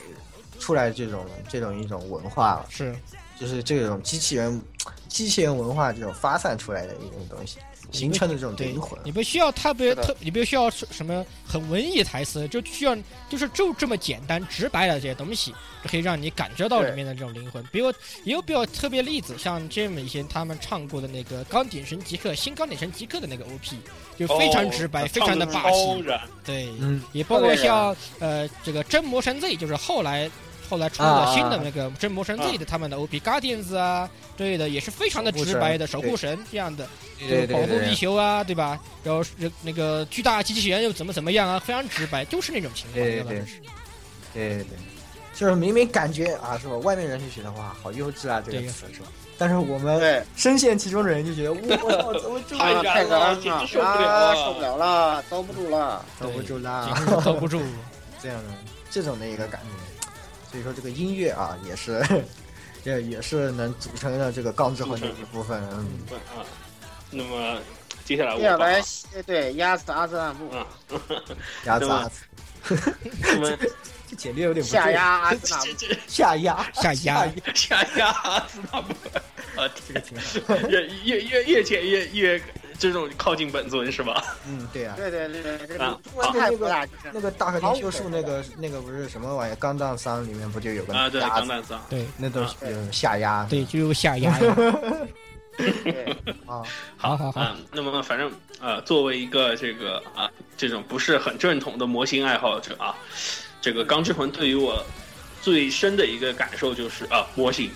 [SPEAKER 1] 出来这种这种一种文化了，
[SPEAKER 2] 是，
[SPEAKER 1] 就是这种机器人机器人文化这种发散出来的一种东西，形成的这种
[SPEAKER 2] 对
[SPEAKER 1] 灵魂。啊
[SPEAKER 2] 你不需要特别
[SPEAKER 3] 是的
[SPEAKER 2] 特，你不需要什什么很文艺的台词，就需要就是就这么简单直白的这些东西，就可以让你感觉到
[SPEAKER 3] 对
[SPEAKER 2] 里面的这种灵魂。比如也有比较特别例子，像这么以前他们唱过的那个《钢铁神吉克》新《钢铁神吉克》的那个 OP，就非常直白，非常的
[SPEAKER 4] 哦
[SPEAKER 2] 霸
[SPEAKER 4] 超
[SPEAKER 2] 气。
[SPEAKER 4] 然，
[SPEAKER 2] 对，
[SPEAKER 1] 嗯，
[SPEAKER 2] 也包括像呃这个《真魔神 Z》，就是后来后来出的新的那个《真魔神 Z》的他们的 OP Guardians 啊之类的，也是非常的直白的守
[SPEAKER 1] 守
[SPEAKER 2] 护
[SPEAKER 1] 护
[SPEAKER 2] 神这样的，
[SPEAKER 1] 对对
[SPEAKER 2] 保
[SPEAKER 1] 对
[SPEAKER 2] 护地
[SPEAKER 1] 对
[SPEAKER 2] 球啊，对吧？然后是那个巨大机器人又怎么怎么样啊，非常直白，就是那种情况，
[SPEAKER 1] 对
[SPEAKER 2] 吧？
[SPEAKER 1] 对
[SPEAKER 2] 就是
[SPEAKER 1] 对对，就是明明感觉啊，是吧？外面人就觉得哇，好优质啊，这
[SPEAKER 2] 对
[SPEAKER 1] 个词是吧？但是我们
[SPEAKER 3] 对，
[SPEAKER 1] 深陷其中的人就觉得，我操，怎么就
[SPEAKER 4] 太
[SPEAKER 3] 啊，太燃
[SPEAKER 4] 燃了
[SPEAKER 3] 了，
[SPEAKER 4] 简直受不了
[SPEAKER 3] 啊
[SPEAKER 4] 啊
[SPEAKER 3] 受不了了，遭不住了。
[SPEAKER 1] 遭不住啦？
[SPEAKER 2] 简直遭 不住。
[SPEAKER 1] 这样的这种的一个感觉。所以说这个音乐啊，也是 也也是能组成了这个钢之魂的一部分。嗯，
[SPEAKER 4] 嗯啊。那么接下来
[SPEAKER 3] 接
[SPEAKER 4] 哎
[SPEAKER 3] 下
[SPEAKER 4] 我把
[SPEAKER 3] 来，对，压死阿兹汗
[SPEAKER 1] 嗯
[SPEAKER 3] 布，
[SPEAKER 4] 啊，
[SPEAKER 1] 鸭子
[SPEAKER 4] 对吧
[SPEAKER 1] 鸭子，
[SPEAKER 4] 那么
[SPEAKER 1] 这简历有点不
[SPEAKER 3] 下
[SPEAKER 1] 对
[SPEAKER 3] 压阿兹纳布。
[SPEAKER 1] 下压
[SPEAKER 2] 下压
[SPEAKER 1] 压，
[SPEAKER 4] 下压阿斯纳布，啊，
[SPEAKER 1] 这个挺好。
[SPEAKER 4] 越越越越前越越这种靠近本尊是吧？
[SPEAKER 1] 嗯，对啊。
[SPEAKER 3] 对对对对，这
[SPEAKER 4] 啊
[SPEAKER 3] 个中文太复杂，就
[SPEAKER 1] 那
[SPEAKER 3] 是
[SPEAKER 1] 个大和田秀树那个那个不是什么玩意儿，《钢弹三》里面不就有个
[SPEAKER 4] 啊，对，
[SPEAKER 1] 鸭
[SPEAKER 4] 钢
[SPEAKER 1] 子，
[SPEAKER 4] 弹啊三，
[SPEAKER 2] 对
[SPEAKER 1] 那都是有下压
[SPEAKER 2] 对，就有下 压呀。
[SPEAKER 3] 对
[SPEAKER 1] 啊，
[SPEAKER 2] 好好好，
[SPEAKER 4] 啊，那么反正呃，作为一个这个啊这种不是很正统的模型爱好者啊，这个钢之魂对于我最深的一个感受就是啊模型，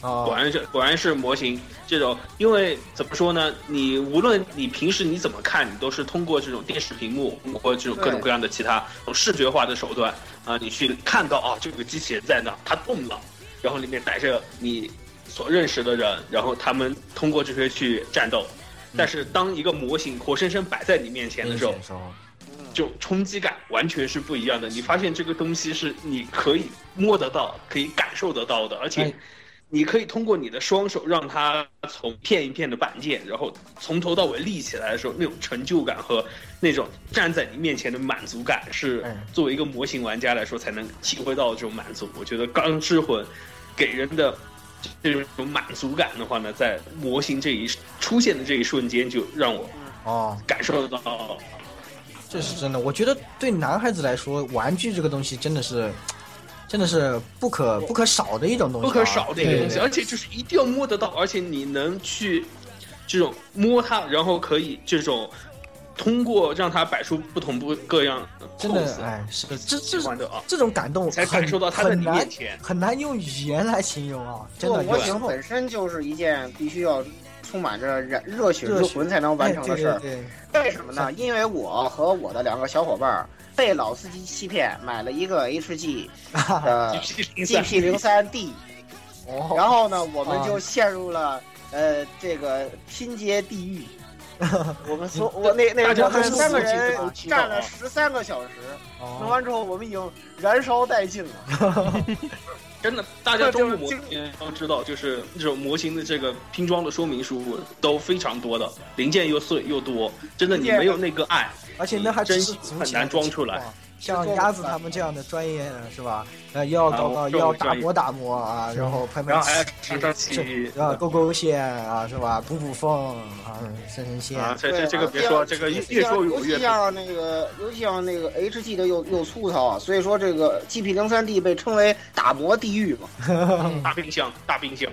[SPEAKER 4] 果
[SPEAKER 1] 啊，
[SPEAKER 4] 然是果然是模型这种，因为怎么说呢？你无论你平时你怎么看，你都是通过这种电视屏幕，通过这种各种各样的其他这种视觉化的手段啊、你去看到啊，这个机器人在那，它动了，然后里面摆着你所认识的人，然后他们通过这些去战斗。但是当一个模型活生生摆在你面前的时候
[SPEAKER 1] 明，显说
[SPEAKER 3] 嗯
[SPEAKER 4] 就冲击感完全是不一样的。你发现这个东西是你可以摸得到、可以感受得到的，而
[SPEAKER 1] 哎
[SPEAKER 4] 且你可以通过你的双手让它从片一片的板件，然后从头到尾立起来的时候，那种成就感和那种站在你面前的满足感，是
[SPEAKER 1] 哎
[SPEAKER 4] 作为一个模型玩家来说才能体会到的这种满足。我觉得《钢之魂》给人的。这种满足感的话呢，在模型这一出现的这一瞬间，就让我
[SPEAKER 1] 哦，
[SPEAKER 4] 感受得到
[SPEAKER 1] 这是真的，我觉得对男孩子来说，玩具这个东西真的是，真的是不可不可少的一种东西、啊
[SPEAKER 4] 不可少的一个东
[SPEAKER 2] 对
[SPEAKER 4] 西，
[SPEAKER 1] 对
[SPEAKER 4] 而且就是一定要摸得到，而且你能去这种摸它，然后可以这种通过让它摆出不同不各样的
[SPEAKER 1] 真的
[SPEAKER 4] pose，
[SPEAKER 1] 哎，是这
[SPEAKER 4] 喜
[SPEAKER 1] 这
[SPEAKER 4] 欢的啊，
[SPEAKER 1] 这种感动
[SPEAKER 4] 才
[SPEAKER 1] 很
[SPEAKER 4] 感受到它在
[SPEAKER 1] 很
[SPEAKER 4] 你
[SPEAKER 1] 难
[SPEAKER 4] 面前。
[SPEAKER 1] 很难用语言来形容啊，真
[SPEAKER 3] 做
[SPEAKER 1] 的。
[SPEAKER 3] 模
[SPEAKER 1] 有时
[SPEAKER 3] 型
[SPEAKER 1] 候
[SPEAKER 3] 本身就是一件必须要充满着燃热血
[SPEAKER 1] 热
[SPEAKER 3] 之
[SPEAKER 1] 血
[SPEAKER 3] 魂才能完成的事
[SPEAKER 1] 哎
[SPEAKER 3] 儿。
[SPEAKER 1] 对对
[SPEAKER 3] 为什么呢？因为我和我的两个小伙伴儿被老司机欺骗，买了一个 HG
[SPEAKER 1] 对，哈哈
[SPEAKER 3] 的 GP
[SPEAKER 4] GP
[SPEAKER 3] 零
[SPEAKER 4] 零三，
[SPEAKER 3] 三 D，
[SPEAKER 1] 哦，
[SPEAKER 3] 然后呢，我
[SPEAKER 4] 啊
[SPEAKER 3] 们就陷入了呃这个拼接地 狱。我们所我那那
[SPEAKER 4] 大家
[SPEAKER 3] 我们
[SPEAKER 4] 都是
[SPEAKER 3] 三个
[SPEAKER 4] 自己
[SPEAKER 3] 人
[SPEAKER 4] 的
[SPEAKER 3] 站了
[SPEAKER 4] 知
[SPEAKER 3] 十三个小时，弄
[SPEAKER 1] 哦
[SPEAKER 3] 完之后我们已经燃烧殆尽了。
[SPEAKER 4] 真的，大家中国模型都知道，就是这种模型的这个拼装的说明书都非常多的，零件又碎又多，真的你没有那个爱，
[SPEAKER 1] 而且那还只
[SPEAKER 4] 真
[SPEAKER 1] 是
[SPEAKER 4] 是
[SPEAKER 1] 足
[SPEAKER 4] 很
[SPEAKER 1] 球
[SPEAKER 4] 难
[SPEAKER 1] 的
[SPEAKER 4] 装
[SPEAKER 1] 情
[SPEAKER 4] 出来
[SPEAKER 1] 况。像鸭子他们这样的专业的是吧？呃，要搞搞，
[SPEAKER 4] 啊我
[SPEAKER 1] 要打
[SPEAKER 4] 专业
[SPEAKER 1] 磨打磨啊，然后拍拍
[SPEAKER 4] 然后还要
[SPEAKER 1] 气
[SPEAKER 4] 上上
[SPEAKER 1] 这
[SPEAKER 4] 漆
[SPEAKER 1] 啊，勾勾线啊，是吧？补补缝啊，伸伸线。
[SPEAKER 4] 啊，这
[SPEAKER 3] 对
[SPEAKER 4] 这这个
[SPEAKER 3] 啊
[SPEAKER 4] 别
[SPEAKER 3] 这
[SPEAKER 4] 说，
[SPEAKER 3] 样
[SPEAKER 4] 这个越
[SPEAKER 3] 尤其
[SPEAKER 4] 越说
[SPEAKER 3] 像
[SPEAKER 4] 我越
[SPEAKER 3] 尤其像那个，尤其像那个 HG 的又又粗糙啊，所以说这个 GP 零三 D 被称为打磨地狱嘛。
[SPEAKER 2] 嗯
[SPEAKER 4] 大冰箱，大冰箱，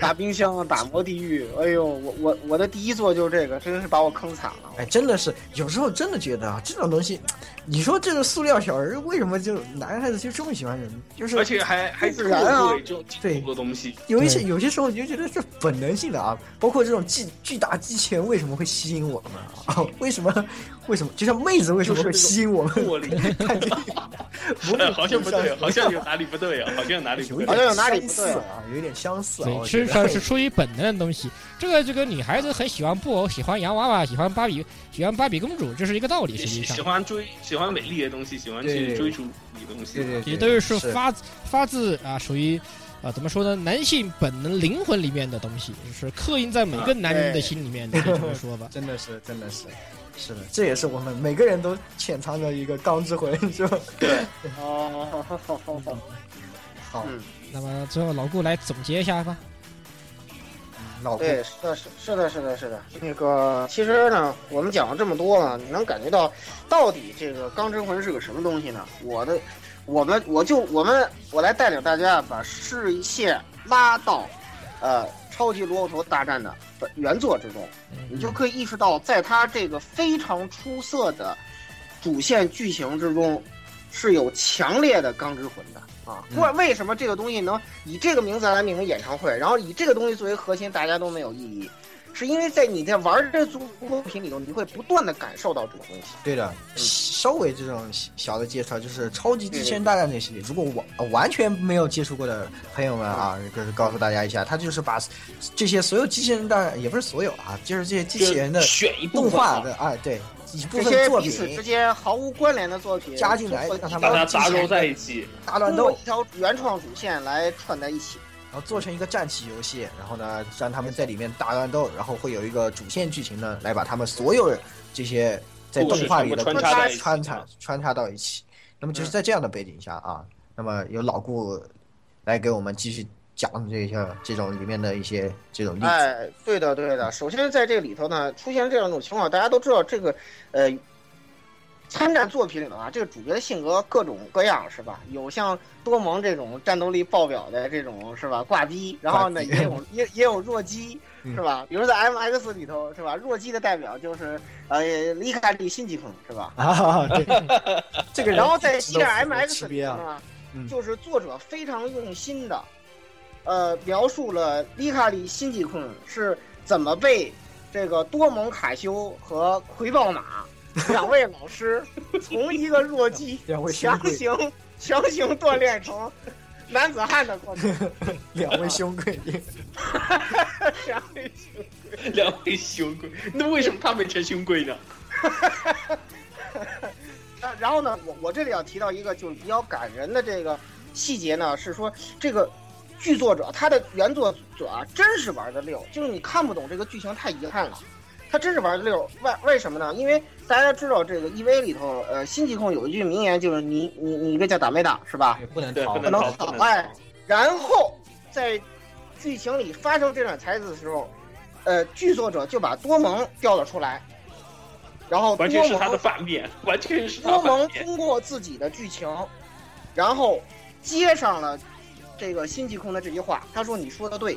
[SPEAKER 3] 打冰箱、打磨地狱，哎呦，我我我的第一座就是这个，真是把我坑惨了。
[SPEAKER 1] 哎，真的是，有时候真的觉得啊，这种东西，你说这个塑料小人儿为什么就男孩子就这么喜欢人？就是
[SPEAKER 4] 而且还还
[SPEAKER 3] 自然啊
[SPEAKER 4] 特贵这种金属的东 西，
[SPEAKER 1] 有一些有些时候你就觉得是本能性的啊，包括这种巨巨大机器人为什么会吸引我们啊？ 啊为什么为什么就像妹子为什么会吸引我 们？
[SPEAKER 4] 魄力。
[SPEAKER 1] 看这个不
[SPEAKER 4] 哎 好像 不对，好 像有哪里不对啊，好像有哪里
[SPEAKER 1] 有
[SPEAKER 4] 不
[SPEAKER 1] 一
[SPEAKER 4] 对。
[SPEAKER 3] 好像有哪里
[SPEAKER 1] 点
[SPEAKER 3] 不
[SPEAKER 1] 相
[SPEAKER 3] 对
[SPEAKER 1] 似啊，有一点相似啊。
[SPEAKER 2] 对，
[SPEAKER 1] 我
[SPEAKER 2] 事实
[SPEAKER 1] 觉
[SPEAKER 2] 上
[SPEAKER 1] 得
[SPEAKER 2] 是出于本能的东西。这个这个女孩子很喜欢布偶，喜欢洋娃娃，喜欢芭比，喜欢芭比公主，这是一个道理。实际
[SPEAKER 4] 喜
[SPEAKER 2] 上
[SPEAKER 4] 喜，欢追喜欢美丽的东西，喜欢去
[SPEAKER 1] 对
[SPEAKER 4] 追逐美丽的东西。
[SPEAKER 1] 对对
[SPEAKER 2] 也都是说
[SPEAKER 1] 是。
[SPEAKER 2] 发自发自啊，属于啊怎么说呢，男性本能灵魂里面的东西，就是刻印在每个男人的心里面的，可以这么说吧
[SPEAKER 1] 真的是真的是是的，这也是我们每个人都潜藏着一个钢之魂，是吧？
[SPEAKER 3] 哦，
[SPEAKER 1] 好，
[SPEAKER 3] 嗯，
[SPEAKER 2] 那么最后老顾来总结一下吧。
[SPEAKER 1] 老顾
[SPEAKER 3] 对，是的，是是的，是的，是的。那个，其实呢，我们讲了这么多了，你能感觉到到底这个钢之魂是个什么东西呢？我的，我们我就我们我来带领大家把视线拉到，呃，超级萝卜头大战的本原作之中。你就可以意识到，在它这个非常出色的主线剧情之中，是有强烈的钢之魂的啊。
[SPEAKER 1] 嗯
[SPEAKER 3] 为为什么这个东西能以这个名字来命名演唱会，然后以这个东西作为核心，大家都没有异议？是因为在你在玩这组作品里头，你会不断的感受到这个东西。
[SPEAKER 1] 对的，
[SPEAKER 3] 嗯
[SPEAKER 1] 稍微这种小的介绍，就是《超级机器
[SPEAKER 3] 对对
[SPEAKER 1] 人
[SPEAKER 3] 对
[SPEAKER 1] 大战》这系列，如果完完全没有接触过的朋友们啊，就是告诉大家一下，他就是把这些所有机器人大战，也不是所有啊，就是这些机器人的
[SPEAKER 4] 选一部
[SPEAKER 1] 动
[SPEAKER 4] 分
[SPEAKER 1] 画
[SPEAKER 4] 啊
[SPEAKER 1] 的啊，对一部分
[SPEAKER 3] 这些
[SPEAKER 1] 作
[SPEAKER 3] 彼此之
[SPEAKER 1] 品
[SPEAKER 3] 间毫无关联的作品
[SPEAKER 1] 加进来让他们
[SPEAKER 4] 把它
[SPEAKER 1] 杂
[SPEAKER 4] 杂糅在一起，
[SPEAKER 1] 大乱
[SPEAKER 3] 通
[SPEAKER 1] 斗
[SPEAKER 3] 过一，条原创主线来串在一起。
[SPEAKER 1] 然后做成一个战棋游戏，然后呢，让他们在里面大乱斗，然后会有一个主线剧情呢，来把他们所有这些在动画里的
[SPEAKER 4] 故事全部
[SPEAKER 3] 穿插在一
[SPEAKER 4] 起
[SPEAKER 1] 穿插穿插到一起。那么就是在这样的背景下啊，那么由老顾来给我们继续讲这些这种里面的一些这种例子。嗯
[SPEAKER 3] 哎，对的，对的。首先在这里头呢，出现这样一种情况，大家都知道这个，呃，参战作品里头啊，这个主角的性格各种各样，是吧？有像多蒙这种战斗力爆表的这种，是吧？挂逼，然后呢，
[SPEAKER 1] 挂逼嗯
[SPEAKER 3] 也有也也有弱鸡，是吧？比如在 M X 里头，是吧？弱鸡的代表就是呃，里卡利辛吉坑，是吧？
[SPEAKER 1] 啊，对，这个人
[SPEAKER 3] 然后在
[SPEAKER 1] 一直
[SPEAKER 3] C
[SPEAKER 1] 都
[SPEAKER 3] 点
[SPEAKER 1] 很
[SPEAKER 3] MX
[SPEAKER 1] 吃
[SPEAKER 3] 里
[SPEAKER 1] 瘪
[SPEAKER 3] 头
[SPEAKER 1] 啊，
[SPEAKER 3] 呢
[SPEAKER 1] 嗯，
[SPEAKER 3] 就是作者非常用心的，呃，描述了丽卡里辛吉坤是怎么被这个多蒙卡修和魁 豹马两位老师从一个弱鸡
[SPEAKER 1] 两位兄
[SPEAKER 3] 强
[SPEAKER 1] 贵，
[SPEAKER 3] 行强行锻炼成男子汉的过程，
[SPEAKER 1] 两位兄贵，
[SPEAKER 3] 然后
[SPEAKER 4] 两位兄贵。那为什么他没成兄贵呢？
[SPEAKER 3] 那然后呢，我我这里要提到一个就是比较感人的这个细节呢，是说这个剧作者他的原作者啊，真是玩的溜，就是你看不懂这个剧情太遗憾了。他真是玩的溜，为为什么呢？因为大家知道这个 EV 里头，呃，新疾控有一句名言就是你你你这叫打没打是吧？
[SPEAKER 1] 啊也不能
[SPEAKER 4] 对，
[SPEAKER 1] 逃
[SPEAKER 4] 不，
[SPEAKER 3] 能
[SPEAKER 4] 能
[SPEAKER 3] 逃
[SPEAKER 4] 逃，不能
[SPEAKER 3] 哎
[SPEAKER 4] 逃。
[SPEAKER 3] 然后在剧情里发生这场才子的时候，呃，剧作者就把多蒙调了出来，然后多
[SPEAKER 4] 完全是
[SPEAKER 3] 蒙
[SPEAKER 4] 他的反面，完全是他
[SPEAKER 3] 多
[SPEAKER 4] 的
[SPEAKER 3] 蒙
[SPEAKER 4] 反面。
[SPEAKER 3] 通过自己的剧情，然后接上了这个新疾控的这句话，他说：“你说的对，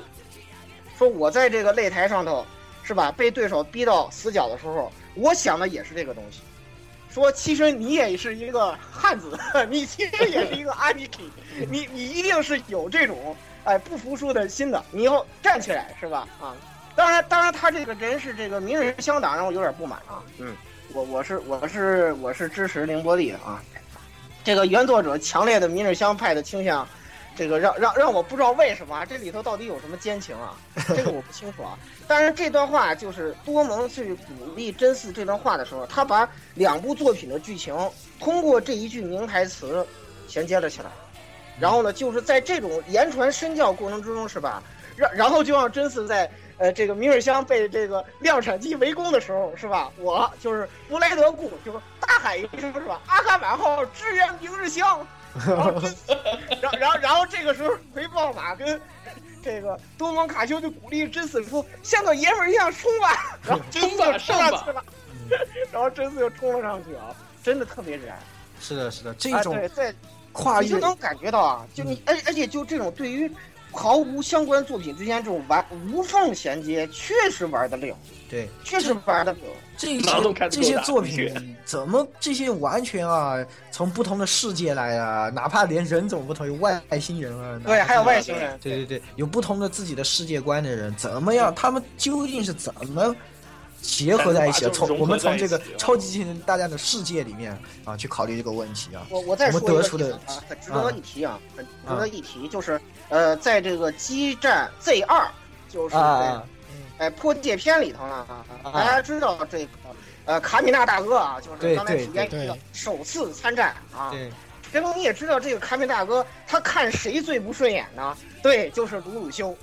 [SPEAKER 3] 说我在这个擂台上头，是吧？被对手逼到死角的时候，我想的也是这个东西。说其实你也是一个汉子，你其实也是一个阿尼基，你你一定是有这种哎不服输的心的，你要站起来，是吧？啊，当然当然，他这个人是这个明人相党，让我有点不满啊。嗯，我我是我是我是支持凌波丽的啊。这个原作者强烈的明日香派的倾向，这个让让让我不知道为什么啊，这里头到底有什么奸情啊？这个我不清楚啊。但是这段话就是多蒙去鼓励真嗣这段话的时候，他把两部作品的剧情通过这一句名台词衔接了起来。然后呢，就是在这种言传身教过程之中，是吧？然然后就让真嗣在呃这个明日香被这个量产机围攻的时候，是吧？我就是布莱德顾，就大喊一声，是吧？阿卡满号支援明日香。然后真嗣，然后然后然后这个时候回豹马跟这个多蒙卡修就鼓励真嗣说：“像个爷们儿一样冲吧！”然后真嗣就冲上去了， 然后真嗣就冲了上去啊，真的特别燃
[SPEAKER 1] 是的，是的，这
[SPEAKER 3] 啊！
[SPEAKER 1] 种
[SPEAKER 3] 对，在
[SPEAKER 1] 跨
[SPEAKER 3] 你就
[SPEAKER 1] 越
[SPEAKER 3] 能感觉到啊，就你，而而且就这种对于毫无相关作品之间这种完无缝衔接，确实玩的溜，
[SPEAKER 1] 对，
[SPEAKER 3] 确实玩的溜。
[SPEAKER 1] 这
[SPEAKER 5] 哪都
[SPEAKER 1] 些
[SPEAKER 5] 看得
[SPEAKER 1] 这
[SPEAKER 5] 够
[SPEAKER 1] 些
[SPEAKER 5] 大
[SPEAKER 1] 作
[SPEAKER 5] 的确
[SPEAKER 1] 品怎么这些完全啊，从不同的世界来啊， 哪怕连人种不同，有外星人啊，哪
[SPEAKER 3] 对，
[SPEAKER 1] 怕
[SPEAKER 3] 还有
[SPEAKER 1] 是
[SPEAKER 3] 外星人，
[SPEAKER 1] 对对对，有不同的自己的世界观的人，怎么样？他们究竟是怎么结合在一起的？
[SPEAKER 5] 怎么把这种
[SPEAKER 1] 从
[SPEAKER 5] 融合
[SPEAKER 1] 我们从这个
[SPEAKER 5] 在一起啊
[SPEAKER 1] 超级机器人大战的世界里面啊，去考虑这个问题啊。
[SPEAKER 3] 我我再说
[SPEAKER 1] 我
[SPEAKER 3] 一
[SPEAKER 1] 们得
[SPEAKER 3] 个
[SPEAKER 1] 出
[SPEAKER 3] 例子
[SPEAKER 1] 的
[SPEAKER 3] 啊，很值得一提啊，很值得一提，就是呃，在这个激战 Z 二，就是
[SPEAKER 1] 啊
[SPEAKER 3] 在
[SPEAKER 1] 啊，
[SPEAKER 3] 哎，破界篇里头呢，
[SPEAKER 1] 啊
[SPEAKER 3] 大家知道这个，呃，卡米纳大哥啊，就是
[SPEAKER 1] 对
[SPEAKER 3] 刚才
[SPEAKER 1] 对
[SPEAKER 3] 体验
[SPEAKER 2] 对
[SPEAKER 3] 一个首次参战 啊。
[SPEAKER 1] 对，
[SPEAKER 3] 这东西也知道，这个卡米大哥他看谁最不顺眼呢？对，就是鲁 鲁修，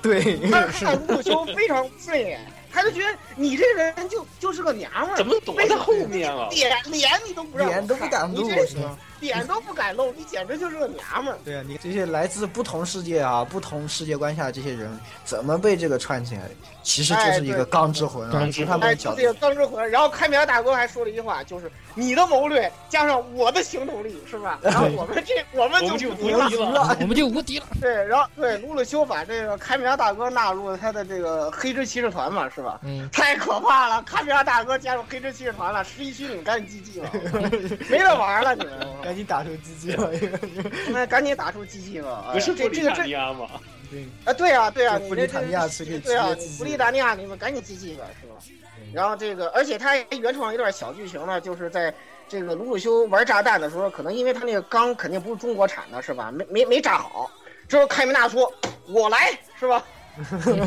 [SPEAKER 1] 对，
[SPEAKER 3] 他看鲁鲁修非常不顺眼，他就觉得你这个人就就是个娘们儿
[SPEAKER 5] 怎，么躲在后面啊？
[SPEAKER 3] 脸脸你都不让我看，
[SPEAKER 1] 脸都不敢露
[SPEAKER 3] 你这
[SPEAKER 1] 是吧
[SPEAKER 3] 脸都不敢露，你简直就是个娘们儿。
[SPEAKER 1] 对啊，你这些来自不同世界啊、不同世界观下的这些人，怎么被这个串起来？其实就是一
[SPEAKER 3] 哎
[SPEAKER 1] 个
[SPEAKER 3] 对
[SPEAKER 1] 钢之魂啊，
[SPEAKER 2] 钢之
[SPEAKER 1] 从
[SPEAKER 2] 魂
[SPEAKER 1] 他们
[SPEAKER 3] 哎，
[SPEAKER 1] 的
[SPEAKER 3] 就
[SPEAKER 1] 角
[SPEAKER 3] 这个
[SPEAKER 1] 度，
[SPEAKER 3] 钢之魂，然后开明大哥还说了一句话，就是你的谋略加上我的行动力，是吧？然后我们这我们
[SPEAKER 5] 我们
[SPEAKER 3] 就
[SPEAKER 5] 就
[SPEAKER 3] 不
[SPEAKER 5] 不
[SPEAKER 3] 一
[SPEAKER 5] 用
[SPEAKER 3] 样
[SPEAKER 5] 急了。
[SPEAKER 2] 我们就无敌了。
[SPEAKER 3] 对，然后对卢鲁修把这个开明大哥纳入了他的这个黑之骑士团嘛，是吧？
[SPEAKER 2] 嗯，
[SPEAKER 3] 太可怕了！开明大哥加入黑之骑士团了，十一区你们赶紧 GG 吧，没得玩了你们，
[SPEAKER 1] 赶紧打出鸡鸡了，
[SPEAKER 3] 你们赶紧打出 GG 吧！哎
[SPEAKER 5] 不是布
[SPEAKER 3] 这
[SPEAKER 5] 里
[SPEAKER 3] 这个
[SPEAKER 5] 塔
[SPEAKER 3] 这
[SPEAKER 5] 尼亚吗？
[SPEAKER 3] 啊，对啊对啊，
[SPEAKER 1] 这
[SPEAKER 3] 你
[SPEAKER 1] 弗
[SPEAKER 3] 这
[SPEAKER 1] 利
[SPEAKER 3] 这
[SPEAKER 1] 塔尼亚是可以直
[SPEAKER 3] 对啊
[SPEAKER 1] 接，鸡
[SPEAKER 3] 弗
[SPEAKER 1] 鸡
[SPEAKER 3] 利
[SPEAKER 1] 的。
[SPEAKER 3] 达尼亚，你们赶紧 GG 吧，是吧？
[SPEAKER 1] 嗯
[SPEAKER 3] 然后这个，而且他还原创一段小剧情呢，就是在这个卢鲁修玩炸弹的时候，可能因为他那个钢肯定不是中国产的，是吧？没没没炸好。之后开明娜说：“我来，是吧？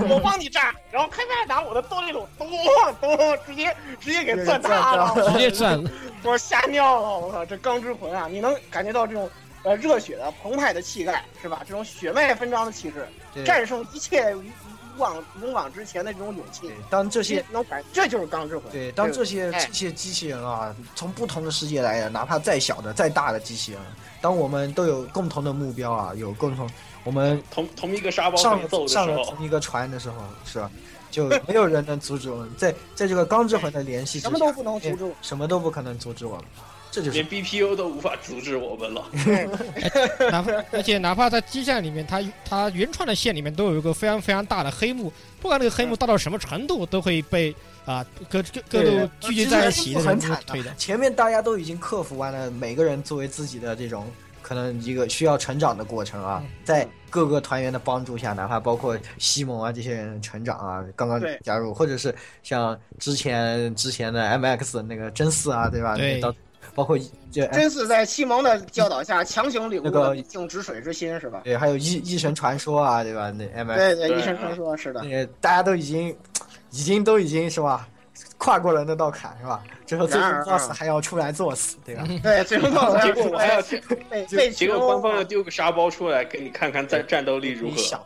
[SPEAKER 3] 我帮你炸。”然后开明娜拿我的动力桶咚咚，直接直接给钻塌了，
[SPEAKER 2] 直 接占了。
[SPEAKER 3] 我吓尿了！我操，这钢之魂啊，你能感觉到这种呃热血的澎湃的气概，是吧？这种血脉纷张的气势，
[SPEAKER 1] 对
[SPEAKER 3] 战胜一切无无往勇往直前的这种勇气
[SPEAKER 1] 对，，当这
[SPEAKER 3] 这
[SPEAKER 1] 些
[SPEAKER 3] 些能感，这就是钢之魂。
[SPEAKER 1] 对，当这些
[SPEAKER 3] 哎
[SPEAKER 1] 这些机器人啊，从不同的世界来的，哪怕再小的、再大的机器人，啊当我们都有共同的目标啊，有共同，我们
[SPEAKER 5] 同同一个沙包
[SPEAKER 1] 上
[SPEAKER 5] 被揍
[SPEAKER 1] 了
[SPEAKER 5] 的
[SPEAKER 1] 上
[SPEAKER 5] 时
[SPEAKER 1] 了
[SPEAKER 5] 候，
[SPEAKER 1] 同一个船的时候，是吧？就没有人能阻止我们，在在这个钢之魂的联系之
[SPEAKER 3] 什
[SPEAKER 1] 下，
[SPEAKER 3] 么都不能阻止我。
[SPEAKER 1] 什么都不可能阻止我们，这就是
[SPEAKER 5] 连 BPU 都无法阻止我们了。
[SPEAKER 2] 哪怕而且哪怕在基站里面，它它原创的线里面都有一个非常非常大的黑幕，不管那个黑幕大到什么程度，都会被啊各各
[SPEAKER 1] 嗯对
[SPEAKER 2] 各路聚集在一起的
[SPEAKER 1] 很
[SPEAKER 2] 人
[SPEAKER 1] 惨啊的
[SPEAKER 2] 推的。
[SPEAKER 1] 前面大家都已经克服完了，每个人作为自己的这种可能一个需要成长的过程啊
[SPEAKER 2] 嗯，
[SPEAKER 1] 在各个团员的帮助下，哪怕包括西蒙啊这些人成长啊，刚刚
[SPEAKER 3] 对
[SPEAKER 1] 加入，或者是像之前之前的 MX 那个真四啊，对吧？
[SPEAKER 2] 对
[SPEAKER 1] 到包括这
[SPEAKER 3] 真是在西蒙的教导下，强行领悟
[SPEAKER 1] 那
[SPEAKER 3] 了
[SPEAKER 1] 个
[SPEAKER 3] “静止水之心”，是吧？
[SPEAKER 1] 对，还有异异神传说啊，对吧？那 MX
[SPEAKER 3] 对对，
[SPEAKER 5] 对
[SPEAKER 3] 医生传说是的
[SPEAKER 1] 那。个大家都已经已经都已经是吧？跨过了那道坎是吧？最后最
[SPEAKER 3] 然
[SPEAKER 1] 终
[SPEAKER 3] 而
[SPEAKER 1] boss 还要出来作死，对吧？
[SPEAKER 3] 对，最终 到
[SPEAKER 5] 结
[SPEAKER 3] 结
[SPEAKER 5] 果我还要结
[SPEAKER 3] 被被啊
[SPEAKER 5] 结
[SPEAKER 3] 群
[SPEAKER 5] 果
[SPEAKER 3] 殴
[SPEAKER 5] 官方要丢个沙包出来给你看看战战斗力如
[SPEAKER 1] 你
[SPEAKER 5] 何。
[SPEAKER 1] 想，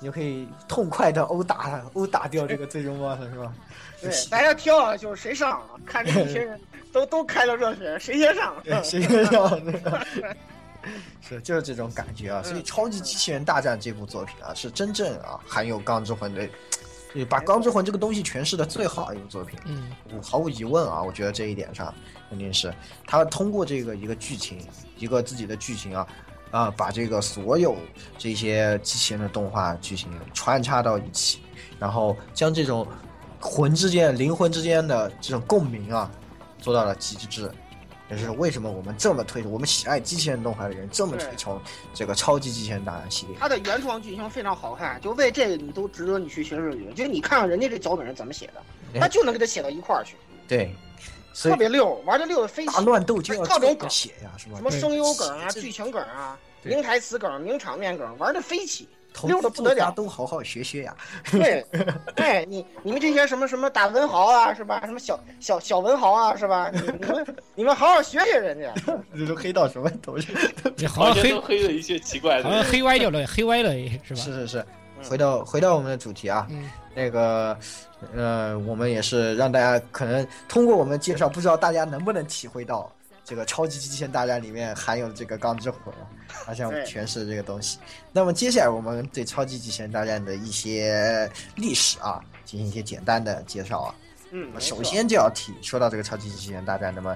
[SPEAKER 1] 你就可以痛快的殴打他，殴打掉这个最终 boss 是吧？
[SPEAKER 3] 对，大家挑啊，就是谁上啊？看这一群人都都开了热血，谁先上？
[SPEAKER 1] 对，谁先上那个？ 是，就是这种感觉啊！所以《
[SPEAKER 3] 嗯
[SPEAKER 1] 超级机器人大战》这部作品啊，是真正啊含有钢之魂的，对，把钢之魂这个东西诠释的最好的一部作品。
[SPEAKER 2] 嗯，
[SPEAKER 1] 我毫无疑问啊，我觉得这一点上肯定是他通过这个一个剧情，一个自己的剧情啊，啊、把这个所有这些机器人的动画剧情穿插到一起，然后将这种魂之间、灵魂之间的这种共鸣啊，做到了极致。也是为什么我们这么推崇，我们喜爱机器人动画的人这么推
[SPEAKER 3] 对
[SPEAKER 1] 崇这个超级机器人大战系列。
[SPEAKER 3] 他的原创剧情非常好看，就为这个你都值得你去学日语。就你看看人家这脚本是怎么写的，
[SPEAKER 1] 对
[SPEAKER 3] 他就能给他写到一块儿去，
[SPEAKER 1] 对，所以
[SPEAKER 3] 特别溜，玩的溜的飞起。
[SPEAKER 1] 大乱斗就要
[SPEAKER 3] 各种
[SPEAKER 1] 这么写呀，是吧
[SPEAKER 3] 什？么声优梗啊、
[SPEAKER 1] 这
[SPEAKER 3] 剧情梗啊、
[SPEAKER 1] 对
[SPEAKER 3] 名台词梗、名场面梗，玩的 飞起。
[SPEAKER 1] 投
[SPEAKER 3] 溜得
[SPEAKER 1] 资
[SPEAKER 3] 不得
[SPEAKER 1] 作家
[SPEAKER 3] 了
[SPEAKER 1] 都好好学学呀。
[SPEAKER 3] 对，哎，你你们这些什么什么大文豪啊，是吧？什么小小小文豪啊，是吧？你你们你们好好学学 人家。
[SPEAKER 1] 这都黑到什么头上？
[SPEAKER 2] 这好
[SPEAKER 5] 完
[SPEAKER 2] 像
[SPEAKER 5] 全都
[SPEAKER 2] 黑
[SPEAKER 5] 黑了一些奇怪
[SPEAKER 2] 好
[SPEAKER 5] 的
[SPEAKER 2] 像
[SPEAKER 5] 人，
[SPEAKER 2] 黑歪掉了，黑歪了是吧
[SPEAKER 1] 是？是是，
[SPEAKER 3] 嗯
[SPEAKER 1] 回到回到我们的主题啊，
[SPEAKER 2] 嗯，
[SPEAKER 1] 那个呃，我们也是让大家可能通过我们的介绍，不知道大家能不能体会到这个《超级机器人大战》里面含有这个钢之魂，好像
[SPEAKER 3] 对
[SPEAKER 1] 诠释这个东西。那么接下来我们对《超级机器人大战》的一些历史啊，进行一些简单的介绍啊。
[SPEAKER 3] 嗯
[SPEAKER 1] 那么，首先就要提说到这个超级机器人大战，那么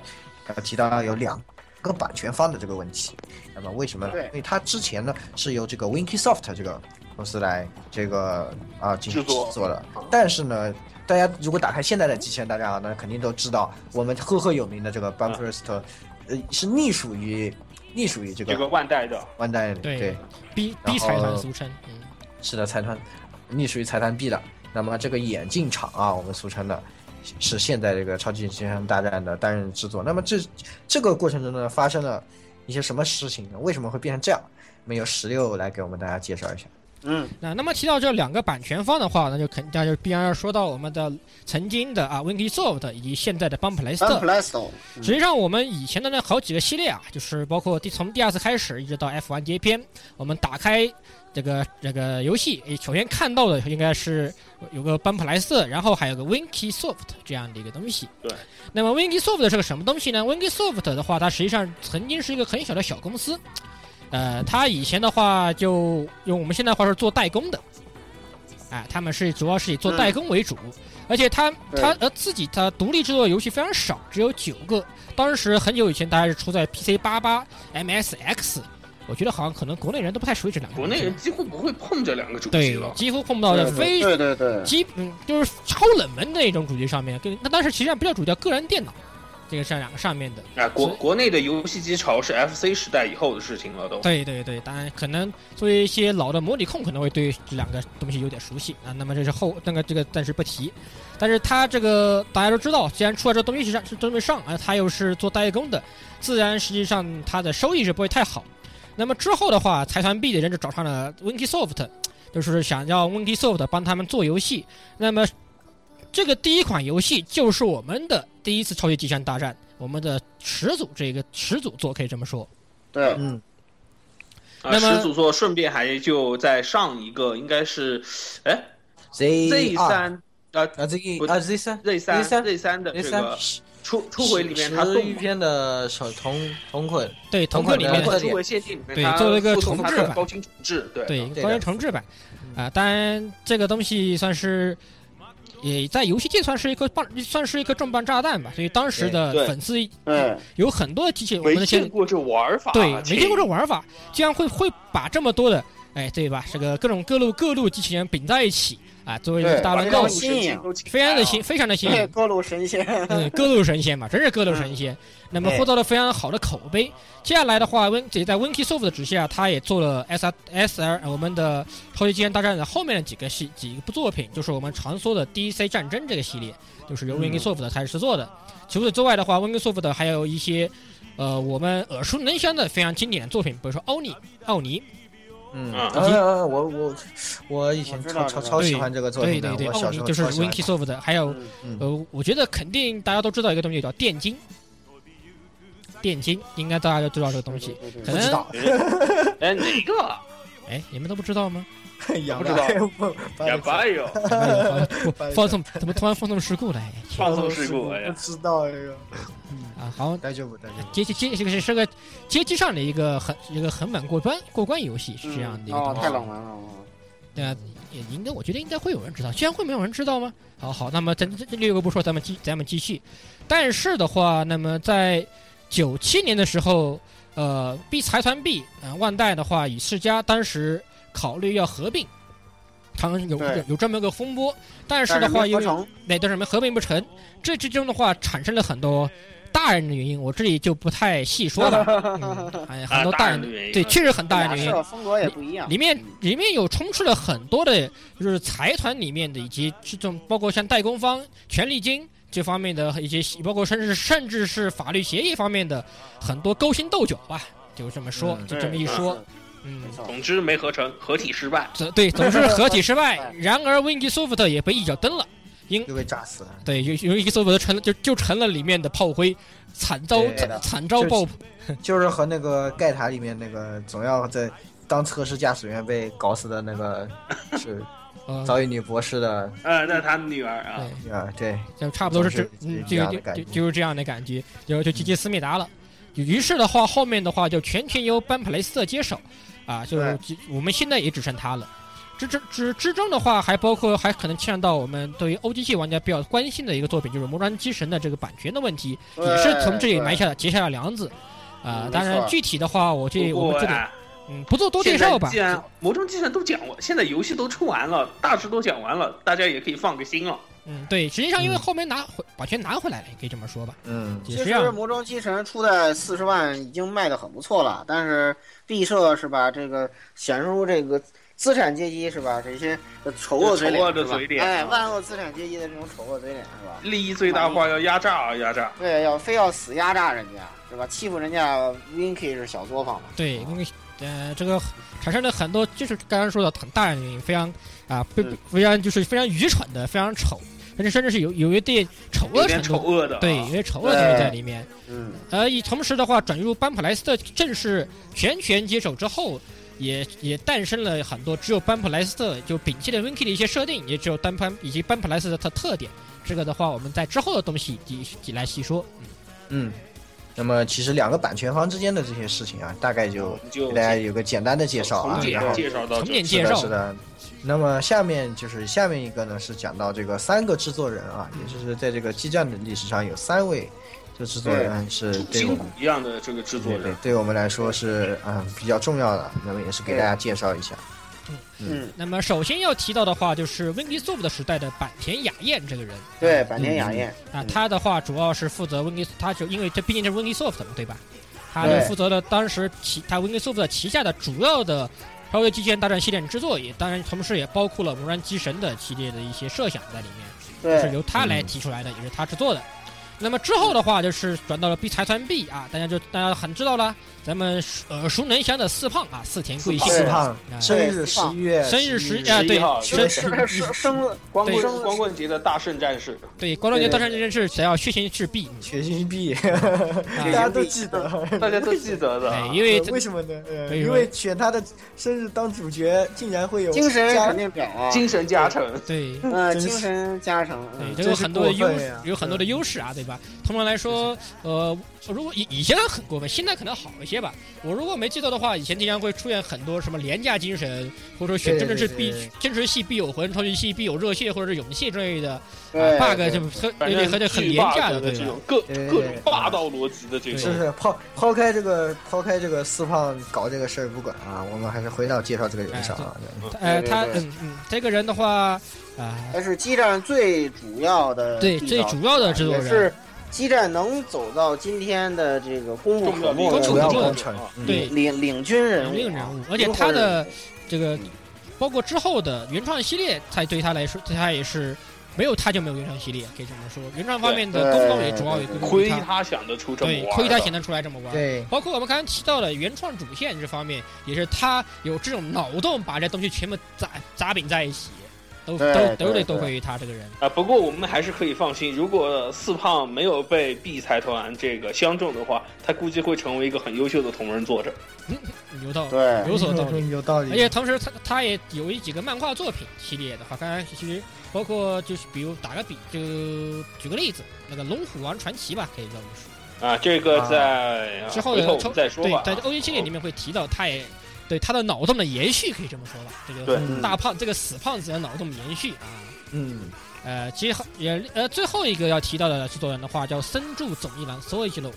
[SPEAKER 1] 要提到有两个版权方的这个问题。那么为什么？
[SPEAKER 3] 对
[SPEAKER 1] 因为它之前呢是由这个 Winkysoft 这个公司来这个啊进
[SPEAKER 5] 制
[SPEAKER 1] 行制
[SPEAKER 5] 作
[SPEAKER 1] 作的。但是呢，大家如果打开现在的机器人大战啊，那肯定都知道我们赫赫有名的这个 b u m p e r s t 呃，是隶属于隶属于这
[SPEAKER 4] 这个
[SPEAKER 1] 个
[SPEAKER 4] 万代的，
[SPEAKER 1] 万代
[SPEAKER 2] 对
[SPEAKER 1] 对
[SPEAKER 2] B
[SPEAKER 1] 然
[SPEAKER 2] B
[SPEAKER 1] 后
[SPEAKER 2] 财团俗称，嗯，
[SPEAKER 1] 是的，财团隶属于财团 B 的。那么这个眼镜厂啊，我们俗称的，是现在这个《超级星球大战》的担任制作。那么这这个过程中呢，发生了一些什么事情呢？为什么会变成这样？我们由石榴来给我们大家介绍一下。
[SPEAKER 3] 嗯，
[SPEAKER 2] 那那么提到这两个版权方的话，那就肯定就必然要说到我们的曾经的啊 Winsoft 以及现在的
[SPEAKER 3] 三
[SPEAKER 2] Bumplest。
[SPEAKER 3] Plasto，
[SPEAKER 2] 实际上，我们以前的那好几个系列啊，就是包括第从第二次开始一直到 F 完结篇，我们打开这个这个游戏，诶首先看到的应该是有个班普莱斯，然后还有个 Winsoft 这样的一个东西。
[SPEAKER 4] 对。
[SPEAKER 2] 那么 Winsoft 是个什么东西呢？Winsoft 的话，它实际上曾经是一个很小的小公司，呃，它以前的话就用我们现在话说做代工的，哎、他们是主要是以做代工为主。而且它它呃自己它独立制作的游戏非常少，只有九个。当时很久以前，大概是出在 PC 八八、MSX，我觉得好像可能国内人都不太熟悉这两个
[SPEAKER 4] 国
[SPEAKER 2] 东西。
[SPEAKER 4] 内人几乎不会碰这两个主机
[SPEAKER 2] 对
[SPEAKER 4] 了。
[SPEAKER 2] 几乎碰
[SPEAKER 1] 哦
[SPEAKER 2] 不到的，非
[SPEAKER 3] 对对对，
[SPEAKER 2] 基嗯就是超冷门的那种主机上面，跟那当时其实上不叫主机，叫个人电脑，这个上两个上面的。
[SPEAKER 4] 哎，国
[SPEAKER 2] 所以
[SPEAKER 4] 国内的游戏机潮是 FC 时代以后的事情了，都。
[SPEAKER 2] 对对对，当然可能作为一些老的模拟控，可能会对这两个东西有点熟悉啊。那么这是后那个这个暂时不提，但是它这个大家都知道，既然出了这东西上是东西上啊，它又是做代工的，自然实际上它的收益是不会太好。那么之后的话，财团 B 的人就找上了 Winsoft，就是想要 Winsoft 帮他们做游戏。那么这个第一款游戏就是我们的第一次超级机器人大战，我们的始祖这个始祖作可以这么说。
[SPEAKER 3] 对，
[SPEAKER 1] 嗯，
[SPEAKER 4] 啊，
[SPEAKER 2] 那么
[SPEAKER 4] 始祖说顺便还就在上一个应该是，哎
[SPEAKER 1] Z
[SPEAKER 4] ，Z
[SPEAKER 1] 二
[SPEAKER 4] 三啊
[SPEAKER 1] 啊 Z
[SPEAKER 4] 不
[SPEAKER 1] 啊 Z 三
[SPEAKER 4] Z 三
[SPEAKER 1] Z 三
[SPEAKER 4] Z 三的
[SPEAKER 1] Z
[SPEAKER 4] 这
[SPEAKER 1] 三
[SPEAKER 4] 个出出回里面他
[SPEAKER 1] 十余
[SPEAKER 4] 纵
[SPEAKER 1] 篇的小同同捆，嗯
[SPEAKER 2] 对，同
[SPEAKER 1] 同
[SPEAKER 2] 克
[SPEAKER 1] 款
[SPEAKER 2] 里
[SPEAKER 1] 的
[SPEAKER 2] 面
[SPEAKER 1] 同款
[SPEAKER 4] 出回限定里面
[SPEAKER 2] 对
[SPEAKER 4] 他
[SPEAKER 2] 作为一个
[SPEAKER 4] 附从
[SPEAKER 2] 重
[SPEAKER 4] 他
[SPEAKER 2] 置
[SPEAKER 4] 的
[SPEAKER 2] 版
[SPEAKER 4] 高清重置，对
[SPEAKER 2] 对，
[SPEAKER 1] 对
[SPEAKER 2] 高原
[SPEAKER 1] 的
[SPEAKER 2] 重置版啊、当然这个东西算是也在游戏界算是一颗棒，算是一颗重磅炸弹吧。所以当时的
[SPEAKER 4] 对
[SPEAKER 2] 粉丝
[SPEAKER 3] 嗯，
[SPEAKER 2] 有很多机器，我们
[SPEAKER 5] 没
[SPEAKER 2] 的
[SPEAKER 5] 见
[SPEAKER 2] 前
[SPEAKER 5] 过这玩法，啊
[SPEAKER 2] 对没见过这
[SPEAKER 5] 这。
[SPEAKER 2] 玩法，竟然会会把这么多的哎对吧，这个各种各路各路机器人并在一起啊，作为一个
[SPEAKER 3] 对
[SPEAKER 2] 大乱
[SPEAKER 3] 玩
[SPEAKER 2] 斗
[SPEAKER 3] 到，新颖
[SPEAKER 2] 非常
[SPEAKER 4] 哎
[SPEAKER 2] 的新，非常的新颖
[SPEAKER 3] 对，。各路神仙，
[SPEAKER 2] 嗯，各路神仙嘛，真是各路神
[SPEAKER 1] 嗯
[SPEAKER 2] 仙。那
[SPEAKER 1] 哎
[SPEAKER 2] 么获得了非常好的口碑。接下来的话，Win 也在 Winsoft 的指示下，他也做了 S R S R 呃我们的超级机器人大战的后面的几个系几部作品，就是我们常说的 D C 战争这个系列，就是
[SPEAKER 1] 嗯
[SPEAKER 2] 由 Winsoft 开始制作的。除此之外的话，Winsoft 还有一些。呃，我们耳熟能详的非常经典的作品，比如说奥尼，奥尼，
[SPEAKER 1] 嗯，
[SPEAKER 4] 啊
[SPEAKER 1] 啊啊啊我我我以前
[SPEAKER 3] 我
[SPEAKER 1] 超
[SPEAKER 3] 知道
[SPEAKER 1] 超
[SPEAKER 3] 知道
[SPEAKER 1] 超喜欢这个作
[SPEAKER 2] 对
[SPEAKER 1] 品
[SPEAKER 2] 对
[SPEAKER 1] 的，
[SPEAKER 2] 对，哦
[SPEAKER 1] 我
[SPEAKER 2] 奥
[SPEAKER 1] 小
[SPEAKER 2] 尼
[SPEAKER 1] 时候
[SPEAKER 2] 就是
[SPEAKER 1] 超喜欢。
[SPEAKER 2] Winsoft 的，还有
[SPEAKER 3] 嗯
[SPEAKER 2] 呃，我觉得肯定大家都知道一个东西叫电晶，电晶应该大家都知道这个东西，，
[SPEAKER 3] 对对对
[SPEAKER 2] 可
[SPEAKER 1] 不知
[SPEAKER 2] 能
[SPEAKER 1] 道，
[SPEAKER 4] 哎，哪个？
[SPEAKER 2] 哎，你们都不知道吗？
[SPEAKER 1] 杨
[SPEAKER 4] 不知道
[SPEAKER 1] 道
[SPEAKER 4] 哑巴哟，
[SPEAKER 2] 怎么有放
[SPEAKER 1] 不好意思
[SPEAKER 2] 放纵怎么突然放纵事故了？哎去
[SPEAKER 5] 放纵事故
[SPEAKER 4] 啊
[SPEAKER 5] 哎呀
[SPEAKER 1] 哦不知道这个。
[SPEAKER 2] 啊，好，
[SPEAKER 1] 待就不待就不。
[SPEAKER 2] 街机街这个是是个街机上的一个很一个横版过关过关游戏是这样的一个
[SPEAKER 3] 哦
[SPEAKER 2] 东，西
[SPEAKER 3] 太，冷门了，哦
[SPEAKER 2] 对啊，也应该我觉得应该会有人知道，居然会没有人知道吗？好好，那么咱这这略过不说，咱们继咱们继续。但是的话，那么在九七年的时候，呃，B 财团 B 呃万代的话与世嘉当时考虑要合并，他们有
[SPEAKER 3] 对
[SPEAKER 2] 有这么一个风波，但是
[SPEAKER 3] 但
[SPEAKER 2] 的话
[SPEAKER 3] 没
[SPEAKER 2] 因
[SPEAKER 3] 合
[SPEAKER 2] 为
[SPEAKER 3] 成
[SPEAKER 2] 那都是没合并不成，这之中的话产生了很多大人的原因，我这里就不太细 说了，嗯，哎，很
[SPEAKER 4] 啊，
[SPEAKER 2] 多
[SPEAKER 4] 大
[SPEAKER 2] 大
[SPEAKER 4] 人
[SPEAKER 2] 人
[SPEAKER 4] 的
[SPEAKER 2] 的
[SPEAKER 4] 原因，
[SPEAKER 2] 对，确实很大人
[SPEAKER 3] 俩
[SPEAKER 2] 的原因
[SPEAKER 3] 社。风格也不一样，
[SPEAKER 2] 里
[SPEAKER 1] 嗯
[SPEAKER 2] 面里面有充斥了很多的，就是财团里面的，以及这种包括像代工方、权利金这方面的，以及包括甚至甚至是法律协议方面的很多勾心斗角吧，就这么说，
[SPEAKER 1] 嗯
[SPEAKER 2] 就这么一说，，嗯
[SPEAKER 3] 没。错，
[SPEAKER 4] 总之没合成，合体失败。
[SPEAKER 2] 总对，总之合体失 败。然而 Winsoft 也被一脚蹬了，
[SPEAKER 1] 又被炸死了。
[SPEAKER 2] 对，由由 Winsoft 成了就就成了里面的炮灰，惨遭
[SPEAKER 1] 对
[SPEAKER 2] 惨
[SPEAKER 1] 的
[SPEAKER 2] 惨遭
[SPEAKER 1] 就是
[SPEAKER 2] 爆
[SPEAKER 1] 就是和那个盖塔里面那个总要在当测试驾驶员被搞死的那个是
[SPEAKER 2] 呃
[SPEAKER 1] 早乙女博士的
[SPEAKER 4] 呃，那他女儿啊，
[SPEAKER 2] 对，
[SPEAKER 1] 啊，对，
[SPEAKER 2] 就差不多是这，
[SPEAKER 1] 总
[SPEAKER 2] 嗯，
[SPEAKER 1] 是
[SPEAKER 2] 就
[SPEAKER 1] 这样的
[SPEAKER 2] 就
[SPEAKER 1] 感
[SPEAKER 2] 就
[SPEAKER 1] 觉
[SPEAKER 2] 就是这样的感觉，就就直接思密达了。于是的话，后面的话就全权由班普雷斯特接手，啊，就是就我们现在也只剩他了。之之之之中的话，还包括还可能牵扯到我们对于 OGG 玩家比较关心的一个作品，就是《魔装机神》的这个版权的问题，也是从这里埋下结下了梁子。啊、
[SPEAKER 3] 嗯
[SPEAKER 2] 当
[SPEAKER 3] 没
[SPEAKER 2] 然
[SPEAKER 3] 错
[SPEAKER 2] 具体的话，我这
[SPEAKER 4] 不
[SPEAKER 2] 我
[SPEAKER 4] 过
[SPEAKER 2] 们这里
[SPEAKER 4] 啊，
[SPEAKER 2] 嗯，不做多介
[SPEAKER 4] 现在
[SPEAKER 2] 绍吧
[SPEAKER 4] 既。然魔咒计算都讲完，现在游戏都出完了，大致都讲完了，大家也可以放个心了。
[SPEAKER 2] 嗯，对，实际上因为
[SPEAKER 1] 嗯
[SPEAKER 2] 后面拿回版权拿回来了，也可以这么说吧。
[SPEAKER 1] 嗯，
[SPEAKER 3] 其
[SPEAKER 2] 也是
[SPEAKER 3] 实
[SPEAKER 2] 啊这样
[SPEAKER 3] 《魔装机神》出在四十万已经卖的很不错了，但是毕设是吧？这个显出这个资产阶级是吧？这些丑恶嘴脸，
[SPEAKER 4] 丑恶的
[SPEAKER 3] 是吧
[SPEAKER 4] 嘴脸
[SPEAKER 3] 哎，
[SPEAKER 4] 啊
[SPEAKER 3] 万恶资产阶级的这种丑恶嘴脸是吧？
[SPEAKER 4] 利益最大化要压榨啊，压榨！
[SPEAKER 3] 对，要非要死压榨人家是吧？欺负人家 Winky 是小作坊嘛？
[SPEAKER 2] 对，因为呃，这个产生了很多，就是刚刚说的很大的原因，非常啊，非
[SPEAKER 3] 嗯
[SPEAKER 2] 非常就是非常愚蠢的，非常丑，甚至甚至是有有一点丑
[SPEAKER 4] 有
[SPEAKER 2] 恶
[SPEAKER 4] 点
[SPEAKER 2] 程
[SPEAKER 4] 丑
[SPEAKER 2] 度，
[SPEAKER 4] 恶的、啊，
[SPEAKER 2] 对，有些丑恶成分在
[SPEAKER 3] 对
[SPEAKER 2] 里面。
[SPEAKER 3] 嗯，
[SPEAKER 2] 呃，以同时的话，转入班普莱斯特正式全权接手之后，也也诞生了很多只有班普莱斯特就摒弃了 Winky 的一些设定，也只有单潘以及班普莱斯特的特点。这个的话，我们在之后的东西一一来细说。
[SPEAKER 1] 嗯，那么其实两个版权方之间的这些事情啊，大概就
[SPEAKER 4] 我们就
[SPEAKER 1] 给大家有个简单的介绍啊然
[SPEAKER 4] 从，简
[SPEAKER 1] 后
[SPEAKER 4] 介绍到
[SPEAKER 2] 从
[SPEAKER 4] 这
[SPEAKER 2] 简
[SPEAKER 4] 里
[SPEAKER 2] 介
[SPEAKER 1] 是的，
[SPEAKER 2] 绍，
[SPEAKER 1] 是的。那么下面就是下面一个呢，是讲到这个三个制作人啊，也就是在这个激战的历史上有三位这制作人是对我
[SPEAKER 4] 筋骨
[SPEAKER 1] 们
[SPEAKER 4] 一样的这个制作
[SPEAKER 1] 对对
[SPEAKER 4] 人，
[SPEAKER 1] 对我们来说是嗯比较重要的，那么也是给大家介绍一下。
[SPEAKER 3] 嗯
[SPEAKER 2] 那么首先要提到的话，就是 Winky Soft 的时代的坂田雅彦这个人。
[SPEAKER 3] 对，坂田雅彦，
[SPEAKER 2] 啊
[SPEAKER 3] 嗯，
[SPEAKER 2] 他的话主要是负责 Windows，他就因为这毕竟是 Windows Soft 嘛，对吧？他就
[SPEAKER 3] 对
[SPEAKER 2] 负责了当时旗他 Windows Soft 旗下的主要的《超越机器人大战》系列制作，也当然同时也包括了《魔然机神》的系列的一些设想在里面，
[SPEAKER 3] 对
[SPEAKER 2] 嗯是由他来提出来的，也是他制作的。那么之后的话，就是转到了 B 财团 B 啊，大家就大家很知道了，咱们耳熟能详的四胖啊，四田贵
[SPEAKER 4] 四
[SPEAKER 2] 幸
[SPEAKER 1] 四
[SPEAKER 3] 对
[SPEAKER 1] 胖
[SPEAKER 2] 啊，
[SPEAKER 1] 生日
[SPEAKER 3] 对
[SPEAKER 1] 十一月，
[SPEAKER 2] 生日十啊，
[SPEAKER 4] 11
[SPEAKER 2] 对
[SPEAKER 4] 号，
[SPEAKER 2] 生
[SPEAKER 3] 就是生
[SPEAKER 2] 日
[SPEAKER 3] 生生
[SPEAKER 4] 光
[SPEAKER 2] 对
[SPEAKER 4] 棍光棍节的大圣战士，
[SPEAKER 2] 对光头节
[SPEAKER 3] 对
[SPEAKER 2] 大战这件事，想要血腥赤壁，嗯
[SPEAKER 1] 学习币，
[SPEAKER 2] 啊
[SPEAKER 1] 大家都记得。
[SPEAKER 4] 大家都记得的
[SPEAKER 2] 哎
[SPEAKER 4] 啊。
[SPEAKER 2] 因为
[SPEAKER 1] 呃为什么呢？
[SPEAKER 2] 可
[SPEAKER 1] 呃，
[SPEAKER 2] 以
[SPEAKER 1] 因
[SPEAKER 2] 说
[SPEAKER 1] 为选他的生日当主角，竟然会有
[SPEAKER 3] 精神
[SPEAKER 1] 加
[SPEAKER 3] 肯定表啊，
[SPEAKER 4] 精神加成，
[SPEAKER 2] 对。
[SPEAKER 3] 呃，
[SPEAKER 1] 真是
[SPEAKER 3] 精神加成，
[SPEAKER 2] 对，
[SPEAKER 3] 嗯
[SPEAKER 2] 这
[SPEAKER 1] 真
[SPEAKER 2] 有
[SPEAKER 1] 是
[SPEAKER 2] 很多的
[SPEAKER 1] 过
[SPEAKER 2] 优
[SPEAKER 1] 分
[SPEAKER 2] 势
[SPEAKER 1] 呀，
[SPEAKER 2] 有很多的优势啊，对吧？通常来说，呃，如果以以前很过分，现在可能好一些吧。我如果没记错的话，以前经常会出现很多什么廉价精神，或者说选
[SPEAKER 1] 对
[SPEAKER 2] 政治
[SPEAKER 1] 对
[SPEAKER 2] 是
[SPEAKER 1] 对
[SPEAKER 2] 必
[SPEAKER 1] 对
[SPEAKER 2] 政治系必有魂，超级系必有热血或者是勇气之类的
[SPEAKER 3] 对
[SPEAKER 2] 啊 bug，
[SPEAKER 3] 对
[SPEAKER 2] 就很
[SPEAKER 4] 反
[SPEAKER 2] 有点
[SPEAKER 4] 正巨
[SPEAKER 2] 很很廉
[SPEAKER 4] 霸
[SPEAKER 2] 价
[SPEAKER 4] 的
[SPEAKER 2] 对
[SPEAKER 4] 这
[SPEAKER 2] 吧
[SPEAKER 4] 种？各
[SPEAKER 1] 对对对
[SPEAKER 4] 各种霸道逻辑的这
[SPEAKER 2] 对
[SPEAKER 1] 是
[SPEAKER 4] 种
[SPEAKER 1] 不，是抛抛开这个抛开这个四胖搞这个事儿不管啊，我们还是回到介绍这个人上啊。
[SPEAKER 3] 对
[SPEAKER 2] 呃，
[SPEAKER 3] 对
[SPEAKER 2] 他
[SPEAKER 3] 对
[SPEAKER 2] 嗯嗯，这个人的话啊，
[SPEAKER 3] 他是激战最主要的
[SPEAKER 2] 对
[SPEAKER 3] 缔
[SPEAKER 2] 最
[SPEAKER 3] 造
[SPEAKER 2] 主要的制作
[SPEAKER 3] 也
[SPEAKER 2] 人，
[SPEAKER 3] 是激战能走到今天的这个功不可没的
[SPEAKER 4] 重
[SPEAKER 2] 要
[SPEAKER 1] 主要
[SPEAKER 2] 重要
[SPEAKER 1] 工程，嗯
[SPEAKER 2] 对
[SPEAKER 3] 领领军人物，啊
[SPEAKER 2] 引领人物，而且他的这个包括之后的原创系列，才对他来说，对他也是没有他就没有原创系列，可以这么说。原创方面的
[SPEAKER 3] 对
[SPEAKER 2] 功劳也主要也归 功
[SPEAKER 4] 亏
[SPEAKER 2] 于他，
[SPEAKER 4] 他想得出这么
[SPEAKER 2] 对，
[SPEAKER 4] 玩，
[SPEAKER 2] 亏他显，得出来这么玩。
[SPEAKER 1] 嗯对
[SPEAKER 2] 包括我们刚才提到的原创主线这方面，也是他有这种脑洞，把这东西全部砸砸饼在一起，都
[SPEAKER 3] 对
[SPEAKER 2] 都
[SPEAKER 3] 对
[SPEAKER 2] 都得
[SPEAKER 3] 对
[SPEAKER 2] 多亏于他这个人。
[SPEAKER 4] 啊，不过我们还是可以放心，如果四胖没有被 B 财团这个相中的话，他估计会成为一个很优秀的同人作者。
[SPEAKER 2] 有道
[SPEAKER 3] 对
[SPEAKER 2] 有所道理。，
[SPEAKER 1] 有道
[SPEAKER 2] 而且
[SPEAKER 1] 理。
[SPEAKER 2] 同时他，他也有一几个漫画作品系列的话，刚才其实包括就是比如打个比，就举个例子，那个《龙虎王传奇》吧，可以这么说。
[SPEAKER 4] 啊，这个在、啊
[SPEAKER 2] 之后
[SPEAKER 4] 回
[SPEAKER 2] 的
[SPEAKER 4] 头我
[SPEAKER 2] 抽
[SPEAKER 4] 们再说
[SPEAKER 2] 对
[SPEAKER 4] 吧，。
[SPEAKER 2] 在 O G 系列里面会提到，他也对他的脑洞的延续，可以这么说吧。这
[SPEAKER 4] 对
[SPEAKER 2] 个大胖这个死胖子的脑洞延续啊。
[SPEAKER 1] 嗯，
[SPEAKER 2] 呃，其实也呃最后一个要提到的制作人的话叫森柱总一郎 s o i c h i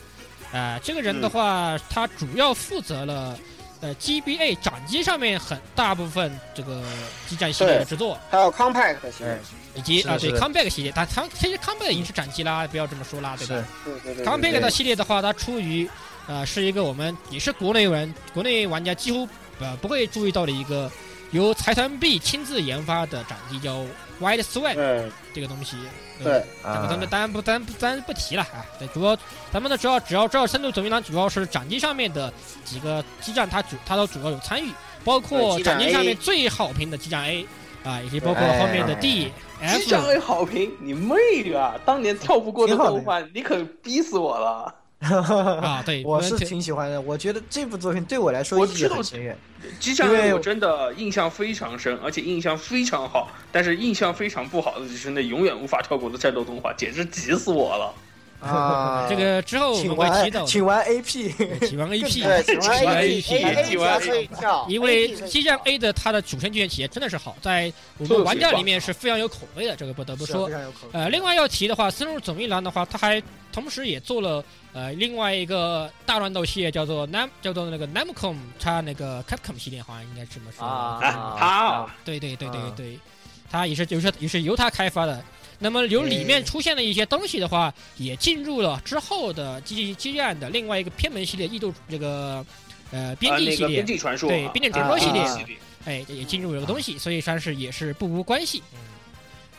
[SPEAKER 2] 呃，这个人
[SPEAKER 4] 嗯
[SPEAKER 2] 的话，他主要负责了呃 GBA 掌机上面很大部分这个激战系列的
[SPEAKER 3] 对
[SPEAKER 2] 制作。
[SPEAKER 3] 还有 Compact 型，
[SPEAKER 1] 哎
[SPEAKER 2] 以及
[SPEAKER 1] 是
[SPEAKER 2] 啊，
[SPEAKER 1] 的
[SPEAKER 2] 对
[SPEAKER 1] 是的
[SPEAKER 2] comeback 系列，但它其实 comeback 已经是斩击啦，不要这么说啦，对
[SPEAKER 1] 是
[SPEAKER 2] 吧
[SPEAKER 3] 对对对对
[SPEAKER 2] ？comeback
[SPEAKER 3] 对，
[SPEAKER 2] 的系列的话，它出于呃是一个我们也是国内人、国内玩家几乎呃不会注意到的一个由财团 B 亲自研发的斩击叫 White Swan
[SPEAKER 3] 对
[SPEAKER 2] 这个东西。
[SPEAKER 3] 对，
[SPEAKER 2] 呃这个
[SPEAKER 1] 啊
[SPEAKER 2] 咱，们当然不，咱不咱不提了啊。对，主要咱们的主要只要主要深度总一郎主要是掌机上面的几个基站，它主它都主要有参与，包括
[SPEAKER 3] 对基站
[SPEAKER 2] 掌机上
[SPEAKER 3] A
[SPEAKER 2] 面最好评的基站 A 啊，以及包括
[SPEAKER 1] 哎
[SPEAKER 2] 后面的 D、
[SPEAKER 4] 机长
[SPEAKER 2] F。
[SPEAKER 4] A 好评，你妹啊！当年跳不过的豆瓣，你可逼死我了。
[SPEAKER 2] 啊，对，
[SPEAKER 1] 我
[SPEAKER 2] 们
[SPEAKER 1] 是
[SPEAKER 2] 挺
[SPEAKER 1] 挺喜欢的，我觉得这部作品对我来说
[SPEAKER 4] 我
[SPEAKER 1] 意
[SPEAKER 4] 知
[SPEAKER 1] 义
[SPEAKER 4] 道
[SPEAKER 1] 很深远。
[SPEAKER 4] 机长
[SPEAKER 1] 因
[SPEAKER 4] A
[SPEAKER 1] 为
[SPEAKER 4] 我真的印象非常深，而且印象非常好，但是印象非常不好的就是那永远无法跳过的战斗动画，简直急死我了。
[SPEAKER 1] 啊，
[SPEAKER 2] 这个之后我
[SPEAKER 1] 请
[SPEAKER 2] 们会提到
[SPEAKER 1] 玩，
[SPEAKER 2] 的
[SPEAKER 1] 请玩 AP，
[SPEAKER 2] 启王 AP，
[SPEAKER 3] 对，喜
[SPEAKER 2] 启
[SPEAKER 3] 欢
[SPEAKER 2] 王
[SPEAKER 3] A P
[SPEAKER 2] AP，
[SPEAKER 4] AP
[SPEAKER 3] 可以跳，
[SPEAKER 2] 因为激
[SPEAKER 3] 啊
[SPEAKER 2] 战 A 的它的主线剧情也真的是好，在我们玩家里面是非常有口碑的，这个不得不
[SPEAKER 1] 是啊
[SPEAKER 2] 说呃
[SPEAKER 1] 非。常有口碑
[SPEAKER 2] 呃，另外要提的话，森入总一郎的话，他还同时也做了呃另外一个大乱斗系列，叫做 Nam 叫做那个 Namco，它那个 Capcom 系列好像应该这么说。
[SPEAKER 1] 啊
[SPEAKER 4] 啊，好，
[SPEAKER 2] 对对对对
[SPEAKER 1] 啊
[SPEAKER 2] 对，它也是就是也是由它开发的。那么由里面出现的一些东西的话，也进入了之后的《机机器案》的另外一个偏门系列《异度》这个呃边
[SPEAKER 4] 呃
[SPEAKER 2] 境
[SPEAKER 4] 那
[SPEAKER 2] 系
[SPEAKER 4] 个
[SPEAKER 2] 列
[SPEAKER 4] 边，境传说，
[SPEAKER 2] 对
[SPEAKER 4] 啊
[SPEAKER 2] 边境传说系列，
[SPEAKER 4] 边境系列
[SPEAKER 2] 哎也进入了个东西，所以算是也是不无关系。嗯，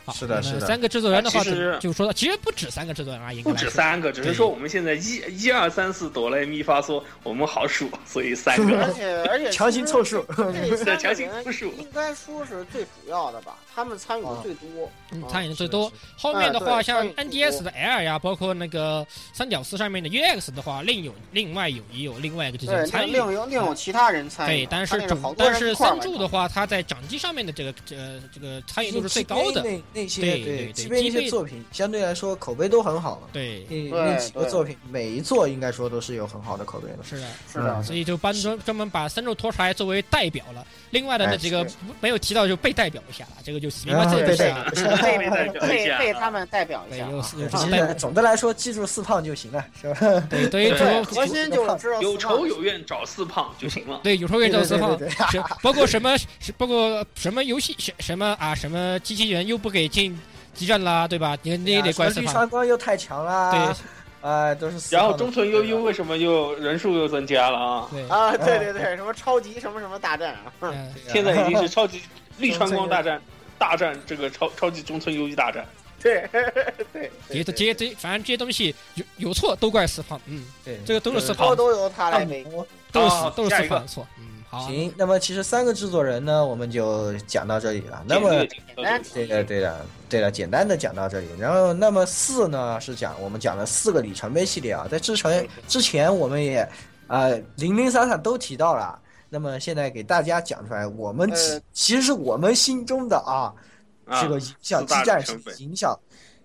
[SPEAKER 2] 好，
[SPEAKER 1] 是的
[SPEAKER 2] 那么
[SPEAKER 1] 是的
[SPEAKER 2] 三个制作人的话
[SPEAKER 4] 哎其实
[SPEAKER 2] 就就说到，其实不止三个制作人啊，应该
[SPEAKER 4] 不
[SPEAKER 2] 来
[SPEAKER 4] 止
[SPEAKER 2] 说
[SPEAKER 4] 三个，只是说我们现在一一二三四哆来咪发嗦，我们好数，所以三
[SPEAKER 3] 而
[SPEAKER 4] 个。
[SPEAKER 3] 且而且
[SPEAKER 1] 强行凑数，
[SPEAKER 3] 这
[SPEAKER 4] 对
[SPEAKER 3] 三
[SPEAKER 4] 强
[SPEAKER 3] 个
[SPEAKER 4] 行复
[SPEAKER 3] 人
[SPEAKER 4] 述
[SPEAKER 3] 应该说是最主要的吧，他们参与的最多。
[SPEAKER 2] 嗯
[SPEAKER 4] 哦
[SPEAKER 3] 啊
[SPEAKER 2] 参与的最多。后面的
[SPEAKER 3] 哎
[SPEAKER 4] 啊
[SPEAKER 2] 话，
[SPEAKER 3] 对
[SPEAKER 2] 像
[SPEAKER 3] 参与最
[SPEAKER 2] NDS
[SPEAKER 3] 多
[SPEAKER 2] 的 L 呀，包括那个三角四上面的 UX 的话，另有另外有也有另外一个这种
[SPEAKER 3] 对，
[SPEAKER 2] 参
[SPEAKER 3] 另
[SPEAKER 2] 与。嗯
[SPEAKER 3] 另有另有其他人参与，
[SPEAKER 2] 对，但是
[SPEAKER 3] 他那
[SPEAKER 2] 主
[SPEAKER 3] 好多
[SPEAKER 2] 但
[SPEAKER 3] 人
[SPEAKER 2] 是
[SPEAKER 3] 一块儿
[SPEAKER 2] 三
[SPEAKER 3] 玩
[SPEAKER 2] 柱的话，它在掌机上面的这个呃这个参与度是最高的。
[SPEAKER 1] 那那些
[SPEAKER 2] 对对对
[SPEAKER 1] 即便那
[SPEAKER 2] 即
[SPEAKER 1] 些
[SPEAKER 2] 便
[SPEAKER 1] 作品相对来说口碑都很好嘛。
[SPEAKER 2] 对，
[SPEAKER 1] 那
[SPEAKER 3] 对
[SPEAKER 1] 那几个
[SPEAKER 3] 对
[SPEAKER 1] 作品，每一座应该说都是有很好的口碑的。
[SPEAKER 2] 是的，
[SPEAKER 3] 是的，
[SPEAKER 1] 嗯
[SPEAKER 2] 所以就搬专专门把三柱拖出来作为代表了。另外的那
[SPEAKER 1] 哎
[SPEAKER 2] 几个
[SPEAKER 1] 是
[SPEAKER 2] 没有提到就被代表一下了，这个就明白
[SPEAKER 1] 然后
[SPEAKER 2] 这个
[SPEAKER 1] 被
[SPEAKER 2] 是
[SPEAKER 1] 代
[SPEAKER 2] 啊
[SPEAKER 1] 表
[SPEAKER 4] 这边代表一
[SPEAKER 3] 被
[SPEAKER 4] 下
[SPEAKER 3] 被他们代表一
[SPEAKER 2] 对，
[SPEAKER 3] 下
[SPEAKER 2] 有。有这
[SPEAKER 1] 其
[SPEAKER 2] 种
[SPEAKER 1] 实
[SPEAKER 2] 代表。
[SPEAKER 1] 总的来说，记住四胖就行了，是吧？
[SPEAKER 2] 对，对于主
[SPEAKER 3] 对，
[SPEAKER 2] 要
[SPEAKER 3] 核心就是知道
[SPEAKER 4] 有
[SPEAKER 3] 四
[SPEAKER 4] 仇
[SPEAKER 3] 胖
[SPEAKER 4] 有怨找四胖就行了。
[SPEAKER 2] 对，有时候也找四方
[SPEAKER 1] 对对对，
[SPEAKER 2] 是包括什么，是包括什么游戏，什什么啊，什么机器人又不给进基站啦，对吧？你
[SPEAKER 3] 啊
[SPEAKER 2] 你也得怪四
[SPEAKER 1] 啊绿
[SPEAKER 2] 方。
[SPEAKER 1] 川光又太强啦，
[SPEAKER 2] 对
[SPEAKER 1] 哎，都是四
[SPEAKER 4] 然
[SPEAKER 1] 胖的。
[SPEAKER 4] 后中村悠悠为什么又人数又增加了啊？
[SPEAKER 2] 对，
[SPEAKER 3] 啊，对对
[SPEAKER 1] 嗯
[SPEAKER 3] 对，什么超级什么什么大战啊，
[SPEAKER 2] 嗯，
[SPEAKER 1] 对啊，
[SPEAKER 4] 现在已经是超级绿川光大战，大战这个超超级中村优一大战。
[SPEAKER 3] 对 对，
[SPEAKER 2] 别的这些这些反正这些东西有有错都怪四方，嗯，
[SPEAKER 1] 对
[SPEAKER 2] 这个都是四
[SPEAKER 3] 都
[SPEAKER 2] 方，
[SPEAKER 3] 都由他来背。
[SPEAKER 1] 个
[SPEAKER 2] 都是
[SPEAKER 4] 好
[SPEAKER 2] 四都是
[SPEAKER 4] 下
[SPEAKER 2] 四
[SPEAKER 4] 一个
[SPEAKER 2] 方的错，嗯，好，
[SPEAKER 1] 行，那么其实三个制作人呢，我们就讲到这里了。那
[SPEAKER 4] 简
[SPEAKER 1] 么
[SPEAKER 4] 略简
[SPEAKER 3] 简
[SPEAKER 4] 单
[SPEAKER 3] 单
[SPEAKER 4] 地
[SPEAKER 1] 对的，对的，对的，简单的讲到这里。然后，那么四呢是讲我们讲了四个里程碑系列啊，在之前之前我们也呃零零散散都提到了。那么现在给大家讲出来，我们其、
[SPEAKER 3] 呃
[SPEAKER 1] 其实是我们心中的啊，
[SPEAKER 4] 啊
[SPEAKER 1] 这个影响
[SPEAKER 4] 四
[SPEAKER 1] 激
[SPEAKER 4] 大
[SPEAKER 1] 战
[SPEAKER 4] 里
[SPEAKER 1] 是
[SPEAKER 4] 程碑
[SPEAKER 1] 影响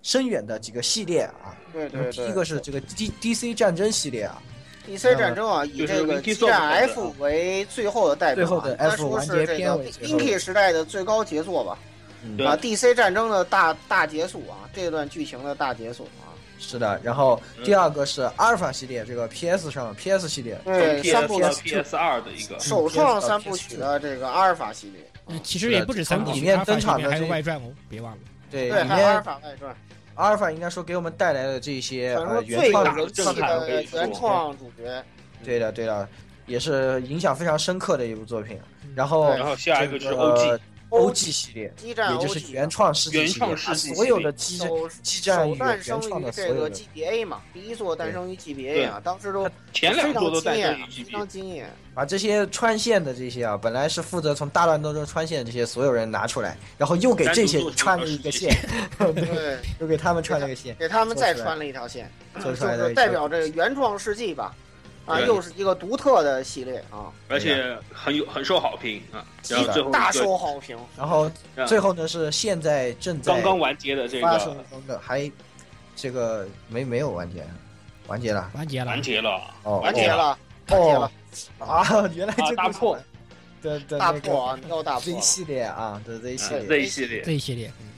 [SPEAKER 1] 深远的几个系列啊。
[SPEAKER 3] 对
[SPEAKER 1] 那么
[SPEAKER 3] 对
[SPEAKER 1] 第
[SPEAKER 3] 对，
[SPEAKER 1] 一个是这个 D D C 战争系列啊，
[SPEAKER 3] DC 战争啊，以这个激战 F 为最后的代表、啊，
[SPEAKER 1] 最后的
[SPEAKER 3] 应该
[SPEAKER 1] F
[SPEAKER 3] 说是这
[SPEAKER 1] 完结
[SPEAKER 3] 个
[SPEAKER 1] 篇尾最后
[SPEAKER 3] Inky 时代的最高杰作吧。
[SPEAKER 1] 嗯
[SPEAKER 4] 对
[SPEAKER 3] 啊，DC 战争的大大结束啊，这段剧情的大结束啊。
[SPEAKER 1] 是的。然后
[SPEAKER 3] 嗯
[SPEAKER 1] 第二个是阿尔法系列，这个 P S 上 P S 系列，
[SPEAKER 3] 对，
[SPEAKER 4] 从
[SPEAKER 3] 三
[SPEAKER 4] PS
[SPEAKER 3] 部
[SPEAKER 4] 到
[SPEAKER 1] 曲
[SPEAKER 4] PS 二的一个，
[SPEAKER 3] 首创三部曲的这个阿尔法系列，
[SPEAKER 2] 嗯其实也不止三部
[SPEAKER 1] 里
[SPEAKER 2] 曲，
[SPEAKER 1] 面
[SPEAKER 2] 它反
[SPEAKER 1] 登场
[SPEAKER 2] 面
[SPEAKER 1] 的
[SPEAKER 2] 还有
[SPEAKER 1] 这
[SPEAKER 2] 外传哦，别忘了，
[SPEAKER 1] 对
[SPEAKER 3] 对，
[SPEAKER 1] 里
[SPEAKER 3] 还有阿
[SPEAKER 1] 面
[SPEAKER 3] 尔法外传，
[SPEAKER 1] 阿尔法应该说给我们带来的这些
[SPEAKER 3] 传
[SPEAKER 1] 呃
[SPEAKER 3] 说
[SPEAKER 1] 原
[SPEAKER 3] 最
[SPEAKER 1] 创
[SPEAKER 3] 有
[SPEAKER 1] 的
[SPEAKER 3] 人气
[SPEAKER 4] 震撼
[SPEAKER 3] 的原创主角。
[SPEAKER 1] 对的，对的，也是影响非常深刻的一部作品。
[SPEAKER 3] 嗯
[SPEAKER 1] 然后
[SPEAKER 4] 然后下一个
[SPEAKER 1] 这
[SPEAKER 4] 就是 OG
[SPEAKER 1] OG 系列，
[SPEAKER 3] 激战
[SPEAKER 1] 也
[SPEAKER 3] OG
[SPEAKER 1] 就是原创世纪
[SPEAKER 4] 原
[SPEAKER 1] 系列
[SPEAKER 4] 创世
[SPEAKER 1] 啊
[SPEAKER 4] 纪
[SPEAKER 1] 所
[SPEAKER 4] 系
[SPEAKER 1] 有
[SPEAKER 4] 列
[SPEAKER 1] 的激战
[SPEAKER 3] 首
[SPEAKER 1] 激战
[SPEAKER 3] 首
[SPEAKER 1] 与
[SPEAKER 3] 诞
[SPEAKER 1] 原
[SPEAKER 3] 生
[SPEAKER 1] 创
[SPEAKER 3] 于
[SPEAKER 1] 的所
[SPEAKER 3] 这
[SPEAKER 1] 有
[SPEAKER 3] 个
[SPEAKER 1] 的
[SPEAKER 3] GBA 嘛，第一座诞生于 GBA 啊，当时都
[SPEAKER 4] 前两座都
[SPEAKER 3] 非常惊艳
[SPEAKER 4] 诞生于
[SPEAKER 3] 啊，非常
[SPEAKER 4] GB，
[SPEAKER 3] 惊艳。
[SPEAKER 1] 把这些穿线的这些啊，本来是负责从大乱斗中穿线的这些所有人拿出来，然后又给这些人穿了一个线，
[SPEAKER 3] 对，
[SPEAKER 1] 又给他们穿了个线，
[SPEAKER 3] 给他们再穿了一条线。
[SPEAKER 1] 做出来
[SPEAKER 3] 啊就
[SPEAKER 1] 的
[SPEAKER 3] 是
[SPEAKER 1] 一
[SPEAKER 3] 代
[SPEAKER 1] 个
[SPEAKER 3] 表着原创世纪吧，啊，
[SPEAKER 4] 对
[SPEAKER 3] 又是一个独特的系列啊，
[SPEAKER 4] 而且很有很受好评啊。然后最后
[SPEAKER 3] 大
[SPEAKER 4] 一个
[SPEAKER 3] 受好评。
[SPEAKER 1] 然后
[SPEAKER 4] 嗯
[SPEAKER 1] 最后呢是现在正在
[SPEAKER 4] 刚刚完结的这
[SPEAKER 1] 发售
[SPEAKER 4] 个
[SPEAKER 1] 中的，还这个没没有完结，完结了
[SPEAKER 2] 完结了
[SPEAKER 4] 完，结了，
[SPEAKER 1] 哦，
[SPEAKER 3] 完结了，完结
[SPEAKER 1] 哦
[SPEAKER 3] 了，
[SPEAKER 1] 啊，原来
[SPEAKER 4] 啊
[SPEAKER 1] 这
[SPEAKER 4] 大
[SPEAKER 1] 不是
[SPEAKER 4] 破
[SPEAKER 1] 的的
[SPEAKER 3] 大
[SPEAKER 1] 那个
[SPEAKER 3] 破啊，又大破
[SPEAKER 1] Z 系列啊的 Z 系
[SPEAKER 4] 嗯
[SPEAKER 1] 列
[SPEAKER 4] 这一系列
[SPEAKER 2] 这一系列，嗯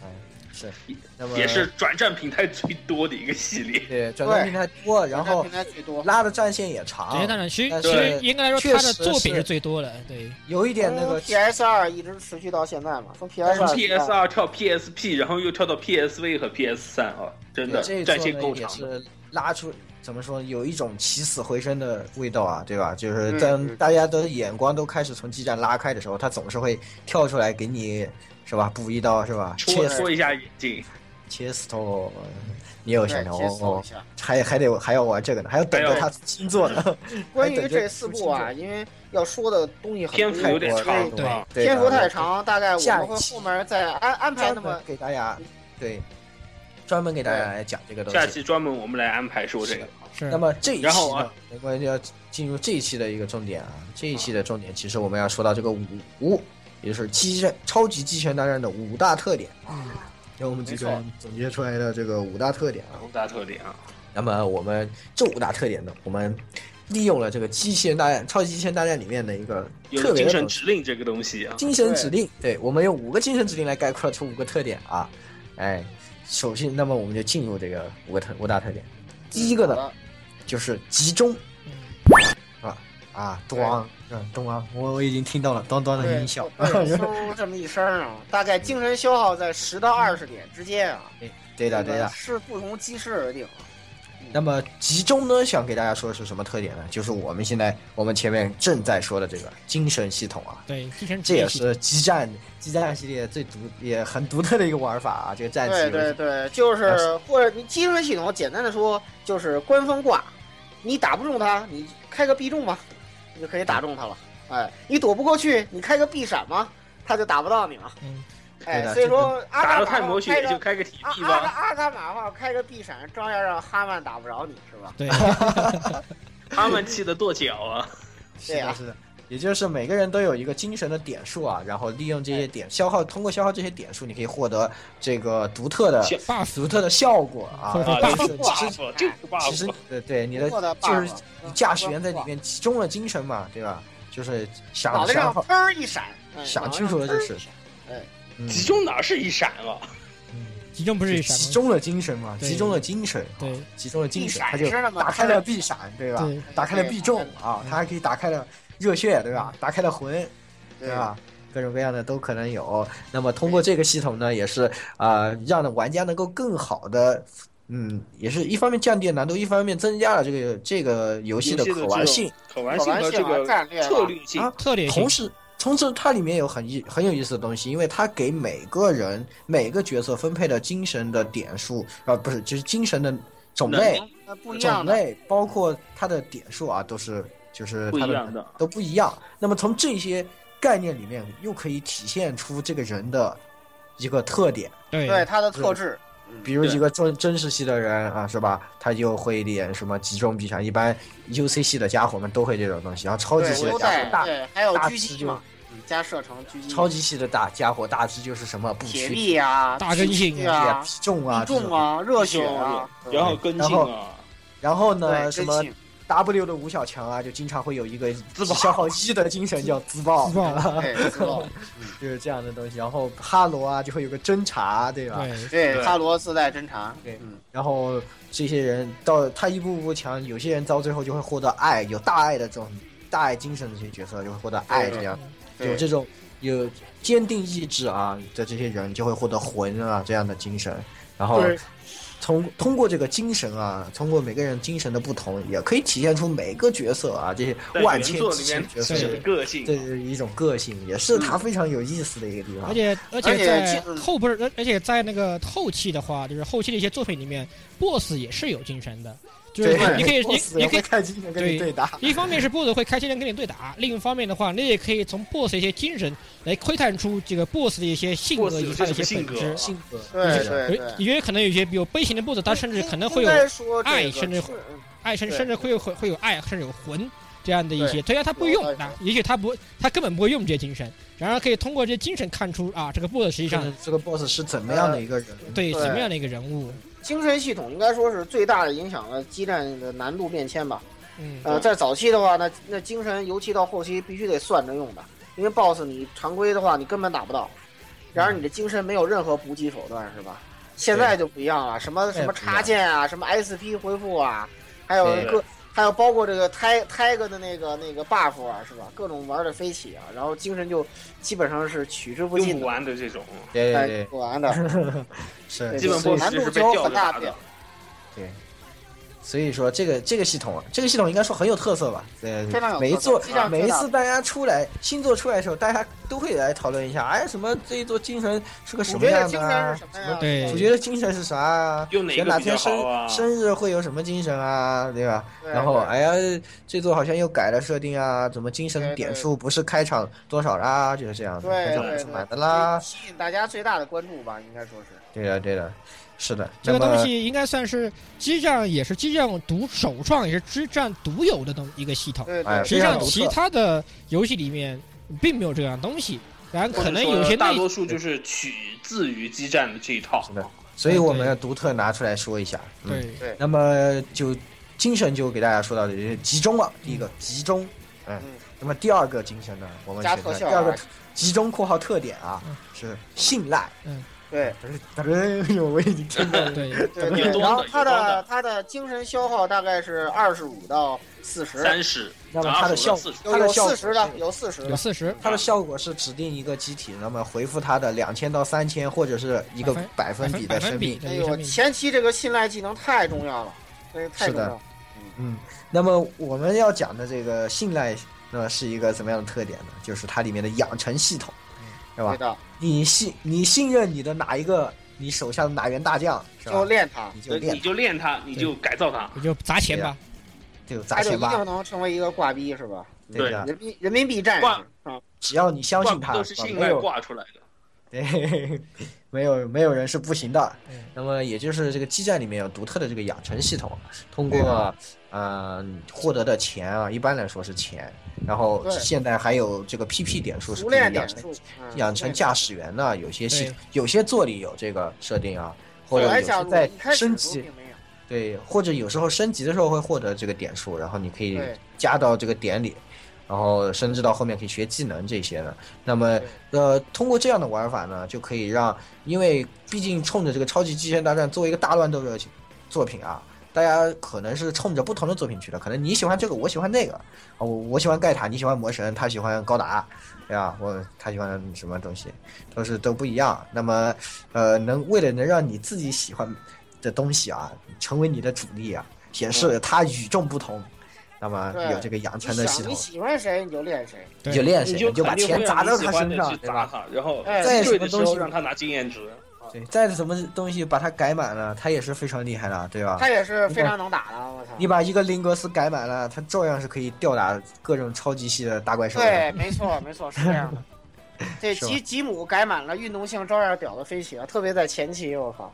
[SPEAKER 1] 是，那么
[SPEAKER 4] 也是转战平台最多的一个系列。
[SPEAKER 1] 对转战平台多，然后
[SPEAKER 3] 平台最多。
[SPEAKER 1] 拉的战线也
[SPEAKER 2] 这些
[SPEAKER 1] 长，
[SPEAKER 2] 当然，其实
[SPEAKER 1] 但
[SPEAKER 2] 其实
[SPEAKER 1] 是
[SPEAKER 2] 应该来说，
[SPEAKER 1] 确
[SPEAKER 2] 他的
[SPEAKER 1] 实
[SPEAKER 2] 作品
[SPEAKER 1] 是
[SPEAKER 2] 是最多的，对，
[SPEAKER 1] 有一点那
[SPEAKER 3] 哦
[SPEAKER 1] 个
[SPEAKER 3] PS 嗯二一直持续到现在嘛，从 PS
[SPEAKER 4] 从
[SPEAKER 3] 二
[SPEAKER 4] PS 二跳 PSP，然后又跳到 PSV 和 PS 三啊，真的
[SPEAKER 1] 这一
[SPEAKER 4] 战线
[SPEAKER 1] 座
[SPEAKER 4] 够
[SPEAKER 1] 呢也
[SPEAKER 4] 长的。
[SPEAKER 1] 是拉出怎么说，有一种起死回生的味道啊，对吧？就是
[SPEAKER 3] 嗯
[SPEAKER 1] 当
[SPEAKER 3] 嗯
[SPEAKER 1] 大家的眼光都开始从基站拉开的时候，他总是会跳出来给你是吧补一刀是吧？
[SPEAKER 4] 戳
[SPEAKER 1] 切死
[SPEAKER 4] 戳一下眼睛，
[SPEAKER 1] 切死头，你有想
[SPEAKER 3] 对，
[SPEAKER 1] 想
[SPEAKER 3] 切磋一
[SPEAKER 1] 哦，
[SPEAKER 3] 下。
[SPEAKER 1] 还还得还要玩这个呢，还要等
[SPEAKER 4] 还
[SPEAKER 1] 着
[SPEAKER 4] 要
[SPEAKER 1] 他新作呢。
[SPEAKER 3] 关
[SPEAKER 1] 哎
[SPEAKER 3] 于这四部啊，因为要说的东西很
[SPEAKER 4] 篇幅有点长
[SPEAKER 1] 对
[SPEAKER 4] 啊。
[SPEAKER 1] 对
[SPEAKER 3] 篇幅
[SPEAKER 1] 的
[SPEAKER 3] 太，长，大概我
[SPEAKER 1] 下
[SPEAKER 3] 们
[SPEAKER 1] 一
[SPEAKER 3] 会
[SPEAKER 1] 期
[SPEAKER 3] 后面再安安排
[SPEAKER 1] 专
[SPEAKER 3] 那
[SPEAKER 1] 门
[SPEAKER 3] 么
[SPEAKER 1] 给大家对专门给大家来讲这个东
[SPEAKER 4] 下
[SPEAKER 1] 西。
[SPEAKER 4] 期专门我们来安排说这个。
[SPEAKER 2] 是
[SPEAKER 1] 那。么这一期
[SPEAKER 4] 然后
[SPEAKER 1] 呢
[SPEAKER 4] 啊，
[SPEAKER 1] 我们就要进入这一期的一个重点啊。这一期的重点，其实我们要说到这个五五，也就是机战超级机器人大战的五大特点。
[SPEAKER 3] 啊
[SPEAKER 1] 由我们集团总结出来的这个五大特点啊。
[SPEAKER 4] 五大特点啊，
[SPEAKER 1] 那么我们这五大特点呢，我们利用了这个机器人大战、超级机器人大战里面的一个特
[SPEAKER 4] 有
[SPEAKER 1] 别
[SPEAKER 4] 精
[SPEAKER 1] 的
[SPEAKER 4] 神
[SPEAKER 1] 东西
[SPEAKER 4] 指令这个东西啊，
[SPEAKER 1] 精神指令，对我们用五个精神指令来概括出五个特点啊。哎，首先，那么我们就进入这个五个特五大特点。第一个
[SPEAKER 3] 好
[SPEAKER 1] 呢
[SPEAKER 3] 的，
[SPEAKER 1] 就是集中
[SPEAKER 2] 嗯
[SPEAKER 1] 啊，咣，嗯，咚啊，我我已经听到了咚咚的
[SPEAKER 3] 对，
[SPEAKER 1] 音效，
[SPEAKER 3] 对嗖这么一声啊，大概精神消耗在十到二十点之间啊。
[SPEAKER 1] 对的
[SPEAKER 3] 这
[SPEAKER 1] 对
[SPEAKER 3] 个
[SPEAKER 1] 的。
[SPEAKER 3] 是不同机制而定啊。
[SPEAKER 1] 那么集中呢，想给大家说的是什么特点呢？就是我们现在我们前面正在说的这个精神系统啊，
[SPEAKER 2] 对，精神
[SPEAKER 1] 这也
[SPEAKER 2] 体系
[SPEAKER 1] 是激战激战系列最独也很独特的一个玩法啊，这个战棋
[SPEAKER 3] 对
[SPEAKER 1] 游
[SPEAKER 3] 对
[SPEAKER 1] 戏。
[SPEAKER 3] 对，就是
[SPEAKER 1] 啊
[SPEAKER 3] 或者你精神系统，简单的说就是官方挂，你打不中他，你开个必中嘛，你就可以打中他了。
[SPEAKER 1] 嗯
[SPEAKER 3] 哎，你躲不过去，你开个必闪嘛，他就打不到你了。
[SPEAKER 2] 嗯，
[SPEAKER 1] 对
[SPEAKER 3] 哎，
[SPEAKER 1] 的
[SPEAKER 3] 所以说阿
[SPEAKER 4] 打
[SPEAKER 3] 卡
[SPEAKER 4] 到
[SPEAKER 3] 马
[SPEAKER 4] 太
[SPEAKER 3] 后
[SPEAKER 4] 魔
[SPEAKER 3] 开
[SPEAKER 4] 血
[SPEAKER 3] 个
[SPEAKER 4] 就开个体
[SPEAKER 3] 阿
[SPEAKER 4] 力
[SPEAKER 3] 啊阿卡
[SPEAKER 4] 吧，
[SPEAKER 3] 阿卡马后开个必闪，照样让哈曼打不着你是吧？
[SPEAKER 2] 对，
[SPEAKER 4] 他们气得跺脚啊！
[SPEAKER 1] 是
[SPEAKER 3] 对啊
[SPEAKER 1] 的，是的。也就是每个人都有一个精神的点数啊，然后利用这些点消耗，通过消耗这些点数，你可以获得这个独特的
[SPEAKER 4] 效
[SPEAKER 2] buff
[SPEAKER 1] 独特的效果啊。
[SPEAKER 2] 对
[SPEAKER 1] 然
[SPEAKER 4] 啊，
[SPEAKER 1] 后
[SPEAKER 2] 对
[SPEAKER 1] 就是 其实
[SPEAKER 4] buff 就是
[SPEAKER 3] 啊
[SPEAKER 4] buff，
[SPEAKER 1] 其实对对你的
[SPEAKER 3] 获得
[SPEAKER 1] 就是
[SPEAKER 3] buff，
[SPEAKER 1] 你驾驶员在
[SPEAKER 3] 嗯
[SPEAKER 1] 里面集中了精神嘛，对吧？就是
[SPEAKER 3] 脑
[SPEAKER 1] 想
[SPEAKER 3] 袋上
[SPEAKER 1] 想好，
[SPEAKER 3] 砰一闪，哎
[SPEAKER 1] 想清楚了这是。嗯
[SPEAKER 5] 集中哪是一闪啊？
[SPEAKER 1] 嗯
[SPEAKER 2] 集中不是
[SPEAKER 1] 就
[SPEAKER 2] 一闪
[SPEAKER 1] 集
[SPEAKER 2] 吗？
[SPEAKER 1] 中了精神嘛，
[SPEAKER 2] 对
[SPEAKER 1] 集中了精神，
[SPEAKER 2] 对
[SPEAKER 1] 啊，集中了精神，
[SPEAKER 3] 闪
[SPEAKER 1] 他就
[SPEAKER 3] 是那么
[SPEAKER 1] 打开了必闪，对吧？
[SPEAKER 2] 对，嗯
[SPEAKER 1] 打开了必中啊，他还可以打开了热血，对吧？打开了魂，
[SPEAKER 3] 对
[SPEAKER 1] 对吧？各种各样的都可能有。那么通过这个系统呢，也是啊、呃让玩家能够更好的，嗯，也是一方面降低了难度，一方面增加了这个这个游戏的
[SPEAKER 5] 游戏的
[SPEAKER 1] 可玩
[SPEAKER 5] 这种
[SPEAKER 1] 性，
[SPEAKER 5] 可玩
[SPEAKER 3] 可
[SPEAKER 5] 性
[SPEAKER 3] 玩
[SPEAKER 5] 和
[SPEAKER 3] 性
[SPEAKER 5] 这
[SPEAKER 3] 啊，
[SPEAKER 5] 个
[SPEAKER 3] 战略啊
[SPEAKER 5] 策略性
[SPEAKER 1] 啊，
[SPEAKER 2] 特点性
[SPEAKER 1] 同，时。同时，它里面有很意很有意思的东西，因为它给每个人每个角色分配的精神的点数，啊、不是，就是精神的种类
[SPEAKER 3] 那不一样
[SPEAKER 1] 哎种
[SPEAKER 3] 的。
[SPEAKER 1] 类，包括它的点数啊，都是就是
[SPEAKER 4] 不
[SPEAKER 1] 它
[SPEAKER 4] 一
[SPEAKER 1] 的
[SPEAKER 4] 样的。
[SPEAKER 1] 都不一样。那么从这些概念里面，又可以体现出这个人的一个特点，
[SPEAKER 2] 对
[SPEAKER 3] 对它的特质，嗯
[SPEAKER 1] 比如
[SPEAKER 4] 对
[SPEAKER 1] 一个真真实系的人啊，是吧？他就会一点什么集中必闪，一般 UC 系的家伙们都会这种东西，然后超级
[SPEAKER 3] 对
[SPEAKER 1] 系的
[SPEAKER 3] 优
[SPEAKER 1] 家
[SPEAKER 3] 待
[SPEAKER 1] 伙，大
[SPEAKER 3] 对，还有
[SPEAKER 1] 大
[SPEAKER 3] 狙
[SPEAKER 1] 致
[SPEAKER 3] 击
[SPEAKER 1] 就
[SPEAKER 3] 嘛，嗯加射程狙击，
[SPEAKER 1] 超级系的大家伙大致就是什么不
[SPEAKER 3] 铁
[SPEAKER 1] 屈
[SPEAKER 3] 臂啊，
[SPEAKER 2] 大根性
[SPEAKER 3] 对
[SPEAKER 1] 啊、
[SPEAKER 3] 啊
[SPEAKER 1] 劈，中啊，这
[SPEAKER 3] 重
[SPEAKER 1] 种
[SPEAKER 3] 啊，热血啊，
[SPEAKER 4] 然后跟进啊，
[SPEAKER 1] 然后
[SPEAKER 3] 对
[SPEAKER 1] 呢，什
[SPEAKER 3] 真
[SPEAKER 1] 么
[SPEAKER 3] 性
[SPEAKER 1] W 的吴小强啊，就经常会有一个消耗一的精神叫自爆，
[SPEAKER 2] 自爆
[SPEAKER 3] 对自爆，
[SPEAKER 1] 就是这样的东西。然后哈罗啊，就会有个侦查，对吧？
[SPEAKER 2] 对
[SPEAKER 3] 对
[SPEAKER 4] 对
[SPEAKER 3] 哈罗自带侦查，
[SPEAKER 1] 对
[SPEAKER 3] 嗯，
[SPEAKER 1] 然后这些人到他一步步强，有些人到最后就会获得爱，有大爱的这种大爱精神的这些角色就会获得爱，这样有
[SPEAKER 3] 对
[SPEAKER 1] 这种有坚定意志啊的这些人就会获得魂啊这样的精神，然后
[SPEAKER 3] 对
[SPEAKER 1] 从通过这个精神啊，通过每个人精神的不同，也可以体现出每个角色啊这些
[SPEAKER 4] 在
[SPEAKER 1] 万
[SPEAKER 4] 原
[SPEAKER 1] 千
[SPEAKER 4] 作里
[SPEAKER 1] 奇
[SPEAKER 4] 面嗯
[SPEAKER 1] 角色
[SPEAKER 4] 是
[SPEAKER 2] 对
[SPEAKER 4] 有个性，啊
[SPEAKER 1] 这是一种个性，也是他非常有意思的一个地方
[SPEAKER 2] 而。且而
[SPEAKER 3] 而
[SPEAKER 2] 且
[SPEAKER 3] 且
[SPEAKER 2] 在
[SPEAKER 3] 技嗯
[SPEAKER 2] 后不是，而而且在那个后期的话，就是后期的一些作品里面，BOSS 也是有精神的，就是
[SPEAKER 1] 对
[SPEAKER 2] 你可以
[SPEAKER 1] 我死
[SPEAKER 2] 你
[SPEAKER 1] 也
[SPEAKER 2] 你可
[SPEAKER 1] 会
[SPEAKER 2] 以。
[SPEAKER 1] 看精神跟你对打，
[SPEAKER 2] 一方面是 BOSS 会开精神跟你对打，另一方面的话，你也可以从 BOSS 的一些精神来窥探出这个 BOSS 的一些性格
[SPEAKER 4] BOSS
[SPEAKER 2] 以及他的一些
[SPEAKER 4] 有
[SPEAKER 2] 本
[SPEAKER 4] 这种性。
[SPEAKER 2] 质
[SPEAKER 1] 性格
[SPEAKER 3] 对
[SPEAKER 1] 是
[SPEAKER 3] 对
[SPEAKER 2] 有
[SPEAKER 3] 对，
[SPEAKER 2] 也可能有些比如悲情的 BOSS，他甚至可能会有
[SPEAKER 3] 应该说这个
[SPEAKER 2] 爱甚至
[SPEAKER 3] 是
[SPEAKER 2] 爱，甚至
[SPEAKER 3] 对
[SPEAKER 2] 甚至会有会会有爱，甚至有魂这样的一些。
[SPEAKER 3] 对
[SPEAKER 2] 虽然他不用
[SPEAKER 3] 有爱
[SPEAKER 2] 啊，也许他不他根本不会用这些精神，然而可以通过这些精神看出啊，这个 BOSS 实际
[SPEAKER 1] 就是
[SPEAKER 2] 上
[SPEAKER 1] 这个 boss 是怎么样
[SPEAKER 3] 呃
[SPEAKER 1] 的一个人？
[SPEAKER 2] 对
[SPEAKER 3] 对
[SPEAKER 2] 什么样的一个人物。
[SPEAKER 3] 精神系统应该说是最大的影响了激战的难度变迁吧。
[SPEAKER 2] 嗯，
[SPEAKER 3] 呃，在早期的话呢，那精神尤其到后期必须得算着用的，因为 BOSS 你常规的话你根本打不到，然而你的精神没有任何补给手段是吧？现在就不一样了，什
[SPEAKER 2] 哎
[SPEAKER 3] 么
[SPEAKER 1] 对
[SPEAKER 3] 什么插件啊，什么 SP 回复啊，还有
[SPEAKER 1] 对
[SPEAKER 3] 各还有包括这个 Ti- Tiger 的那个那个 buff 啊，是吧？各种玩的飞起啊，然后精神就基本上是取之不
[SPEAKER 4] 用
[SPEAKER 3] 尽
[SPEAKER 4] 不
[SPEAKER 3] 的，
[SPEAKER 4] 完的这种，
[SPEAKER 1] 对
[SPEAKER 3] 哎
[SPEAKER 1] 对对，
[SPEAKER 3] 不完的，
[SPEAKER 1] 是
[SPEAKER 4] 基本
[SPEAKER 1] 所以
[SPEAKER 4] BOSS
[SPEAKER 3] 难
[SPEAKER 4] 就
[SPEAKER 3] 度
[SPEAKER 4] 是
[SPEAKER 3] 只
[SPEAKER 4] 被
[SPEAKER 3] 有
[SPEAKER 4] 吊
[SPEAKER 3] 很
[SPEAKER 4] 着
[SPEAKER 3] 大
[SPEAKER 4] 打
[SPEAKER 3] 变
[SPEAKER 4] 的。。
[SPEAKER 1] 对，所以说这个这个系统，啊，这个系统应该说很有特色吧？对
[SPEAKER 3] 非常有特色，
[SPEAKER 1] 每一座
[SPEAKER 3] 非常
[SPEAKER 1] 每一
[SPEAKER 3] 非常
[SPEAKER 1] 次大家出来新作出来的时候，大家都会来讨论一下，哎，什么这一座精神是个什
[SPEAKER 3] 主
[SPEAKER 1] 么
[SPEAKER 3] 角的
[SPEAKER 1] 样
[SPEAKER 3] 精
[SPEAKER 1] 的
[SPEAKER 3] 神
[SPEAKER 1] 啊
[SPEAKER 3] 是？什么呀？
[SPEAKER 2] 对
[SPEAKER 1] 主角的精神是啥啊？
[SPEAKER 4] 用哪个
[SPEAKER 1] 谁哪
[SPEAKER 4] 比较
[SPEAKER 1] 天生
[SPEAKER 4] 好啊
[SPEAKER 1] 生日会有什么精神啊？对吧？
[SPEAKER 3] 对
[SPEAKER 1] 然后
[SPEAKER 3] 对
[SPEAKER 1] 哎呀，这座好像又改了设定啊，怎么精神
[SPEAKER 3] 对
[SPEAKER 1] 点
[SPEAKER 3] 对
[SPEAKER 1] 数不是开场多少啦？就是这样的，
[SPEAKER 3] 对
[SPEAKER 1] 开场
[SPEAKER 3] 对
[SPEAKER 1] 不是
[SPEAKER 3] 对
[SPEAKER 1] 满的啦。
[SPEAKER 3] 吸引大家最大的关注吧，应该说是。
[SPEAKER 1] 对的，对的，是的。
[SPEAKER 2] 这个
[SPEAKER 1] 那么
[SPEAKER 2] 东西应该算是激战，也是激战独首创，也是激战独有的东一个系统。
[SPEAKER 3] 对对
[SPEAKER 1] 哎
[SPEAKER 2] 实
[SPEAKER 1] 非
[SPEAKER 2] 际
[SPEAKER 1] 常
[SPEAKER 2] 上，
[SPEAKER 1] 独特
[SPEAKER 2] 其他的游戏里面并没有这样东西，然而
[SPEAKER 4] 或
[SPEAKER 2] 可
[SPEAKER 4] 者
[SPEAKER 2] 能
[SPEAKER 4] 说
[SPEAKER 2] 有些
[SPEAKER 4] 大
[SPEAKER 2] 内
[SPEAKER 4] 多数就是取自于激战的这一套
[SPEAKER 1] 是，的所以我们要独特拿出来说一下。嗯、。
[SPEAKER 2] 哎对
[SPEAKER 3] 对
[SPEAKER 1] 那么就精神就给大家说到这里，集中了。第一个集中，嗯
[SPEAKER 3] 嗯。
[SPEAKER 1] 那么第二个精神呢？我们
[SPEAKER 3] 加
[SPEAKER 1] 选
[SPEAKER 3] 特
[SPEAKER 1] 择
[SPEAKER 3] 效啊
[SPEAKER 1] 第二个特集中（括号特点啊）
[SPEAKER 2] 嗯
[SPEAKER 1] 是信赖。
[SPEAKER 2] 嗯。
[SPEAKER 3] 对
[SPEAKER 1] 噔噔，我已经听到了。
[SPEAKER 2] 对，
[SPEAKER 3] 对
[SPEAKER 4] 有
[SPEAKER 3] 对，然
[SPEAKER 4] 多的
[SPEAKER 3] 后
[SPEAKER 4] 有
[SPEAKER 3] 他
[SPEAKER 4] 多的
[SPEAKER 3] 的他的精神消耗大概是二十五到四十，
[SPEAKER 4] 三十，
[SPEAKER 1] 那么它的效
[SPEAKER 4] 四十，
[SPEAKER 3] 有
[SPEAKER 1] 他的
[SPEAKER 3] 有
[SPEAKER 1] 效果
[SPEAKER 3] 四十的
[SPEAKER 1] 是，
[SPEAKER 3] 有四十
[SPEAKER 2] 有
[SPEAKER 3] 的，
[SPEAKER 2] 四十，
[SPEAKER 1] 它的效果是指定一个机体，那么回复它的两千到三千，或者是一个百分比的
[SPEAKER 2] 百
[SPEAKER 1] 生
[SPEAKER 2] 分比
[SPEAKER 1] 命。
[SPEAKER 2] 的
[SPEAKER 3] 哎
[SPEAKER 2] 一个
[SPEAKER 3] 呦
[SPEAKER 2] 生，命
[SPEAKER 3] 前期这个信赖技能太重要了，对，太重要了。
[SPEAKER 1] 嗯，那么我们要讲的这个信赖，那么是一个怎么样的特点呢？就是它里面的养成系统，
[SPEAKER 2] 嗯
[SPEAKER 1] 是吧
[SPEAKER 3] 对？的，
[SPEAKER 1] 你信你信任你的哪一个，你手下的哪员大将，是吧
[SPEAKER 3] 就？练它，
[SPEAKER 1] 你就
[SPEAKER 4] 对你
[SPEAKER 1] 练，
[SPEAKER 4] 就练它，你就改造它。
[SPEAKER 2] 你就砸钱吧，
[SPEAKER 1] 就砸
[SPEAKER 3] 他就
[SPEAKER 1] 钱
[SPEAKER 3] 一
[SPEAKER 1] 吧啊
[SPEAKER 3] 定，能成为一个挂逼是吧？
[SPEAKER 1] 对的。
[SPEAKER 3] 人民人民币战士
[SPEAKER 4] 挂
[SPEAKER 3] 啊，
[SPEAKER 1] 只要你相
[SPEAKER 4] 挂
[SPEAKER 1] 信
[SPEAKER 4] 不
[SPEAKER 1] 他，
[SPEAKER 4] 都是
[SPEAKER 1] 啊
[SPEAKER 4] 信
[SPEAKER 1] 没
[SPEAKER 4] 赖
[SPEAKER 1] 有
[SPEAKER 4] 挂出来的？
[SPEAKER 1] 对， 没有没有人是不行的
[SPEAKER 2] 嗯。
[SPEAKER 1] 那么也就是这个基站里面有独特的这个养成系统，通
[SPEAKER 3] 对
[SPEAKER 1] 过呃获得的钱啊，一般来说是钱，然后
[SPEAKER 3] 对
[SPEAKER 1] 现在还有这个 PP 点数是
[SPEAKER 3] 熟
[SPEAKER 1] 可以
[SPEAKER 3] 练
[SPEAKER 1] 养
[SPEAKER 3] 点
[SPEAKER 1] 成
[SPEAKER 3] 数，嗯
[SPEAKER 1] 养成驾驶员的，有些系
[SPEAKER 2] 对
[SPEAKER 1] 有些座里有这个设定啊，或者
[SPEAKER 3] 我还
[SPEAKER 1] 有
[SPEAKER 3] 加
[SPEAKER 1] 些
[SPEAKER 3] 入，
[SPEAKER 1] 在
[SPEAKER 3] 一开始
[SPEAKER 1] 升
[SPEAKER 3] 的时候
[SPEAKER 1] 级
[SPEAKER 3] 并没有。
[SPEAKER 1] 对，或者有时候升级的时候会获得这个点数，然后你可以
[SPEAKER 3] 对
[SPEAKER 1] 加到这个点里，然后升至到后面可以学技能这些的。那么
[SPEAKER 3] 对，
[SPEAKER 1] 呃，通过这样的玩法呢，就可以让，因为毕竟冲着这个超级机器人大战作为一个大乱斗热情作品啊，大家可能是冲着不同的作品去的，可能你喜欢这个，我喜欢那个，啊，我我喜欢盖塔，你喜欢魔神，他喜欢高达，对吧？我他喜欢什么东西，都是都不一样。那么，呃，能为了能让你自己喜欢的东西啊，成为你的主力啊，显示它与众不同。那么
[SPEAKER 3] 嗯对
[SPEAKER 1] 有这个养
[SPEAKER 3] 你
[SPEAKER 1] 成的系
[SPEAKER 3] 想你
[SPEAKER 1] 统，啊
[SPEAKER 3] 喜欢谁你就练谁，
[SPEAKER 1] 你
[SPEAKER 2] 对
[SPEAKER 1] 就练谁，
[SPEAKER 4] 你
[SPEAKER 1] 你就把
[SPEAKER 4] 肯定
[SPEAKER 1] 钱
[SPEAKER 4] 会
[SPEAKER 1] 砸
[SPEAKER 4] 让
[SPEAKER 1] 到
[SPEAKER 4] 你
[SPEAKER 1] 他
[SPEAKER 4] 喜欢
[SPEAKER 1] 身
[SPEAKER 4] 的
[SPEAKER 1] 上，
[SPEAKER 4] 去
[SPEAKER 1] 对
[SPEAKER 4] 砸
[SPEAKER 1] 吧？
[SPEAKER 4] 他，然后
[SPEAKER 3] 哎
[SPEAKER 1] 再
[SPEAKER 4] 对
[SPEAKER 1] 什么
[SPEAKER 4] 的时
[SPEAKER 1] 东
[SPEAKER 4] 候
[SPEAKER 1] 西
[SPEAKER 4] 让他拿经验值。啊
[SPEAKER 1] 对，再什么东西把它改满了，它也是非常厉害的，对吧？
[SPEAKER 3] 他也是非常能打的，我操！
[SPEAKER 1] 你啊把一个林格斯改满了，它照样是可以吊打各种超级系的大怪兽的。
[SPEAKER 3] 对，没错，没错，是这样的。 这
[SPEAKER 1] 是吧
[SPEAKER 3] 吉吉姆改满了运动性，照样屌的飞起啊！特别在前期，我 靠，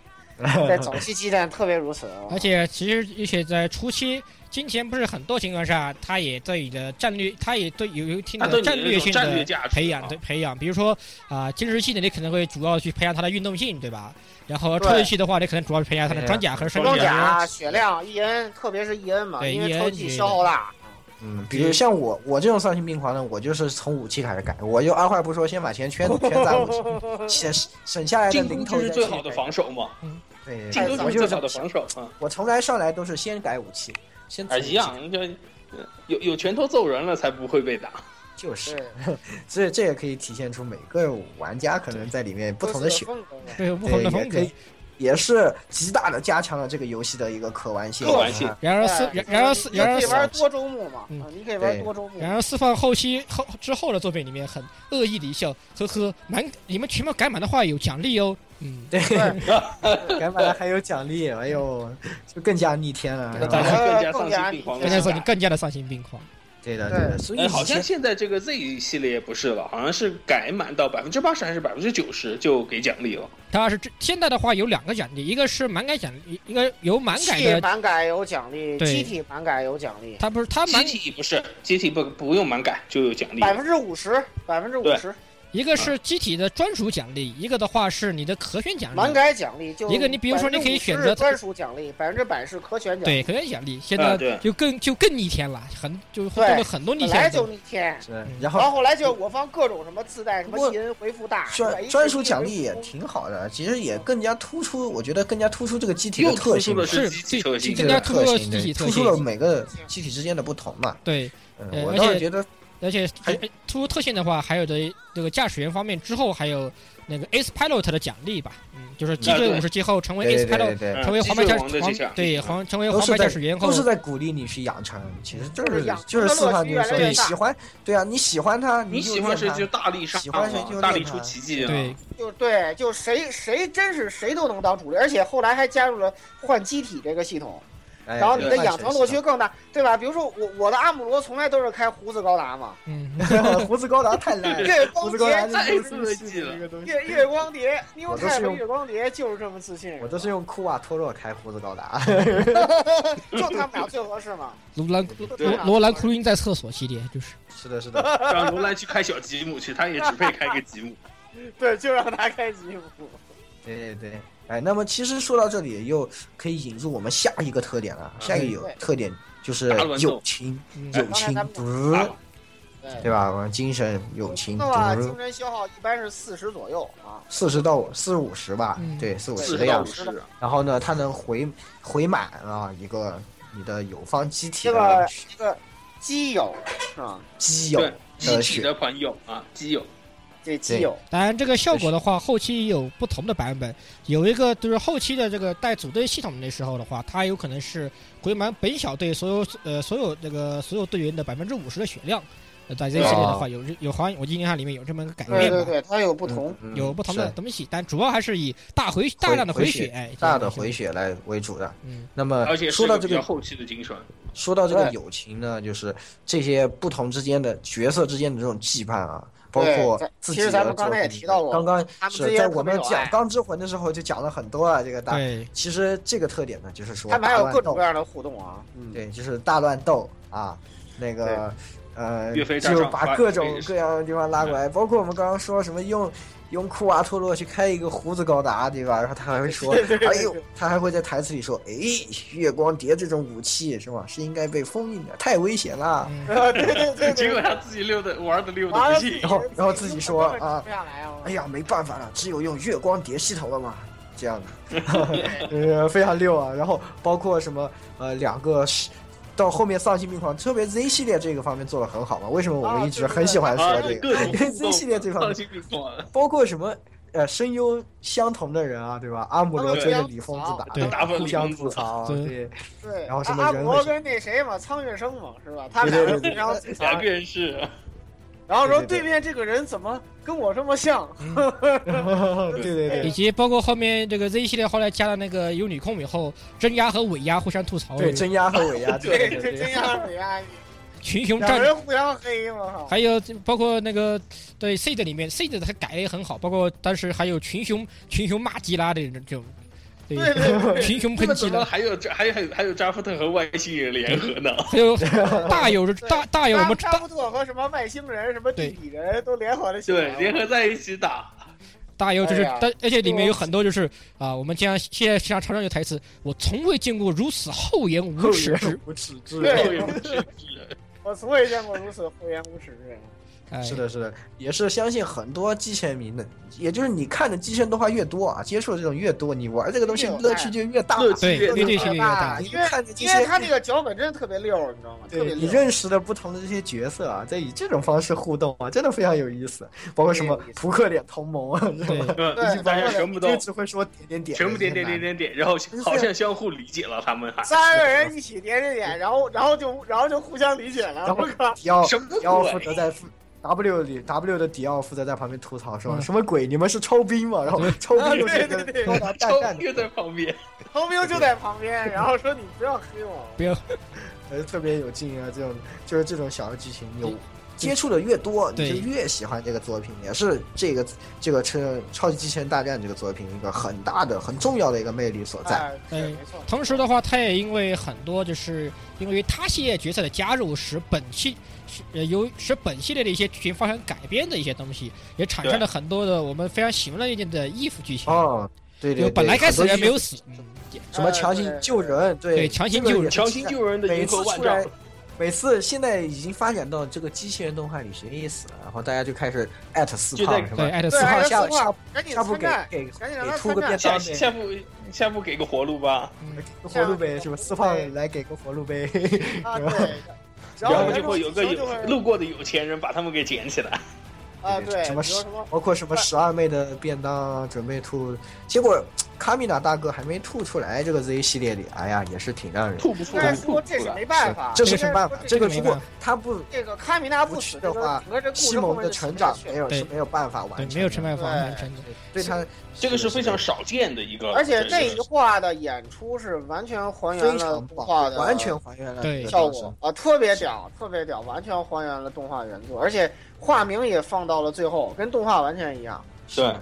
[SPEAKER 3] 在早期基站特别如此。
[SPEAKER 2] 而且其实而且在初期。金钱不是很多情况下，他也对你的战略，他也对有有一定
[SPEAKER 4] 他对
[SPEAKER 2] 的
[SPEAKER 4] 你的
[SPEAKER 2] 战
[SPEAKER 4] 那
[SPEAKER 2] 略
[SPEAKER 4] 种
[SPEAKER 2] 性
[SPEAKER 4] 战
[SPEAKER 2] 的
[SPEAKER 4] 略价值
[SPEAKER 2] 培养
[SPEAKER 4] 啊
[SPEAKER 2] 对培养，比如说啊、金石系的你可能会主要去培养他的运动性，对吧？然后
[SPEAKER 3] 对
[SPEAKER 2] 超级系的话，你可能主要培养他的
[SPEAKER 1] 对呀
[SPEAKER 2] 装甲和身
[SPEAKER 4] 装
[SPEAKER 3] 装
[SPEAKER 2] 体啊
[SPEAKER 3] 甲、血量、E N，特别是 E N 嘛，
[SPEAKER 2] 对
[SPEAKER 3] 因为
[SPEAKER 2] EN
[SPEAKER 3] 超级消耗 大。
[SPEAKER 1] 嗯，比如像我，我这种丧心病狂呢，我就是从武器开始改，我就二话不说，先把钱圈圈在武 器，省省下来的
[SPEAKER 4] 进攻
[SPEAKER 1] 零
[SPEAKER 4] 就
[SPEAKER 1] 头
[SPEAKER 4] 是
[SPEAKER 1] 再
[SPEAKER 4] 最
[SPEAKER 1] 去
[SPEAKER 4] 好的
[SPEAKER 1] 改
[SPEAKER 4] 防守嘛，
[SPEAKER 1] 对，
[SPEAKER 4] 进攻
[SPEAKER 1] 我就
[SPEAKER 4] 就是最
[SPEAKER 1] 是
[SPEAKER 4] 好的防守啊。
[SPEAKER 1] 我从来上来都是先改武器，先
[SPEAKER 4] 啊，
[SPEAKER 1] 组
[SPEAKER 4] 一样，就呃有有拳头揍人了才不会被打。
[SPEAKER 1] 就是
[SPEAKER 3] 对，
[SPEAKER 1] 这这也可以体现出每个玩家可能在里面不同的
[SPEAKER 3] 各自
[SPEAKER 1] 选，
[SPEAKER 3] 风格嘛
[SPEAKER 2] 对不同
[SPEAKER 1] 对，
[SPEAKER 2] 的
[SPEAKER 1] 也
[SPEAKER 2] 风
[SPEAKER 1] 可
[SPEAKER 2] 格
[SPEAKER 1] 以。，也是极大的加强了这个游戏的一个可玩性。
[SPEAKER 4] 可玩性
[SPEAKER 1] 啊
[SPEAKER 2] 然而四
[SPEAKER 3] 哎
[SPEAKER 2] 然然而四
[SPEAKER 3] 你
[SPEAKER 2] 然而
[SPEAKER 3] 可以
[SPEAKER 2] 四
[SPEAKER 3] 玩多周目嘛，
[SPEAKER 2] 嗯
[SPEAKER 3] 啊你可以玩多周目。
[SPEAKER 2] 然而四放后期后之后的作品里面很恶意的一笑，呵呵，满你们全部改满的话有奖励哦。嗯，
[SPEAKER 1] 对，
[SPEAKER 3] 对
[SPEAKER 1] 改满了还有奖励，哎呦，就更加逆天了。是
[SPEAKER 4] 大
[SPEAKER 1] 吧
[SPEAKER 4] 家
[SPEAKER 3] 呃更
[SPEAKER 4] 更加丧
[SPEAKER 3] 加
[SPEAKER 4] 心病狂的
[SPEAKER 2] 刚才
[SPEAKER 4] 去
[SPEAKER 2] 说你
[SPEAKER 4] 打。
[SPEAKER 2] 更加的丧心病狂。
[SPEAKER 1] 对的，
[SPEAKER 3] 对
[SPEAKER 1] 对的。所以
[SPEAKER 4] 哎，好
[SPEAKER 1] 以前
[SPEAKER 4] 像现在这个 Z 系列不是了，好像是改满到百分之八十还是百分之九十就给奖励了。
[SPEAKER 2] 当然是这现在的话有两个奖励，一个是满改奖励，一个有满改
[SPEAKER 3] 气
[SPEAKER 2] 的，
[SPEAKER 3] 满改有奖励，
[SPEAKER 2] 对
[SPEAKER 3] 机体满改有奖励，
[SPEAKER 2] 他不是他
[SPEAKER 4] 机
[SPEAKER 2] 满
[SPEAKER 4] 体不是，机体不不用满改就有奖励。
[SPEAKER 3] 百分之五十，百分之五十
[SPEAKER 2] 一个是机体的专属奖励，一个的话是你的可选奖
[SPEAKER 3] 满
[SPEAKER 2] 励。
[SPEAKER 3] 改奖励就
[SPEAKER 2] 一个你比如说你可以选择
[SPEAKER 3] 50%专属奖励，百分之百是可选奖
[SPEAKER 2] 对
[SPEAKER 3] 励，
[SPEAKER 2] 可选奖励，现
[SPEAKER 4] 啊
[SPEAKER 2] 在
[SPEAKER 4] 对
[SPEAKER 2] 就更就更逆天了，很就做
[SPEAKER 3] 对
[SPEAKER 2] 了很多逆
[SPEAKER 3] 本
[SPEAKER 2] 天
[SPEAKER 3] 来
[SPEAKER 2] 的
[SPEAKER 3] 就
[SPEAKER 2] 东西。
[SPEAKER 3] 逆天。
[SPEAKER 1] 是
[SPEAKER 2] 嗯，
[SPEAKER 1] 然
[SPEAKER 3] 然后
[SPEAKER 1] 后
[SPEAKER 3] 后来就我方各种什么自带什
[SPEAKER 1] 不过
[SPEAKER 3] 么银回复大，
[SPEAKER 1] 专
[SPEAKER 3] 对
[SPEAKER 1] 专属奖励也挺好的，其实也更加突出，我觉得更加突出这个机体的
[SPEAKER 4] 又
[SPEAKER 1] 特
[SPEAKER 4] 突出
[SPEAKER 1] 性，
[SPEAKER 4] 了
[SPEAKER 2] 是
[SPEAKER 4] 是机
[SPEAKER 2] 最
[SPEAKER 4] 体特
[SPEAKER 2] 最
[SPEAKER 4] 性
[SPEAKER 2] 更加突出了
[SPEAKER 1] 性
[SPEAKER 2] 机体特
[SPEAKER 1] 突出了
[SPEAKER 2] 性，
[SPEAKER 1] 每个机体之间的不同嘛。
[SPEAKER 2] 对，
[SPEAKER 1] 嗯，
[SPEAKER 2] 对
[SPEAKER 1] 我
[SPEAKER 2] 而
[SPEAKER 1] 倒是
[SPEAKER 2] 且
[SPEAKER 1] 觉得
[SPEAKER 2] 而且
[SPEAKER 1] 还
[SPEAKER 2] 呃突出特性的话，还有的这个驾驶员方面之后还有那个 Ace Pilot 的奖励吧，嗯，就是机
[SPEAKER 4] 啊
[SPEAKER 2] 队
[SPEAKER 4] 对
[SPEAKER 2] 五十级后成为
[SPEAKER 1] 对
[SPEAKER 2] Ace
[SPEAKER 1] 对
[SPEAKER 2] Pilot，
[SPEAKER 1] 对对，
[SPEAKER 4] 嗯
[SPEAKER 2] 成为
[SPEAKER 4] 机
[SPEAKER 2] 黄牌
[SPEAKER 4] 械
[SPEAKER 2] 驾
[SPEAKER 4] 王的这
[SPEAKER 2] 驶
[SPEAKER 4] 项
[SPEAKER 2] 黄对黄成为
[SPEAKER 1] 都
[SPEAKER 2] 黄
[SPEAKER 1] 是
[SPEAKER 2] 牌驾
[SPEAKER 1] 在
[SPEAKER 2] 驶员后
[SPEAKER 1] 都，是在鼓励你去养成，其实就
[SPEAKER 3] 就是
[SPEAKER 1] 是
[SPEAKER 3] 养成
[SPEAKER 1] 就是
[SPEAKER 3] 的
[SPEAKER 1] 四
[SPEAKER 3] 乐
[SPEAKER 1] 川
[SPEAKER 3] 趣
[SPEAKER 1] 就
[SPEAKER 3] 越
[SPEAKER 1] 是说
[SPEAKER 3] 来越
[SPEAKER 1] 你
[SPEAKER 3] 大
[SPEAKER 1] 喜欢，对啊，你喜欢他，
[SPEAKER 4] 你
[SPEAKER 1] 就
[SPEAKER 4] 喜欢
[SPEAKER 1] 练
[SPEAKER 4] 谁
[SPEAKER 1] 他
[SPEAKER 4] 就大力上、啊，
[SPEAKER 1] 喜欢谁就
[SPEAKER 4] 大
[SPEAKER 1] 练
[SPEAKER 4] 力出
[SPEAKER 1] 他
[SPEAKER 4] 奇迹啊！
[SPEAKER 2] 对，
[SPEAKER 3] 就对，就谁谁真是谁都能当主力，而且后来还加入了换机体这个系统，
[SPEAKER 1] 哎
[SPEAKER 3] 然后你
[SPEAKER 1] 对
[SPEAKER 3] 的
[SPEAKER 1] 换
[SPEAKER 3] 养
[SPEAKER 1] 谁
[SPEAKER 3] 成
[SPEAKER 1] 喜
[SPEAKER 3] 乐
[SPEAKER 1] 欢
[SPEAKER 3] 趣更大，对吧？比如说我我的阿姆罗从来都是开胡子高达嘛，
[SPEAKER 2] 嗯，
[SPEAKER 1] 胡子高达太烂 了，
[SPEAKER 3] 月
[SPEAKER 1] 胡
[SPEAKER 3] 光
[SPEAKER 1] 子
[SPEAKER 3] 蝶
[SPEAKER 1] 高达
[SPEAKER 3] 就
[SPEAKER 4] 太
[SPEAKER 1] 这
[SPEAKER 3] 是
[SPEAKER 4] 刺激了
[SPEAKER 1] 这个东西，
[SPEAKER 3] 月月光蝶，New
[SPEAKER 1] 我都是
[SPEAKER 3] Type
[SPEAKER 1] 用
[SPEAKER 3] 月光蝶就是这么自信，
[SPEAKER 1] 我都是用库瓦托洛开胡子高达，
[SPEAKER 3] 就他们俩最合适嘛。
[SPEAKER 2] 罗兰
[SPEAKER 4] 对啊
[SPEAKER 2] 罗罗兰库因在厕所系列就是，
[SPEAKER 1] 是的，是 的，
[SPEAKER 4] 让罗兰去开小吉姆去，他也只配开个吉姆。
[SPEAKER 3] 对，就让他开吉姆。
[SPEAKER 1] 对对对。哎，那么其实说到这里，又可以引入我们下一个特点了。下一个有
[SPEAKER 3] 对
[SPEAKER 1] 特点就是
[SPEAKER 4] 大乱斗哎
[SPEAKER 1] 友情，
[SPEAKER 2] 嗯
[SPEAKER 1] 友
[SPEAKER 3] 刚才
[SPEAKER 1] 情
[SPEAKER 3] 咱们，
[SPEAKER 1] 不
[SPEAKER 4] 啊
[SPEAKER 1] 对吧？我们精神、友情，
[SPEAKER 3] 那么
[SPEAKER 1] 总
[SPEAKER 3] 精
[SPEAKER 1] 之
[SPEAKER 3] 神消耗一般是四十左右啊，
[SPEAKER 1] 四十到四五十吧，
[SPEAKER 2] 嗯
[SPEAKER 1] 对，四五
[SPEAKER 3] 对
[SPEAKER 1] 十
[SPEAKER 4] 四
[SPEAKER 1] 的
[SPEAKER 4] 十到
[SPEAKER 1] 样
[SPEAKER 4] 五
[SPEAKER 1] 子。
[SPEAKER 4] 十，
[SPEAKER 1] 然后呢，它能回回满啊一个你的友方机体
[SPEAKER 3] 这个
[SPEAKER 1] 的
[SPEAKER 3] 这个基友是吧？
[SPEAKER 1] 基友
[SPEAKER 4] 对，机
[SPEAKER 1] 呃
[SPEAKER 4] 体
[SPEAKER 1] 是
[SPEAKER 4] 的朋友啊，基友，
[SPEAKER 3] 这基友
[SPEAKER 2] 当然，这个效果的话，后期有不同的版本，有一个就是后期的这个带组队系统的时候的话，它有可能是回满本小队所有呃所有这个所有队员的百分之五十的血量，呃，在
[SPEAKER 1] 啊
[SPEAKER 2] 这个系列的话，有有好像我印象里面有这么一个改
[SPEAKER 3] 对
[SPEAKER 2] 变
[SPEAKER 3] 对
[SPEAKER 2] 吧，
[SPEAKER 3] 对，它有不同，
[SPEAKER 1] 嗯嗯
[SPEAKER 2] 有不同的
[SPEAKER 1] 是
[SPEAKER 2] 东西，但主要还是以大回大量的
[SPEAKER 1] 回
[SPEAKER 2] 血
[SPEAKER 1] 血，
[SPEAKER 2] 哎
[SPEAKER 1] 大的回
[SPEAKER 2] 血，
[SPEAKER 1] 血来为主的。
[SPEAKER 2] 嗯，
[SPEAKER 1] 那么
[SPEAKER 4] 而且是
[SPEAKER 1] 呃说
[SPEAKER 4] 一
[SPEAKER 1] 到
[SPEAKER 4] 个
[SPEAKER 1] 这
[SPEAKER 4] 比
[SPEAKER 1] 个
[SPEAKER 4] 较后期的精神，
[SPEAKER 1] 说到这个
[SPEAKER 3] 对
[SPEAKER 1] 友情呢，就是这些不同之间的角色之间的这种羁绊啊，包
[SPEAKER 3] 对
[SPEAKER 1] 括
[SPEAKER 3] 咱
[SPEAKER 1] 自己
[SPEAKER 3] 其实
[SPEAKER 1] 的
[SPEAKER 3] 咱们刚才
[SPEAKER 1] 作
[SPEAKER 3] 也
[SPEAKER 1] 品
[SPEAKER 3] 提到了
[SPEAKER 1] 刚刚
[SPEAKER 3] 他们之
[SPEAKER 1] 是
[SPEAKER 3] 间
[SPEAKER 1] 在
[SPEAKER 3] 特
[SPEAKER 1] 我
[SPEAKER 3] 别
[SPEAKER 1] 们
[SPEAKER 3] 有啊
[SPEAKER 1] 讲
[SPEAKER 3] 爱
[SPEAKER 1] 《钢之魂》的时候就讲了很多啊，这个大。
[SPEAKER 2] 对，
[SPEAKER 1] 其实这个特点呢，就是说
[SPEAKER 3] 他们还有
[SPEAKER 1] 大乱
[SPEAKER 3] 各种
[SPEAKER 1] 斗
[SPEAKER 3] 各样的互 动啊，嗯，
[SPEAKER 1] 对，就是大乱斗啊，那个呃，
[SPEAKER 4] 岳飞大
[SPEAKER 1] 就
[SPEAKER 4] 帐
[SPEAKER 1] 把
[SPEAKER 4] 把
[SPEAKER 1] 各
[SPEAKER 4] 岳飞
[SPEAKER 1] 种
[SPEAKER 4] 给
[SPEAKER 1] 各样的地方拉过来，包括我们刚刚说什么用用库瓦托洛去开一个胡子高达，对吧？然后他还会说，哎呦，他还会在台词里说，哎，月光蝶这种武器是吧？是应该被封印的，太危险了。
[SPEAKER 2] 嗯，
[SPEAKER 3] 啊对对对
[SPEAKER 4] 结
[SPEAKER 3] 对，
[SPEAKER 4] 果他自己溜的玩的溜的
[SPEAKER 3] 完
[SPEAKER 4] 不
[SPEAKER 3] 了
[SPEAKER 4] 行，
[SPEAKER 1] 然后然后自己说
[SPEAKER 3] 根本
[SPEAKER 1] 啊
[SPEAKER 3] 停不下来啊，
[SPEAKER 1] 哎呀，没办法了，只有用月光蝶系统了嘛，这样 的，呃，非常溜啊。然后包括什么呃，两个是到后面丧心病狂，特别 Z 系列这个方面做的很好嘛。为什么我们
[SPEAKER 3] 啊
[SPEAKER 1] 一直
[SPEAKER 3] 对对
[SPEAKER 1] 很喜欢说
[SPEAKER 4] 啊
[SPEAKER 1] 这，
[SPEAKER 4] 各
[SPEAKER 1] 个？
[SPEAKER 4] 种啊
[SPEAKER 1] 因为 Z 系列这方
[SPEAKER 4] 丧
[SPEAKER 1] 面，
[SPEAKER 4] 心病 狂，
[SPEAKER 1] 包括什么呃声优相同的人啊，对吧？阿姆罗追着李疯子 打，
[SPEAKER 2] 对
[SPEAKER 4] 打
[SPEAKER 1] 互
[SPEAKER 4] 李
[SPEAKER 1] 相
[SPEAKER 4] 疯
[SPEAKER 1] 吐
[SPEAKER 4] 子，
[SPEAKER 1] 槽，
[SPEAKER 2] 对
[SPEAKER 1] 对
[SPEAKER 3] 对，
[SPEAKER 1] 然后什
[SPEAKER 3] 阿
[SPEAKER 1] 么
[SPEAKER 3] 阿
[SPEAKER 1] 人
[SPEAKER 3] 罗
[SPEAKER 1] 会
[SPEAKER 3] 跟那谁嘛，苍月生嘛是吧？他 们
[SPEAKER 1] 对
[SPEAKER 3] 俩
[SPEAKER 1] 对
[SPEAKER 3] 人
[SPEAKER 1] 对
[SPEAKER 3] 互相吐槽，
[SPEAKER 1] 啊
[SPEAKER 4] 两个人是啊
[SPEAKER 3] 然后说
[SPEAKER 1] 对对对
[SPEAKER 3] 对面这个人怎么跟我这么像，
[SPEAKER 1] 对对对
[SPEAKER 2] 以及包括后面这个 Z 系列后来加了那个有女控以后，真压和伪压互相吐槽，
[SPEAKER 1] 对，真压和伪压，对
[SPEAKER 3] 对
[SPEAKER 1] 对
[SPEAKER 3] 这真压美啊，
[SPEAKER 2] 群雄
[SPEAKER 3] 两
[SPEAKER 2] 战
[SPEAKER 3] 人互相黑嘛，
[SPEAKER 2] 还有这包括那个对 C 的里面 C 的它改的也很好，包括当时还有群雄群雄骂基拉的这种，对
[SPEAKER 3] 对对对
[SPEAKER 2] 群雄
[SPEAKER 4] 他
[SPEAKER 2] 喷
[SPEAKER 4] 们
[SPEAKER 2] 基
[SPEAKER 4] 怎么
[SPEAKER 2] 拉，
[SPEAKER 4] 还有这还有还有还有扎夫特和外星人联合呢？
[SPEAKER 2] 还有大有大大哎有我们
[SPEAKER 3] 扎
[SPEAKER 2] 大
[SPEAKER 3] 布特和什么外星人、什么地底人都联合了起
[SPEAKER 4] 对
[SPEAKER 3] 来，，
[SPEAKER 4] 联合在一起打，
[SPEAKER 2] 大有就是
[SPEAKER 3] 哎呀
[SPEAKER 2] 但而且里面有很多就是啊，我们经常现在经常常常有台词，我从未见过如此厚颜无耻之
[SPEAKER 1] 无耻之
[SPEAKER 3] 对
[SPEAKER 4] 后有是
[SPEAKER 3] 我从未见过如此厚颜无耻之人。
[SPEAKER 2] 哎，
[SPEAKER 1] 是的，是的，也是相信很多机器人迷的，也就是你看的机器人动画越多啊，接触的这种越多，你玩这个东西
[SPEAKER 3] 越有
[SPEAKER 1] 乐趣就越大。
[SPEAKER 4] 乐趣啊
[SPEAKER 2] 对
[SPEAKER 4] 越
[SPEAKER 2] 乐
[SPEAKER 4] 大
[SPEAKER 2] 趣是越大
[SPEAKER 1] 你
[SPEAKER 3] 啊因为
[SPEAKER 1] 看着这
[SPEAKER 3] 因为
[SPEAKER 1] 些，
[SPEAKER 3] 他那个脚本真的特别溜，你知道吗？特别
[SPEAKER 1] 对你
[SPEAKER 3] 溜。
[SPEAKER 1] 认识的不同的这些角色啊，在以这种方式互动啊，真的非常有意思。包括什么
[SPEAKER 3] 对有意思
[SPEAKER 1] 扑克脸同盟啊，这种
[SPEAKER 2] 对
[SPEAKER 4] 嗯
[SPEAKER 3] 对
[SPEAKER 4] 大家全部都
[SPEAKER 1] 就只会说点点点，
[SPEAKER 4] 全部点点点点点，然后好像相互理解了，他们还
[SPEAKER 3] 三个人一起点点点，然后然后就然后就互相理解了。
[SPEAKER 1] 然后
[SPEAKER 3] 我靠，
[SPEAKER 1] 迪奥
[SPEAKER 4] 什么
[SPEAKER 1] 迪奥
[SPEAKER 4] 鬼
[SPEAKER 1] 负责在负 W 里 W 的迪奥负责在旁边吐槽说、
[SPEAKER 2] 嗯
[SPEAKER 1] 什么鬼？你们是抽兵吗？然后抽兵就
[SPEAKER 3] 对
[SPEAKER 1] 是
[SPEAKER 3] 对对
[SPEAKER 1] 跟高达淡
[SPEAKER 4] 超
[SPEAKER 1] 淡的，
[SPEAKER 4] 又在旁边，
[SPEAKER 3] 头兵就在旁边，然后说你不要黑我。
[SPEAKER 2] 不要
[SPEAKER 1] 呃，特别有劲啊！这种就是这种小的剧情有
[SPEAKER 2] 对。
[SPEAKER 1] 接触的越多，你
[SPEAKER 2] 对
[SPEAKER 1] 就越喜欢这个作品，也是这个这个超超级机器人大战这个作品一个很大的、很重要的一个魅力所在。
[SPEAKER 3] 哎，对，没错。
[SPEAKER 2] 同时的话，它也因为很多就是因为他系列角色的加入，使本系使呃由使本系列的一些剧情发生改编的一些东西，也产生了很多的我们非常喜闻乐见的义父剧情。
[SPEAKER 1] 哦，对对
[SPEAKER 2] 就
[SPEAKER 1] 对，
[SPEAKER 2] 本来该死的人没有
[SPEAKER 1] 很
[SPEAKER 2] 死，嗯，也
[SPEAKER 1] 多什么强
[SPEAKER 3] 哎
[SPEAKER 1] 行救人，对
[SPEAKER 2] 对强行救 人
[SPEAKER 4] 强行救人的
[SPEAKER 1] 每
[SPEAKER 4] 银河
[SPEAKER 1] 次
[SPEAKER 4] 万
[SPEAKER 1] 出
[SPEAKER 4] 丈
[SPEAKER 1] 来，，每次现在已经发展到这个机器人动画里谁也死了，啊然后大家就开始艾特四
[SPEAKER 4] 就
[SPEAKER 1] 胖
[SPEAKER 4] 在
[SPEAKER 1] 是吧
[SPEAKER 2] 对，？艾特斯
[SPEAKER 3] 对，
[SPEAKER 1] 四号
[SPEAKER 2] 号
[SPEAKER 3] 还，有
[SPEAKER 1] 下
[SPEAKER 3] 四号，赶紧
[SPEAKER 1] 要不
[SPEAKER 3] 参
[SPEAKER 1] 给
[SPEAKER 3] 战，
[SPEAKER 1] 给
[SPEAKER 3] 赶紧让
[SPEAKER 1] 给
[SPEAKER 3] 他
[SPEAKER 1] 出个便
[SPEAKER 3] 参
[SPEAKER 4] 下
[SPEAKER 1] 当
[SPEAKER 3] 战。
[SPEAKER 1] 呗，
[SPEAKER 4] 下部下部给个活路吧，
[SPEAKER 2] 嗯
[SPEAKER 1] 给个活路呗，是吧？四胖来给个活路呗，
[SPEAKER 3] 啊， 对。
[SPEAKER 4] 然后
[SPEAKER 3] 后
[SPEAKER 4] 就会有个
[SPEAKER 3] 就
[SPEAKER 4] 有
[SPEAKER 3] 会
[SPEAKER 4] 路过的有钱人把他们给捡起来，
[SPEAKER 3] 啊，对，
[SPEAKER 1] 什
[SPEAKER 3] 比
[SPEAKER 1] 么
[SPEAKER 3] 如
[SPEAKER 1] 十
[SPEAKER 3] 什么
[SPEAKER 1] 包括什么十二妹的便当啊准备吐，结果卡米娜大哥还没吐出来，这个 Z 系列里，哎呀，也是挺让人。
[SPEAKER 4] 吐不出
[SPEAKER 3] 应该
[SPEAKER 4] 来，吐
[SPEAKER 3] 说
[SPEAKER 4] 不
[SPEAKER 3] 这
[SPEAKER 4] 出
[SPEAKER 3] 是
[SPEAKER 4] 来。
[SPEAKER 3] 没办法，
[SPEAKER 1] 这
[SPEAKER 3] 应
[SPEAKER 1] 是
[SPEAKER 3] 该
[SPEAKER 1] 没
[SPEAKER 3] 说
[SPEAKER 1] 办法，
[SPEAKER 3] 这
[SPEAKER 1] 这
[SPEAKER 2] 个
[SPEAKER 1] 个
[SPEAKER 2] 没
[SPEAKER 1] 如
[SPEAKER 2] 办
[SPEAKER 1] 果
[SPEAKER 2] 法
[SPEAKER 1] 他不
[SPEAKER 3] 这个卡米纳不死
[SPEAKER 1] 的话
[SPEAKER 3] 整个这故事
[SPEAKER 1] 西
[SPEAKER 3] 后
[SPEAKER 1] 蒙
[SPEAKER 3] 面
[SPEAKER 1] 的
[SPEAKER 3] 就
[SPEAKER 1] 成
[SPEAKER 3] 写
[SPEAKER 1] 长
[SPEAKER 3] 下去
[SPEAKER 1] 没
[SPEAKER 3] 了
[SPEAKER 1] 有
[SPEAKER 2] 对
[SPEAKER 1] 是没有办法完
[SPEAKER 2] 对
[SPEAKER 1] 成，的，
[SPEAKER 2] 没有陈办法
[SPEAKER 3] 对
[SPEAKER 2] 完成的，
[SPEAKER 1] 对他
[SPEAKER 4] 这个是非常少见的一个，
[SPEAKER 3] 而且这
[SPEAKER 4] 真
[SPEAKER 3] 一
[SPEAKER 4] 哦是
[SPEAKER 3] 画的演出是完全还原
[SPEAKER 1] 非
[SPEAKER 3] 了
[SPEAKER 1] 常
[SPEAKER 3] 动
[SPEAKER 1] 棒，
[SPEAKER 3] 画的
[SPEAKER 1] 完全还原了
[SPEAKER 2] 对
[SPEAKER 3] 效
[SPEAKER 1] 当时
[SPEAKER 3] 果啊，特别屌，特别屌，完全还原了动画原作，而且画名也放到了最后，跟动画完全一样。
[SPEAKER 4] 对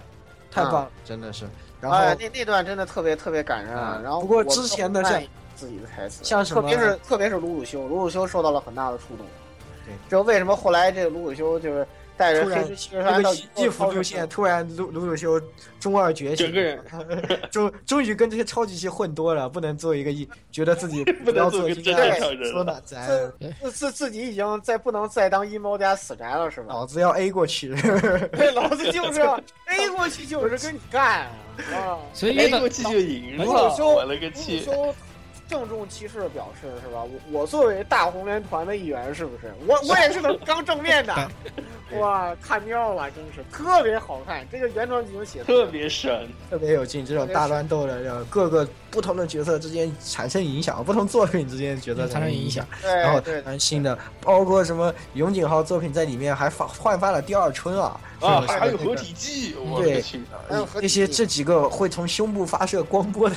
[SPEAKER 1] 太棒了，真的是。然
[SPEAKER 3] 嗯哎
[SPEAKER 1] 后，
[SPEAKER 3] 那那段真的特别特别感人啊。
[SPEAKER 1] 嗯
[SPEAKER 3] 然后
[SPEAKER 1] 不过
[SPEAKER 3] 我
[SPEAKER 1] 之前的
[SPEAKER 3] 我看
[SPEAKER 1] 像
[SPEAKER 3] 自己的台词，
[SPEAKER 1] 像什么
[SPEAKER 3] 特别是特别是鲁鲁修，鲁鲁修受到了很大的触动。
[SPEAKER 1] 对，
[SPEAKER 3] 这为什么后来这个鲁鲁修就是带着
[SPEAKER 1] 突然
[SPEAKER 3] 黑石七十
[SPEAKER 1] 这
[SPEAKER 3] 三到
[SPEAKER 1] 个
[SPEAKER 3] 宇
[SPEAKER 1] 一
[SPEAKER 3] 宙
[SPEAKER 1] 浮
[SPEAKER 3] 超
[SPEAKER 1] 出
[SPEAKER 3] 市
[SPEAKER 1] 现，突然鲁鲁鲁修中二觉醒，
[SPEAKER 4] 整个人
[SPEAKER 1] 终终于跟这些超级系混多了，不能做一个一觉 得自己不
[SPEAKER 5] 能
[SPEAKER 1] 要
[SPEAKER 5] 做
[SPEAKER 1] 做
[SPEAKER 5] 一
[SPEAKER 1] 一
[SPEAKER 5] 个
[SPEAKER 1] 个
[SPEAKER 5] 正
[SPEAKER 3] 常
[SPEAKER 5] 人
[SPEAKER 1] 说
[SPEAKER 5] 了
[SPEAKER 1] 呢，咱
[SPEAKER 3] 自自自自己已经再不能再当阴谋家死宅了是吧？
[SPEAKER 1] 脑子要 A 过去。
[SPEAKER 3] 对，老子就是 A 过去就是跟你干啊！
[SPEAKER 2] 所以
[SPEAKER 5] 哎，
[SPEAKER 2] 约
[SPEAKER 5] 过
[SPEAKER 2] 等
[SPEAKER 5] 去就赢了，
[SPEAKER 3] 哎我说
[SPEAKER 5] 我了个
[SPEAKER 3] 吴宇
[SPEAKER 5] 去！
[SPEAKER 3] 修郑重其事的表示是吧？我我作为大红莲团的一员是不是？我我也是 能刚正面的，哇，看妙了，真是特别好看，这个原创剧情写得
[SPEAKER 5] 特别神，
[SPEAKER 1] 特别有劲，这种大乱斗的，然后各个不同的角色之间产生影响，不同作品之间的角
[SPEAKER 2] 嗯
[SPEAKER 1] 色产生影响，然后
[SPEAKER 3] 对对
[SPEAKER 1] 产生新的，包括什么永井浩作品在里面还发焕发了第二春啊
[SPEAKER 5] 啊，
[SPEAKER 1] 是不是
[SPEAKER 5] 还有合体技，我
[SPEAKER 1] 对
[SPEAKER 5] 的去！
[SPEAKER 3] 还有合体
[SPEAKER 1] 那些这几个会从胸部发射光 波的，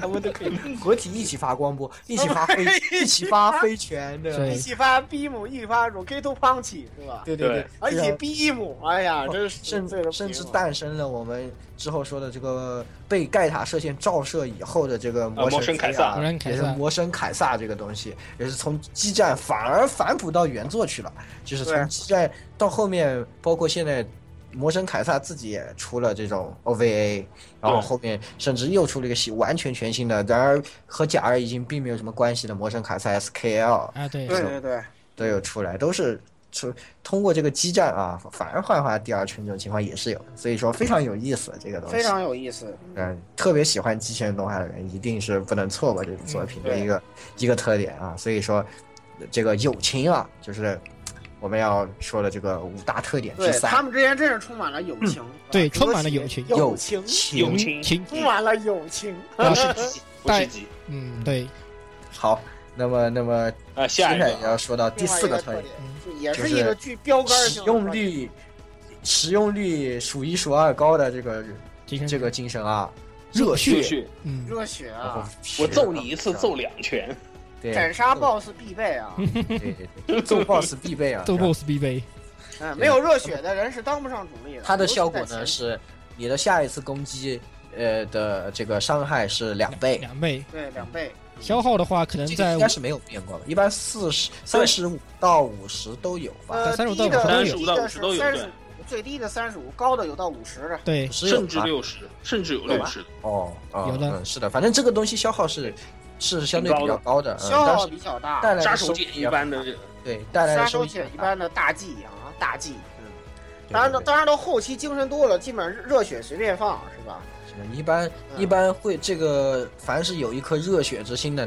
[SPEAKER 1] 他们都可以合体一起发光波，一起发飞， 一起发飞拳的，
[SPEAKER 2] 对
[SPEAKER 3] 一起发 B 姆，一起发 Rocket Punch 是吧？
[SPEAKER 1] 对对对
[SPEAKER 5] 对，啊
[SPEAKER 3] 而且
[SPEAKER 1] 这样
[SPEAKER 3] B 姆，哎呀，真是
[SPEAKER 1] 甚
[SPEAKER 3] 这个
[SPEAKER 1] 甚至
[SPEAKER 3] 屏幕
[SPEAKER 1] 诞生了我们之后说的这个被盖塔射线照射以后的这个魔
[SPEAKER 5] 啊魔神凯
[SPEAKER 1] 菲亚
[SPEAKER 5] 撒
[SPEAKER 2] 魔神凯
[SPEAKER 1] 也
[SPEAKER 2] 撒
[SPEAKER 1] 是魔神凯撒这个东西，也是从激战反而反哺到原作去了，就是
[SPEAKER 3] 对
[SPEAKER 5] 啊
[SPEAKER 1] 从激战到后面，包括现在。魔神凯撒自己也出了这种 OVA，然后后面甚至又出了一个新完全全新的，然而和假儿已经并没有什么关系的魔神凯撒 SKL
[SPEAKER 2] 啊，对，
[SPEAKER 3] 对对对，
[SPEAKER 1] 都有出来，都是出通过这个激战啊，反而焕发第二春这种情况也是有，所以说非常有意思这个东西。
[SPEAKER 3] 非常有意思。
[SPEAKER 1] 嗯，特别喜欢机器人动画的人，一定是不能错过这种作品
[SPEAKER 3] 嗯
[SPEAKER 1] 的
[SPEAKER 3] 对
[SPEAKER 1] 一个、一个特点啊。所以说，这个友情啊，就是我们要说的这个五大特点之
[SPEAKER 3] 对他
[SPEAKER 1] 三。
[SPEAKER 3] 们之间真是充满了友情，
[SPEAKER 2] 嗯对
[SPEAKER 3] 和谐
[SPEAKER 2] 充满了友情
[SPEAKER 1] 友
[SPEAKER 3] 友情，
[SPEAKER 4] 友
[SPEAKER 1] 情
[SPEAKER 4] 情
[SPEAKER 2] 情，
[SPEAKER 3] 充满了友情。
[SPEAKER 2] 啊
[SPEAKER 4] 不是急，不是急
[SPEAKER 2] 嗯，对，
[SPEAKER 1] 好，那么那么
[SPEAKER 5] 啊，
[SPEAKER 1] 接
[SPEAKER 5] 下
[SPEAKER 1] 下
[SPEAKER 5] 一
[SPEAKER 1] 来
[SPEAKER 5] 个
[SPEAKER 1] 也要
[SPEAKER 5] 啊，
[SPEAKER 1] 说到
[SPEAKER 3] 另
[SPEAKER 1] 第
[SPEAKER 3] 外
[SPEAKER 1] 四
[SPEAKER 3] 一
[SPEAKER 1] 个
[SPEAKER 3] 个
[SPEAKER 1] 特
[SPEAKER 3] 特
[SPEAKER 1] 点
[SPEAKER 3] 点，就也
[SPEAKER 1] 就是是
[SPEAKER 3] 一个具标杆
[SPEAKER 1] 使
[SPEAKER 3] 性的
[SPEAKER 1] 用
[SPEAKER 3] 特点
[SPEAKER 1] 率，使用率数一数二高的这个
[SPEAKER 2] 精神
[SPEAKER 1] 这个，精神啊，
[SPEAKER 2] 热
[SPEAKER 1] 热
[SPEAKER 2] 血
[SPEAKER 1] 血
[SPEAKER 5] 继续，
[SPEAKER 2] 嗯，
[SPEAKER 3] 热血
[SPEAKER 1] 然后
[SPEAKER 3] 啊，
[SPEAKER 5] 我揍你一次，
[SPEAKER 1] 是啊
[SPEAKER 5] 揍两拳，
[SPEAKER 1] 哦对
[SPEAKER 3] 斩杀 BOSS 必备啊！
[SPEAKER 2] 嗯
[SPEAKER 1] 对对对，揍 boss 必备啊，
[SPEAKER 2] 斗 BOSS 必备，
[SPEAKER 3] 嗯，没有热血的人是当不上主力的。
[SPEAKER 1] 它的效果
[SPEAKER 3] 尤
[SPEAKER 1] 呢
[SPEAKER 3] 其
[SPEAKER 1] 是你的下一次攻击，呃的这个伤害是两倍，
[SPEAKER 2] 两倍
[SPEAKER 3] 在前对两倍，
[SPEAKER 2] 消耗的话，可能
[SPEAKER 1] 这个
[SPEAKER 2] 在
[SPEAKER 1] 应该是没有变过吧？一般四十、三十五到五十都有吧？
[SPEAKER 3] 呃，
[SPEAKER 2] 35
[SPEAKER 3] 低
[SPEAKER 2] 到
[SPEAKER 3] 的
[SPEAKER 2] 50
[SPEAKER 3] 低
[SPEAKER 4] 都有
[SPEAKER 3] 的是
[SPEAKER 4] 35到50都有
[SPEAKER 3] 35最低的三十五，高的有到五十的。
[SPEAKER 2] 对
[SPEAKER 1] 五，十有
[SPEAKER 4] 甚至
[SPEAKER 1] 吧？
[SPEAKER 4] 六十，甚至有
[SPEAKER 1] 对
[SPEAKER 4] 六
[SPEAKER 1] 吧
[SPEAKER 4] 十。
[SPEAKER 1] 哦，啊
[SPEAKER 2] 有的
[SPEAKER 1] 嗯，是的，反正这个东西消耗是是相对比较高的，嗯
[SPEAKER 3] 消
[SPEAKER 1] 但
[SPEAKER 3] 耗
[SPEAKER 1] 是
[SPEAKER 3] 比较大，
[SPEAKER 1] 带来的
[SPEAKER 4] 杀手
[SPEAKER 1] 收
[SPEAKER 4] 锏
[SPEAKER 1] 益
[SPEAKER 4] 一
[SPEAKER 1] 啊
[SPEAKER 4] 般的这个，
[SPEAKER 1] 对带来
[SPEAKER 3] 杀
[SPEAKER 1] 的
[SPEAKER 3] 手
[SPEAKER 1] 收益
[SPEAKER 3] 锏
[SPEAKER 1] 很
[SPEAKER 3] 一
[SPEAKER 1] 大，
[SPEAKER 3] 般的大忌啊，大忌。嗯，
[SPEAKER 1] 对
[SPEAKER 3] 当然
[SPEAKER 1] 对
[SPEAKER 3] 到
[SPEAKER 1] 对
[SPEAKER 3] 当然到后期精神多了，基本上热血随便放是吧？
[SPEAKER 1] 是的一般
[SPEAKER 3] 嗯
[SPEAKER 1] 一般会这个，凡是有一颗热血之心的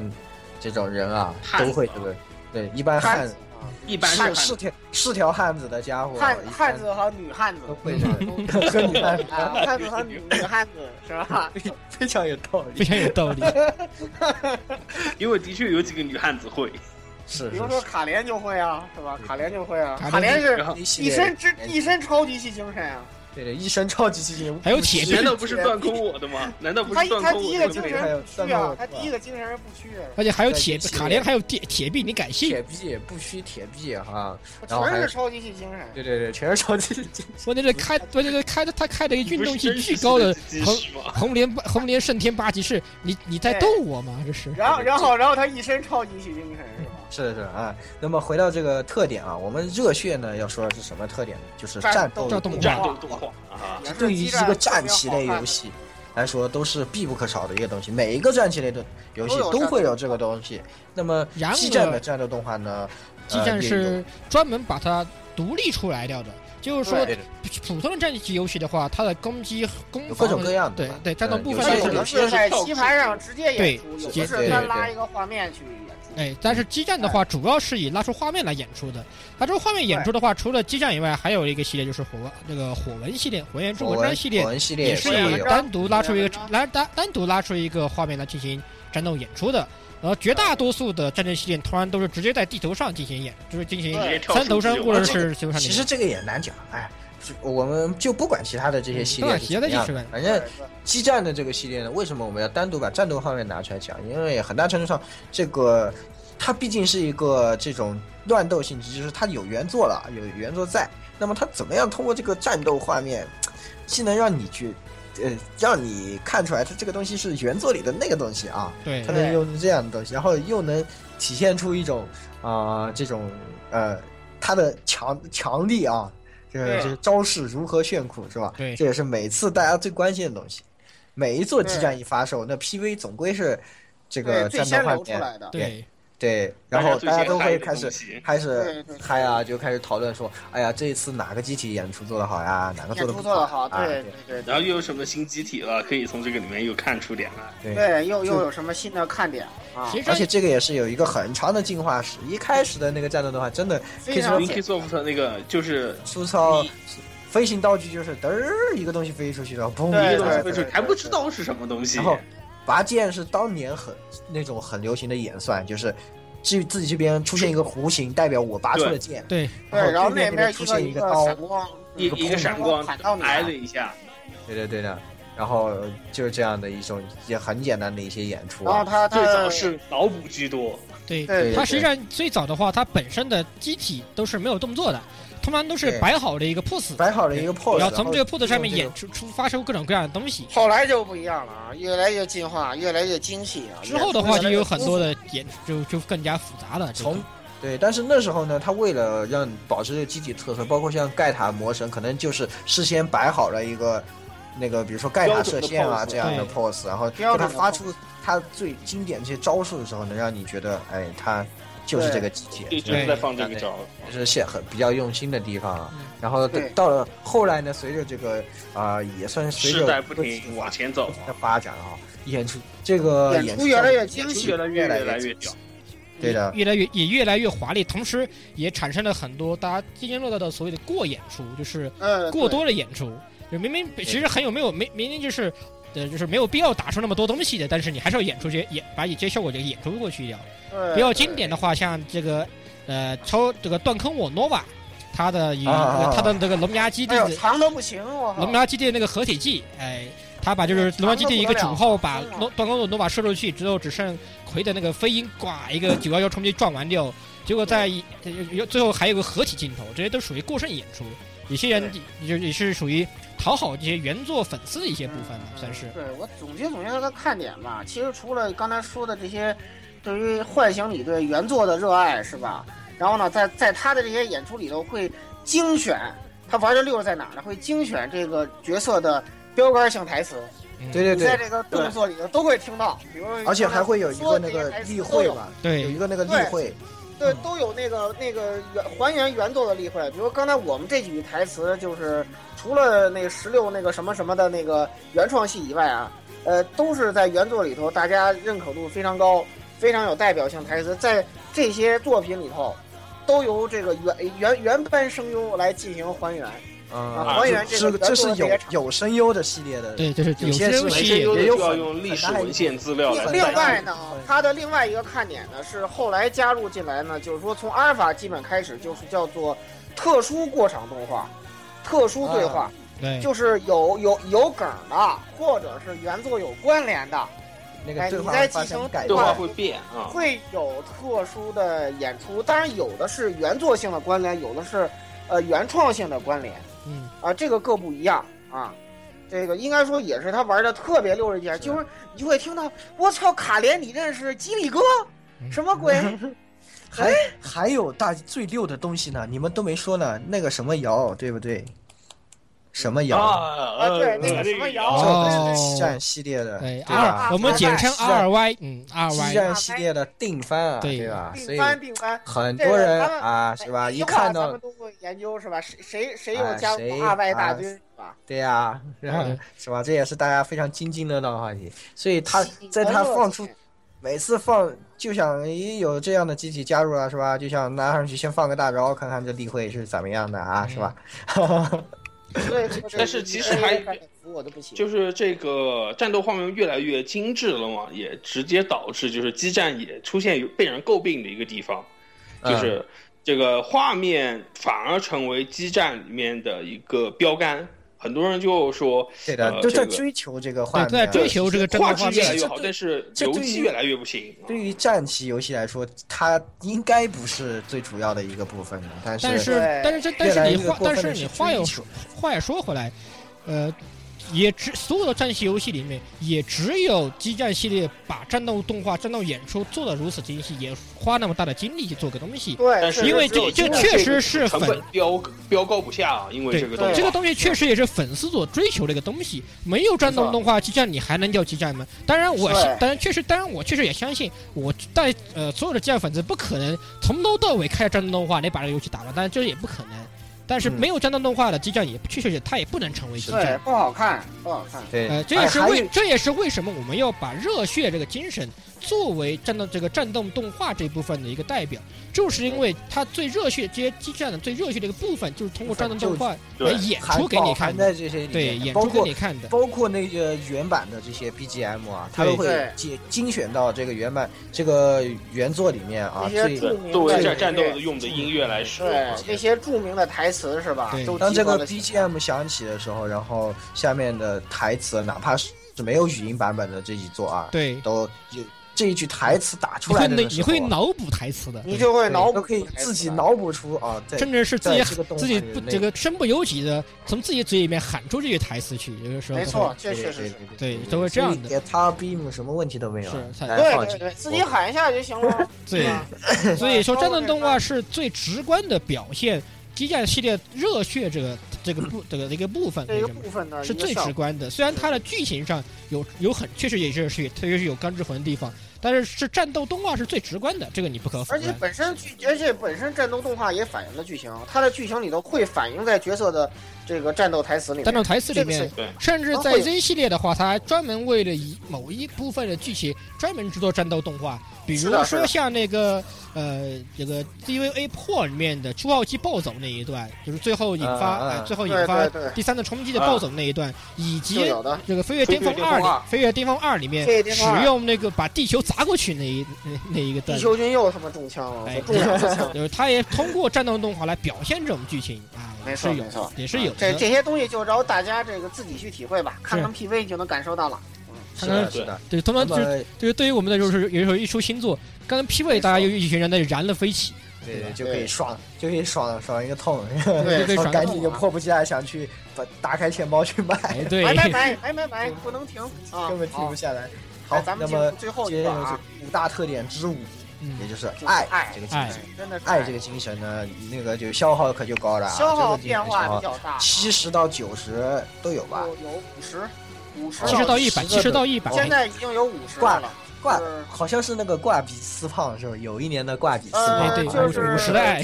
[SPEAKER 1] 这种人啊，
[SPEAKER 4] 汉
[SPEAKER 1] 都
[SPEAKER 4] 子
[SPEAKER 1] 会
[SPEAKER 4] 啊
[SPEAKER 1] 这个对一般汉
[SPEAKER 3] 子啊，
[SPEAKER 4] 一般
[SPEAKER 1] 是
[SPEAKER 4] 是
[SPEAKER 1] 是条是条汉子的家伙啊，
[SPEAKER 3] 汉
[SPEAKER 1] 一般
[SPEAKER 3] 汉子和女汉子
[SPEAKER 1] 都
[SPEAKER 3] 对
[SPEAKER 1] 会这样
[SPEAKER 3] 都
[SPEAKER 1] 和女汉子
[SPEAKER 3] 啊， 汉子和女女汉子是吧？
[SPEAKER 1] 非非常有道
[SPEAKER 2] 非
[SPEAKER 1] 理。
[SPEAKER 2] 常有道 理，
[SPEAKER 4] 因为的确有几个女汉子会，
[SPEAKER 1] 是
[SPEAKER 3] 比如说卡莲就会啊，是吧？卡莲就会啊，
[SPEAKER 2] 卡
[SPEAKER 3] 卡莲
[SPEAKER 2] 莲
[SPEAKER 3] 是
[SPEAKER 4] 然后
[SPEAKER 1] 是
[SPEAKER 3] 一身之一身超级系精神啊，
[SPEAKER 1] 对对，一身超级精英，
[SPEAKER 2] 还有 铁
[SPEAKER 4] 难
[SPEAKER 2] 臂，
[SPEAKER 4] 道不是断空我的吗？难道不
[SPEAKER 3] 他
[SPEAKER 4] 是
[SPEAKER 3] 一
[SPEAKER 4] 断
[SPEAKER 3] 他
[SPEAKER 4] 空
[SPEAKER 3] 第一
[SPEAKER 4] 我
[SPEAKER 3] 个
[SPEAKER 4] 的
[SPEAKER 3] 精
[SPEAKER 4] 吗？
[SPEAKER 1] 还有
[SPEAKER 3] 神不虚
[SPEAKER 1] 三毛
[SPEAKER 3] 啊，他第一个精神是不虚的，
[SPEAKER 2] 而且还有铁
[SPEAKER 1] 对
[SPEAKER 2] 卡莲，还有铁铁臂，你敢信
[SPEAKER 1] 铁？臂不虚铁臂哈。然后还
[SPEAKER 3] 全
[SPEAKER 1] 有
[SPEAKER 3] 是超级系精神。
[SPEAKER 1] 对对对，全是超级精英。
[SPEAKER 2] 关键是开，关键是开的他开的一个运动性巨高的红红莲红莲胜天八骑士，你你在
[SPEAKER 1] 哎
[SPEAKER 3] 对
[SPEAKER 2] 逗我吗？这是
[SPEAKER 3] 然后然后然后他一身超级系精神是吧？
[SPEAKER 1] 是的，是的啊。那么回到这个特点啊，我们热血呢要说的是什么特点呢？就是
[SPEAKER 3] 战
[SPEAKER 1] 战
[SPEAKER 3] 斗
[SPEAKER 1] 斗
[SPEAKER 2] 战斗
[SPEAKER 1] 力
[SPEAKER 4] 战斗动画啊，
[SPEAKER 3] 也是
[SPEAKER 1] 对于
[SPEAKER 3] 激
[SPEAKER 1] 一
[SPEAKER 3] 战
[SPEAKER 1] 个
[SPEAKER 3] 特
[SPEAKER 1] 战
[SPEAKER 3] 别
[SPEAKER 1] 棋
[SPEAKER 3] 好
[SPEAKER 1] 类
[SPEAKER 3] 看
[SPEAKER 1] 游戏来说，都是必不可少的一个东西。每一个战棋类的游戏
[SPEAKER 3] 都有
[SPEAKER 1] 都
[SPEAKER 3] 战
[SPEAKER 1] 会
[SPEAKER 3] 斗
[SPEAKER 1] 有这个东西。那么
[SPEAKER 2] 然
[SPEAKER 1] 激战
[SPEAKER 2] 而
[SPEAKER 1] 的战斗动画呢？
[SPEAKER 2] 激
[SPEAKER 1] 呃
[SPEAKER 2] 战
[SPEAKER 1] 也
[SPEAKER 2] 是专门把它独立出来掉的，就是说
[SPEAKER 1] 对
[SPEAKER 2] 普通的战棋游戏的话，它的攻击攻
[SPEAKER 1] 有
[SPEAKER 2] 防
[SPEAKER 1] 各种各样的
[SPEAKER 2] 对
[SPEAKER 1] 嘛
[SPEAKER 2] 对，战斗部分
[SPEAKER 3] 它
[SPEAKER 1] 但
[SPEAKER 2] 都
[SPEAKER 1] 是
[SPEAKER 3] 有
[SPEAKER 2] 是
[SPEAKER 3] 的
[SPEAKER 1] 有些
[SPEAKER 3] 是
[SPEAKER 1] 是
[SPEAKER 3] 在
[SPEAKER 5] 跳
[SPEAKER 3] 棋
[SPEAKER 5] 出
[SPEAKER 3] 盘
[SPEAKER 5] 去
[SPEAKER 3] 上直接
[SPEAKER 2] 对
[SPEAKER 3] 演出，有
[SPEAKER 1] 直
[SPEAKER 3] 的
[SPEAKER 1] 接
[SPEAKER 3] 是他
[SPEAKER 1] 对
[SPEAKER 3] 拉
[SPEAKER 1] 对
[SPEAKER 3] 一个画面去演出。
[SPEAKER 2] 哎，但是激战的话，主要是以拉出画面来演出的。它这个画面演出的
[SPEAKER 1] 哎
[SPEAKER 2] 话，除了激战以外，还有一个系列就是火纹那个火纹系列、火焰之
[SPEAKER 1] 火
[SPEAKER 2] 纹章
[SPEAKER 1] 纹
[SPEAKER 2] 系列
[SPEAKER 1] 火，纹系列
[SPEAKER 2] 也
[SPEAKER 1] 也
[SPEAKER 2] 是
[SPEAKER 1] 会
[SPEAKER 2] 以
[SPEAKER 1] 有
[SPEAKER 2] 单独拉出一个
[SPEAKER 3] 火纹
[SPEAKER 2] 来单单独拉出一个画面来进行战斗演出的。然后绝大多数的战争系列通常都是直接在地头上进行演，就是进行
[SPEAKER 3] 对
[SPEAKER 2] 三头身或者是地头上
[SPEAKER 1] 其
[SPEAKER 2] 进
[SPEAKER 1] 实
[SPEAKER 2] 行。
[SPEAKER 1] 这个也难讲，哎，就我们就不管其他的这些系列
[SPEAKER 2] 嗯
[SPEAKER 1] 是
[SPEAKER 2] 不管其他的
[SPEAKER 1] 怎么样
[SPEAKER 2] 技术
[SPEAKER 1] 的，反
[SPEAKER 3] 对
[SPEAKER 1] 正激战的这个系列呢，为什么我们要单独把战斗方面拿出来讲？因为很大程度上，这个它毕竟是一个这种乱斗性质，就是它有原作了，有原作在，那么它怎么样通过这个战斗画面，既能让你去。呃，让你看出来它这个东西是原作里的那个东西啊，
[SPEAKER 2] 对
[SPEAKER 1] 它，能用这样的东西，然后又能体现出一种啊、呃这种呃他的强强力啊，这个
[SPEAKER 3] 对
[SPEAKER 1] 这个招式如何炫酷是吧？
[SPEAKER 2] 对
[SPEAKER 1] 这也是每次大家最关心的东西。每一座
[SPEAKER 3] 对
[SPEAKER 1] 激战一发售，那 PV 总归是这
[SPEAKER 3] 对，
[SPEAKER 1] 个
[SPEAKER 3] 最
[SPEAKER 1] 战斗
[SPEAKER 3] 先
[SPEAKER 1] 画
[SPEAKER 3] 流出
[SPEAKER 1] 面，
[SPEAKER 3] 来的，
[SPEAKER 2] 对，
[SPEAKER 1] 对，然后大
[SPEAKER 4] 大
[SPEAKER 1] 家
[SPEAKER 4] 家
[SPEAKER 1] 都
[SPEAKER 4] 最
[SPEAKER 1] 会
[SPEAKER 4] 先
[SPEAKER 1] 开
[SPEAKER 4] 嗨的
[SPEAKER 1] 始
[SPEAKER 4] 东西
[SPEAKER 1] 开始
[SPEAKER 3] 对对对
[SPEAKER 1] 嗨啊，就开始讨论说，哎呀，这一次哪个机体演出做得好呀？哪个
[SPEAKER 3] 演
[SPEAKER 1] 做得
[SPEAKER 3] 出
[SPEAKER 1] 不
[SPEAKER 3] 做得
[SPEAKER 1] 好
[SPEAKER 3] 好，
[SPEAKER 1] 啊？
[SPEAKER 3] 对对
[SPEAKER 4] 然后
[SPEAKER 3] 对
[SPEAKER 4] 又有什么新机体了，可以从这个里面又看出点来。
[SPEAKER 1] 对
[SPEAKER 3] 对，
[SPEAKER 1] 对。
[SPEAKER 3] 对又又有什么新的看点啊？
[SPEAKER 2] 其实
[SPEAKER 1] 而且这个也是有一个很长的进化史，一开始的那个战斗的话，真的可以
[SPEAKER 3] 非常
[SPEAKER 1] 说
[SPEAKER 4] 林 k i s o f 的那个就是
[SPEAKER 1] 粗糙
[SPEAKER 4] 你，
[SPEAKER 1] 飞行道具就是嘚儿一个东西飞出去，然后砰
[SPEAKER 3] 对
[SPEAKER 1] 一个
[SPEAKER 4] 一个
[SPEAKER 1] 东
[SPEAKER 4] 东
[SPEAKER 1] 西飞
[SPEAKER 4] 西飞
[SPEAKER 1] 出
[SPEAKER 4] 出
[SPEAKER 1] 去
[SPEAKER 4] 去，还不知道是什么东西。
[SPEAKER 1] 然后拔剑是当年很那种很流行的演算，就是自自己这边出现一个弧形，代表我拔出了剑，
[SPEAKER 2] 对，
[SPEAKER 3] 对，然后
[SPEAKER 1] 对
[SPEAKER 3] 那
[SPEAKER 1] 面
[SPEAKER 3] 边
[SPEAKER 1] 出
[SPEAKER 3] 一
[SPEAKER 1] 现
[SPEAKER 3] 个
[SPEAKER 1] 一个刀
[SPEAKER 3] 闪，光，
[SPEAKER 4] 一
[SPEAKER 1] 个
[SPEAKER 4] 一个闪光
[SPEAKER 3] 砍到你
[SPEAKER 4] 挨了一下，
[SPEAKER 1] 对的对的，然后就是这样的一种也很简单的一些演出
[SPEAKER 3] 然后
[SPEAKER 1] 啊，
[SPEAKER 3] 他
[SPEAKER 4] 最早
[SPEAKER 3] 他
[SPEAKER 4] 是脑补居多，
[SPEAKER 2] 对，
[SPEAKER 3] 对
[SPEAKER 2] 它实际上最早的话，它本身的机体都是没有动作的，通常都是
[SPEAKER 1] 对
[SPEAKER 2] 摆好的一个 pose，
[SPEAKER 1] 摆好了一个 pose，
[SPEAKER 2] 然后从这个 pose 上面
[SPEAKER 1] 然后
[SPEAKER 2] 演出出发出各种各样的东西。
[SPEAKER 3] 后来就不一样了啊，越来越进化，越来越精细啊。
[SPEAKER 2] 之后的话
[SPEAKER 3] 越
[SPEAKER 2] 就
[SPEAKER 3] 来越
[SPEAKER 2] 有很多的演就就更加复杂了。这个
[SPEAKER 1] 从对，但是那时候呢，他为了让保持这个机体特色，包括像盖塔魔神，可能就是事先摆好了一个那个，比如说盖塔射线啊
[SPEAKER 4] 标准
[SPEAKER 1] 这
[SPEAKER 4] 的 pose，
[SPEAKER 1] 样的
[SPEAKER 2] 对
[SPEAKER 1] pose，然后
[SPEAKER 3] 标
[SPEAKER 1] 让他
[SPEAKER 3] 准的
[SPEAKER 1] 发
[SPEAKER 3] pose
[SPEAKER 1] 出他最经典的这些招数的时候，能让你觉得，哎，他就是这个机体，
[SPEAKER 4] 就
[SPEAKER 1] 这
[SPEAKER 4] 就是在放这个招。
[SPEAKER 1] 是现很比较用心的地方啊
[SPEAKER 2] 嗯。
[SPEAKER 1] 然后
[SPEAKER 3] 对
[SPEAKER 1] 到了后来呢，随着这个啊、也算是随
[SPEAKER 4] 世
[SPEAKER 1] 着
[SPEAKER 4] 代不
[SPEAKER 1] 各自
[SPEAKER 4] 停往前走，
[SPEAKER 1] 的发展啊，演出这个
[SPEAKER 3] 演出越来越精
[SPEAKER 4] 越
[SPEAKER 3] 细，
[SPEAKER 4] 来
[SPEAKER 1] 越
[SPEAKER 4] 越
[SPEAKER 1] 来
[SPEAKER 4] 来
[SPEAKER 1] 越
[SPEAKER 4] 越来越
[SPEAKER 1] 精
[SPEAKER 4] 屌。
[SPEAKER 1] 对的
[SPEAKER 2] 越来越也越来越华丽，同时也产生了很多大家津津乐道的所谓的过演出，就是
[SPEAKER 1] 呃
[SPEAKER 3] 嗯，
[SPEAKER 2] 过多的演出，就明明其实很有没有明明明就是。呃，就是没有必要打出那么多东西的，但是你还是要演出这些演，把这些效果给演出过去掉。
[SPEAKER 3] 对
[SPEAKER 2] 比较经典的话，像这个，呃，超这个断坑我 nova，它的与、
[SPEAKER 1] 啊
[SPEAKER 2] 它的这个龙牙基地
[SPEAKER 3] 哎呦，
[SPEAKER 2] 的
[SPEAKER 3] 长的不行，我靠
[SPEAKER 2] 龙！牙基地的那个合体技，哎，他把就是龙牙基地一个主后把诺断光诺诺瓦射出去之后，只剩魁的那个飞鹰，呱一个九幺幺冲击撞完掉，结果在呃有最后还有个合体镜头，这些都属于过剩演出。有些人就也是属于讨好这些原作粉丝的一些部分嘛，
[SPEAKER 1] 嗯
[SPEAKER 2] 算是。
[SPEAKER 3] 嗯对我总结总结它的看点吧。其实除了刚才说的这些，对于唤醒你对原作的热爱是吧？然后呢，在在他的这些演出里头会精选，他玩的溜儿在哪儿呢？会精选这个角色的标杆性台词，
[SPEAKER 2] 嗯
[SPEAKER 1] 对对
[SPEAKER 3] 你在
[SPEAKER 1] 对，
[SPEAKER 3] 这个动作里头都会听到，比如
[SPEAKER 1] 而且还会有一个那
[SPEAKER 3] 说这些
[SPEAKER 1] 个
[SPEAKER 3] 台词
[SPEAKER 1] 例
[SPEAKER 3] 都
[SPEAKER 1] 会
[SPEAKER 3] 有
[SPEAKER 1] 吧，有
[SPEAKER 2] 对
[SPEAKER 1] 一个那个例
[SPEAKER 3] 对
[SPEAKER 1] 会。
[SPEAKER 3] 对，都有那个那个原还原原作的例会。比如刚才我们这几句台词，就是除了那十六那个什么什么的那个原创戏以外啊，呃，都是在原作里头大家认可度非常高、非常有代表性台词，在这些作品里头，都由这个原原原班声优来进行还原。
[SPEAKER 1] 啊
[SPEAKER 3] 啊还原这
[SPEAKER 1] 是
[SPEAKER 3] 个
[SPEAKER 1] 这是
[SPEAKER 3] 原作
[SPEAKER 1] 有
[SPEAKER 3] 的这些场
[SPEAKER 1] 有声优的系列的，
[SPEAKER 2] 对，就是
[SPEAKER 1] 有
[SPEAKER 2] 有
[SPEAKER 1] 些是
[SPEAKER 4] 没
[SPEAKER 2] 些游
[SPEAKER 1] 没
[SPEAKER 4] 声
[SPEAKER 2] 戏
[SPEAKER 4] 优的
[SPEAKER 1] 也有
[SPEAKER 4] 就要
[SPEAKER 1] 很
[SPEAKER 4] 用历史
[SPEAKER 1] 很大一
[SPEAKER 4] 文献资料来
[SPEAKER 1] 很大
[SPEAKER 4] 代替。
[SPEAKER 3] 另外呢
[SPEAKER 1] 很，
[SPEAKER 3] 它的另外一个看点呢是后来加入进来呢，就是说从阿尔法基本开始就是叫做特殊过场动画、特殊对话。
[SPEAKER 2] 对
[SPEAKER 3] 就是有有有梗的，或者是原作有关联的，
[SPEAKER 1] 那个
[SPEAKER 3] 哎
[SPEAKER 1] 对
[SPEAKER 3] 你
[SPEAKER 1] 话
[SPEAKER 3] 在
[SPEAKER 1] 发
[SPEAKER 3] 进
[SPEAKER 1] 生
[SPEAKER 3] 行
[SPEAKER 1] 改
[SPEAKER 4] 对
[SPEAKER 1] 变
[SPEAKER 4] 话会变啊，
[SPEAKER 3] 会有特殊的演出。当然，有的是呃原作性的关联，有的是呃原创性的关联
[SPEAKER 2] 嗯
[SPEAKER 3] 啊，这个各不一样啊。这个应该说也是他玩的特别溜一点，
[SPEAKER 1] 是
[SPEAKER 3] 就是你就会听到我操卡莲你认识吉里哥
[SPEAKER 2] 嗯
[SPEAKER 3] 什么鬼？
[SPEAKER 1] 还还有大最溜的东西呢，你们都没说呢，那个什么瑶，对不对？什么瑶？
[SPEAKER 4] 啊
[SPEAKER 3] 啊，对，那个什么
[SPEAKER 1] 这
[SPEAKER 3] 瑶，
[SPEAKER 2] 哦
[SPEAKER 1] 都是西战系列的，
[SPEAKER 2] 对
[SPEAKER 1] 对
[SPEAKER 2] 二
[SPEAKER 1] 吧？
[SPEAKER 2] 我们简称
[SPEAKER 1] 啊是
[SPEAKER 2] R Y，嗯 R
[SPEAKER 1] 西
[SPEAKER 2] Y，
[SPEAKER 1] 战系列的定番啊，
[SPEAKER 2] 对
[SPEAKER 1] 对吧？所
[SPEAKER 3] 并
[SPEAKER 1] 以
[SPEAKER 3] 翻并翻。
[SPEAKER 1] 很
[SPEAKER 3] 这
[SPEAKER 1] 多
[SPEAKER 3] 个
[SPEAKER 1] 人
[SPEAKER 3] 他们
[SPEAKER 1] 啊，是吧？
[SPEAKER 3] 哎
[SPEAKER 1] 一
[SPEAKER 3] 句话
[SPEAKER 1] 看
[SPEAKER 3] 咱
[SPEAKER 1] 到
[SPEAKER 3] 们都会研究是吧？谁谁谁
[SPEAKER 1] 啊
[SPEAKER 3] 又加入
[SPEAKER 1] 谁
[SPEAKER 3] 二外大
[SPEAKER 1] 啊
[SPEAKER 3] 军是吧？
[SPEAKER 1] 对呀、然后
[SPEAKER 2] 嗯
[SPEAKER 1] 是吧？这也是大家非常津津乐道的话题。所以他在
[SPEAKER 3] 欢
[SPEAKER 1] 他
[SPEAKER 3] 乐
[SPEAKER 1] 放
[SPEAKER 3] 起
[SPEAKER 1] 出，每次放就想一有这样的机体加入了，是吧？就想拿上去先放个大招，看看这例会是怎么样的啊，
[SPEAKER 2] 嗯
[SPEAKER 1] 是吧？嗯
[SPEAKER 3] 对，对对
[SPEAKER 4] 但是其实还
[SPEAKER 3] 我都不行，
[SPEAKER 4] 就是这个战斗画面越来越精致了嘛，也直接导致就是激战也出现有被人诟病的一个地方，
[SPEAKER 1] 嗯
[SPEAKER 4] 就是这个画面反而成为激战里面的一个标杆。很多人就说，
[SPEAKER 1] 对的，
[SPEAKER 4] 呃
[SPEAKER 1] 都在
[SPEAKER 4] 这个
[SPEAKER 1] 追求这个画
[SPEAKER 2] 对，
[SPEAKER 1] 面。
[SPEAKER 2] 都在追求这个真
[SPEAKER 4] 画
[SPEAKER 2] 的
[SPEAKER 4] 质
[SPEAKER 2] 画
[SPEAKER 4] 越
[SPEAKER 2] 面
[SPEAKER 4] 来。越
[SPEAKER 1] 这
[SPEAKER 4] 好，
[SPEAKER 1] 对
[SPEAKER 4] 但是
[SPEAKER 1] 这
[SPEAKER 4] 游
[SPEAKER 1] 对
[SPEAKER 4] 戏
[SPEAKER 1] 于
[SPEAKER 4] 越来越不行。
[SPEAKER 1] 对于战棋游戏来说，它应该不是最主要的一个部分，但是
[SPEAKER 2] 但是
[SPEAKER 3] 对
[SPEAKER 2] 但是这但
[SPEAKER 1] 越来
[SPEAKER 2] 是你
[SPEAKER 1] 越
[SPEAKER 2] 话
[SPEAKER 1] 过
[SPEAKER 2] 但
[SPEAKER 1] 分
[SPEAKER 2] 是
[SPEAKER 1] 的
[SPEAKER 2] 你
[SPEAKER 1] 去
[SPEAKER 2] 话
[SPEAKER 1] 追
[SPEAKER 2] 又
[SPEAKER 1] 求。
[SPEAKER 2] 话也说回来，呃，也只所有的战棋游戏里面，也只有激战系列把战斗动画、战斗演出做得如此精细，也花那么大的精力去做个东西。
[SPEAKER 3] 对，
[SPEAKER 4] 但是
[SPEAKER 2] 因为
[SPEAKER 4] 只有
[SPEAKER 2] 这
[SPEAKER 4] 精力
[SPEAKER 2] 这确实是
[SPEAKER 4] 啊成
[SPEAKER 2] 粉
[SPEAKER 4] 本飙飙高不下啊，因为
[SPEAKER 2] 对
[SPEAKER 4] 这个东
[SPEAKER 3] 对
[SPEAKER 4] 西
[SPEAKER 2] 这个东西确实也是粉丝所追求的一个东西，没有战斗动画激战，你还能叫激战吗？当然我，
[SPEAKER 3] 对
[SPEAKER 2] 当然确实，当然我确实也相信，我在呃所有的激战粉丝不可能从头到尾开着战斗动画来把这个游戏打完，但是这也不可能。但是
[SPEAKER 1] 嗯
[SPEAKER 2] 没有战斗动画的激战也确实也它也不能成为激
[SPEAKER 3] 对
[SPEAKER 2] 战。
[SPEAKER 3] 不好看，不好看。
[SPEAKER 1] 对，
[SPEAKER 2] 呃，这也是
[SPEAKER 3] 哎还
[SPEAKER 2] 为
[SPEAKER 3] 有
[SPEAKER 2] 这也是为什么我们要把热血这个精神作为战斗这个战斗动画这部分的一个代表，就是因为它最热血这些激战的最热血这个部分，就是通过战斗动画来
[SPEAKER 4] 对
[SPEAKER 2] 演
[SPEAKER 1] 含
[SPEAKER 2] 出给你
[SPEAKER 1] 饱
[SPEAKER 2] 看
[SPEAKER 1] 含
[SPEAKER 2] 的。
[SPEAKER 1] 在这些里
[SPEAKER 2] 对，
[SPEAKER 1] 面的
[SPEAKER 2] 演
[SPEAKER 1] 包
[SPEAKER 2] 出给
[SPEAKER 1] 括
[SPEAKER 2] 你看的。
[SPEAKER 1] 包括那个原版的这些 BGM 啊，它
[SPEAKER 2] 对
[SPEAKER 1] 都会
[SPEAKER 3] 对
[SPEAKER 1] 精精选到这个原版这个原作里面啊。
[SPEAKER 3] 一些
[SPEAKER 1] 最
[SPEAKER 3] 著
[SPEAKER 4] 对
[SPEAKER 3] 名
[SPEAKER 4] 作为
[SPEAKER 3] 的
[SPEAKER 4] 战战斗
[SPEAKER 3] 对
[SPEAKER 4] 用的音乐来使用
[SPEAKER 3] 对
[SPEAKER 4] 啊，
[SPEAKER 3] 那些著名的台词是吧
[SPEAKER 2] 对？
[SPEAKER 3] 都
[SPEAKER 1] 当这
[SPEAKER 3] 集
[SPEAKER 1] 个
[SPEAKER 3] 合了起来
[SPEAKER 1] BGM 响起的时候，然后下面的台词，哪怕是没有语音版本的这一作啊，
[SPEAKER 2] 对，
[SPEAKER 1] 都有这一句台词打
[SPEAKER 2] 你
[SPEAKER 1] 出
[SPEAKER 2] 会
[SPEAKER 1] 来
[SPEAKER 2] 脑
[SPEAKER 1] 的
[SPEAKER 2] 你
[SPEAKER 1] 时
[SPEAKER 2] 会
[SPEAKER 1] 候啊，
[SPEAKER 2] 脑补台词的，
[SPEAKER 3] 你
[SPEAKER 2] 对
[SPEAKER 3] 就会脑补
[SPEAKER 1] 都可以
[SPEAKER 3] 台词
[SPEAKER 1] 自己
[SPEAKER 3] 了
[SPEAKER 1] 脑补出啊，对，
[SPEAKER 2] 甚至是自己
[SPEAKER 1] 在这个动画
[SPEAKER 2] 自己
[SPEAKER 1] 里
[SPEAKER 2] 不
[SPEAKER 1] 那
[SPEAKER 2] 这个身不由己的从自己嘴里面喊出这些台词去，有的时候
[SPEAKER 3] 没
[SPEAKER 2] 都
[SPEAKER 3] 错
[SPEAKER 2] 会，
[SPEAKER 3] 这确实
[SPEAKER 1] 对
[SPEAKER 3] 是。
[SPEAKER 2] 嗯对都会这样的。
[SPEAKER 1] 给他 BIM 什么问题都没有啊，
[SPEAKER 2] 是
[SPEAKER 1] 来
[SPEAKER 3] 对
[SPEAKER 1] 放
[SPEAKER 3] 对
[SPEAKER 1] 进
[SPEAKER 3] 对，自己喊一下就行 了。
[SPEAKER 2] 对
[SPEAKER 3] 吧
[SPEAKER 2] 所以说，战斗动画是最直观的表现激战系列热血这个这个部这个的一个部分，可
[SPEAKER 3] 这
[SPEAKER 2] 以
[SPEAKER 3] 个
[SPEAKER 2] 这么
[SPEAKER 3] 部分呢
[SPEAKER 2] 是最
[SPEAKER 3] 少
[SPEAKER 2] 直观的。虽然它的剧情上有有很确实也是是特别是有钢之魂的地方，但是是战斗动画是最直观的，这个你不可否
[SPEAKER 3] 而且
[SPEAKER 2] 认。
[SPEAKER 3] 本身剧，而且本身战斗动画也反映了剧情，它的剧情里头会反映在角色的这个战斗台词里
[SPEAKER 2] 战
[SPEAKER 3] 面。
[SPEAKER 2] 斗台词里面
[SPEAKER 3] 这个
[SPEAKER 2] 甚至
[SPEAKER 3] 它
[SPEAKER 2] 在
[SPEAKER 3] 哦会
[SPEAKER 2] Z 系列的话，它还专门为了以某一部分的剧情专门制作战斗动画，比
[SPEAKER 3] 是
[SPEAKER 2] 如
[SPEAKER 3] 的是
[SPEAKER 2] 说
[SPEAKER 3] 的
[SPEAKER 2] 像那个呃这个 DVA 破里面的初号机暴走那一段，就是最后引发、
[SPEAKER 1] 嗯嗯
[SPEAKER 2] 呃、最后引
[SPEAKER 3] 对
[SPEAKER 2] 发
[SPEAKER 3] 啊对对，啊
[SPEAKER 2] 第三次冲击的暴走那一段，以
[SPEAKER 3] 就
[SPEAKER 2] 及
[SPEAKER 3] 有的。
[SPEAKER 2] 这个《飞跃巅峰二》里，《飞跃巅峰二》里面
[SPEAKER 3] 飞跃巅
[SPEAKER 2] 使
[SPEAKER 3] 峰二
[SPEAKER 2] 用那个把地球砸过去那一 那那一个
[SPEAKER 3] 地
[SPEAKER 2] 段。
[SPEAKER 3] 球军又他妈中枪了，
[SPEAKER 2] 哎
[SPEAKER 3] 我中两次枪。
[SPEAKER 2] 就是他也通过战斗动画来表现这种剧情啊，也
[SPEAKER 3] 没错
[SPEAKER 2] 是有
[SPEAKER 3] 没错，啊
[SPEAKER 2] 也是有
[SPEAKER 3] 这
[SPEAKER 2] 的。
[SPEAKER 3] 这些东西就找大家这个自己去体会吧，看看 PV 你就能感受 到了。
[SPEAKER 1] 是
[SPEAKER 2] 刚
[SPEAKER 1] 的，
[SPEAKER 2] 刚
[SPEAKER 1] 是的。
[SPEAKER 2] 对，通
[SPEAKER 1] 那
[SPEAKER 2] 常就
[SPEAKER 1] 么
[SPEAKER 2] 是就是对于我们的就是有时候一出新作，刚刚 P 位大家有一群人在燃了飞起，
[SPEAKER 1] 对
[SPEAKER 2] 吧
[SPEAKER 1] 对，就可以爽，就可以爽爽一个痛，
[SPEAKER 3] 对
[SPEAKER 2] 对
[SPEAKER 1] 然后
[SPEAKER 2] 爽
[SPEAKER 1] 赶
[SPEAKER 2] 痛
[SPEAKER 1] 紧就
[SPEAKER 3] 啊
[SPEAKER 1] 迫不及待想去把打开钱包去买，
[SPEAKER 2] 哎，
[SPEAKER 1] 根
[SPEAKER 2] 对，
[SPEAKER 3] 买买买买买买，不 能停啊！
[SPEAKER 1] 本停
[SPEAKER 3] 好
[SPEAKER 1] 不，下来。
[SPEAKER 3] 哎
[SPEAKER 1] 好，
[SPEAKER 3] 咱们
[SPEAKER 1] 那
[SPEAKER 3] 进入
[SPEAKER 1] 么
[SPEAKER 3] 最后一
[SPEAKER 1] 接
[SPEAKER 3] 个
[SPEAKER 1] 下来
[SPEAKER 3] 啊，
[SPEAKER 1] 是五大特点之五，也
[SPEAKER 2] 嗯，
[SPEAKER 1] 就是爱
[SPEAKER 3] 爱
[SPEAKER 1] 这个精
[SPEAKER 2] 爱
[SPEAKER 1] 神，
[SPEAKER 3] 真的是
[SPEAKER 1] 爱这个精神呢，那个就消耗可就高了啊，
[SPEAKER 3] 消耗
[SPEAKER 1] 这个精神
[SPEAKER 3] 变化
[SPEAKER 1] 消
[SPEAKER 3] 比较大，
[SPEAKER 1] 七十到九十都有吧
[SPEAKER 3] 有，有五十，五十
[SPEAKER 2] 七十到一百，
[SPEAKER 1] 十
[SPEAKER 2] 七
[SPEAKER 1] 个
[SPEAKER 2] 十
[SPEAKER 1] 的
[SPEAKER 2] 到一百，
[SPEAKER 3] 现在已经有五十
[SPEAKER 1] 挂
[SPEAKER 3] 了，
[SPEAKER 1] 挂
[SPEAKER 3] 就是
[SPEAKER 1] 好像是那个挂比斯胖是吧？有一年的挂比斯
[SPEAKER 2] 哎
[SPEAKER 1] 胖，
[SPEAKER 2] 对，
[SPEAKER 3] 呃就
[SPEAKER 1] 好像
[SPEAKER 2] 五
[SPEAKER 1] 是
[SPEAKER 2] 十五十
[SPEAKER 3] 是
[SPEAKER 2] 的爱，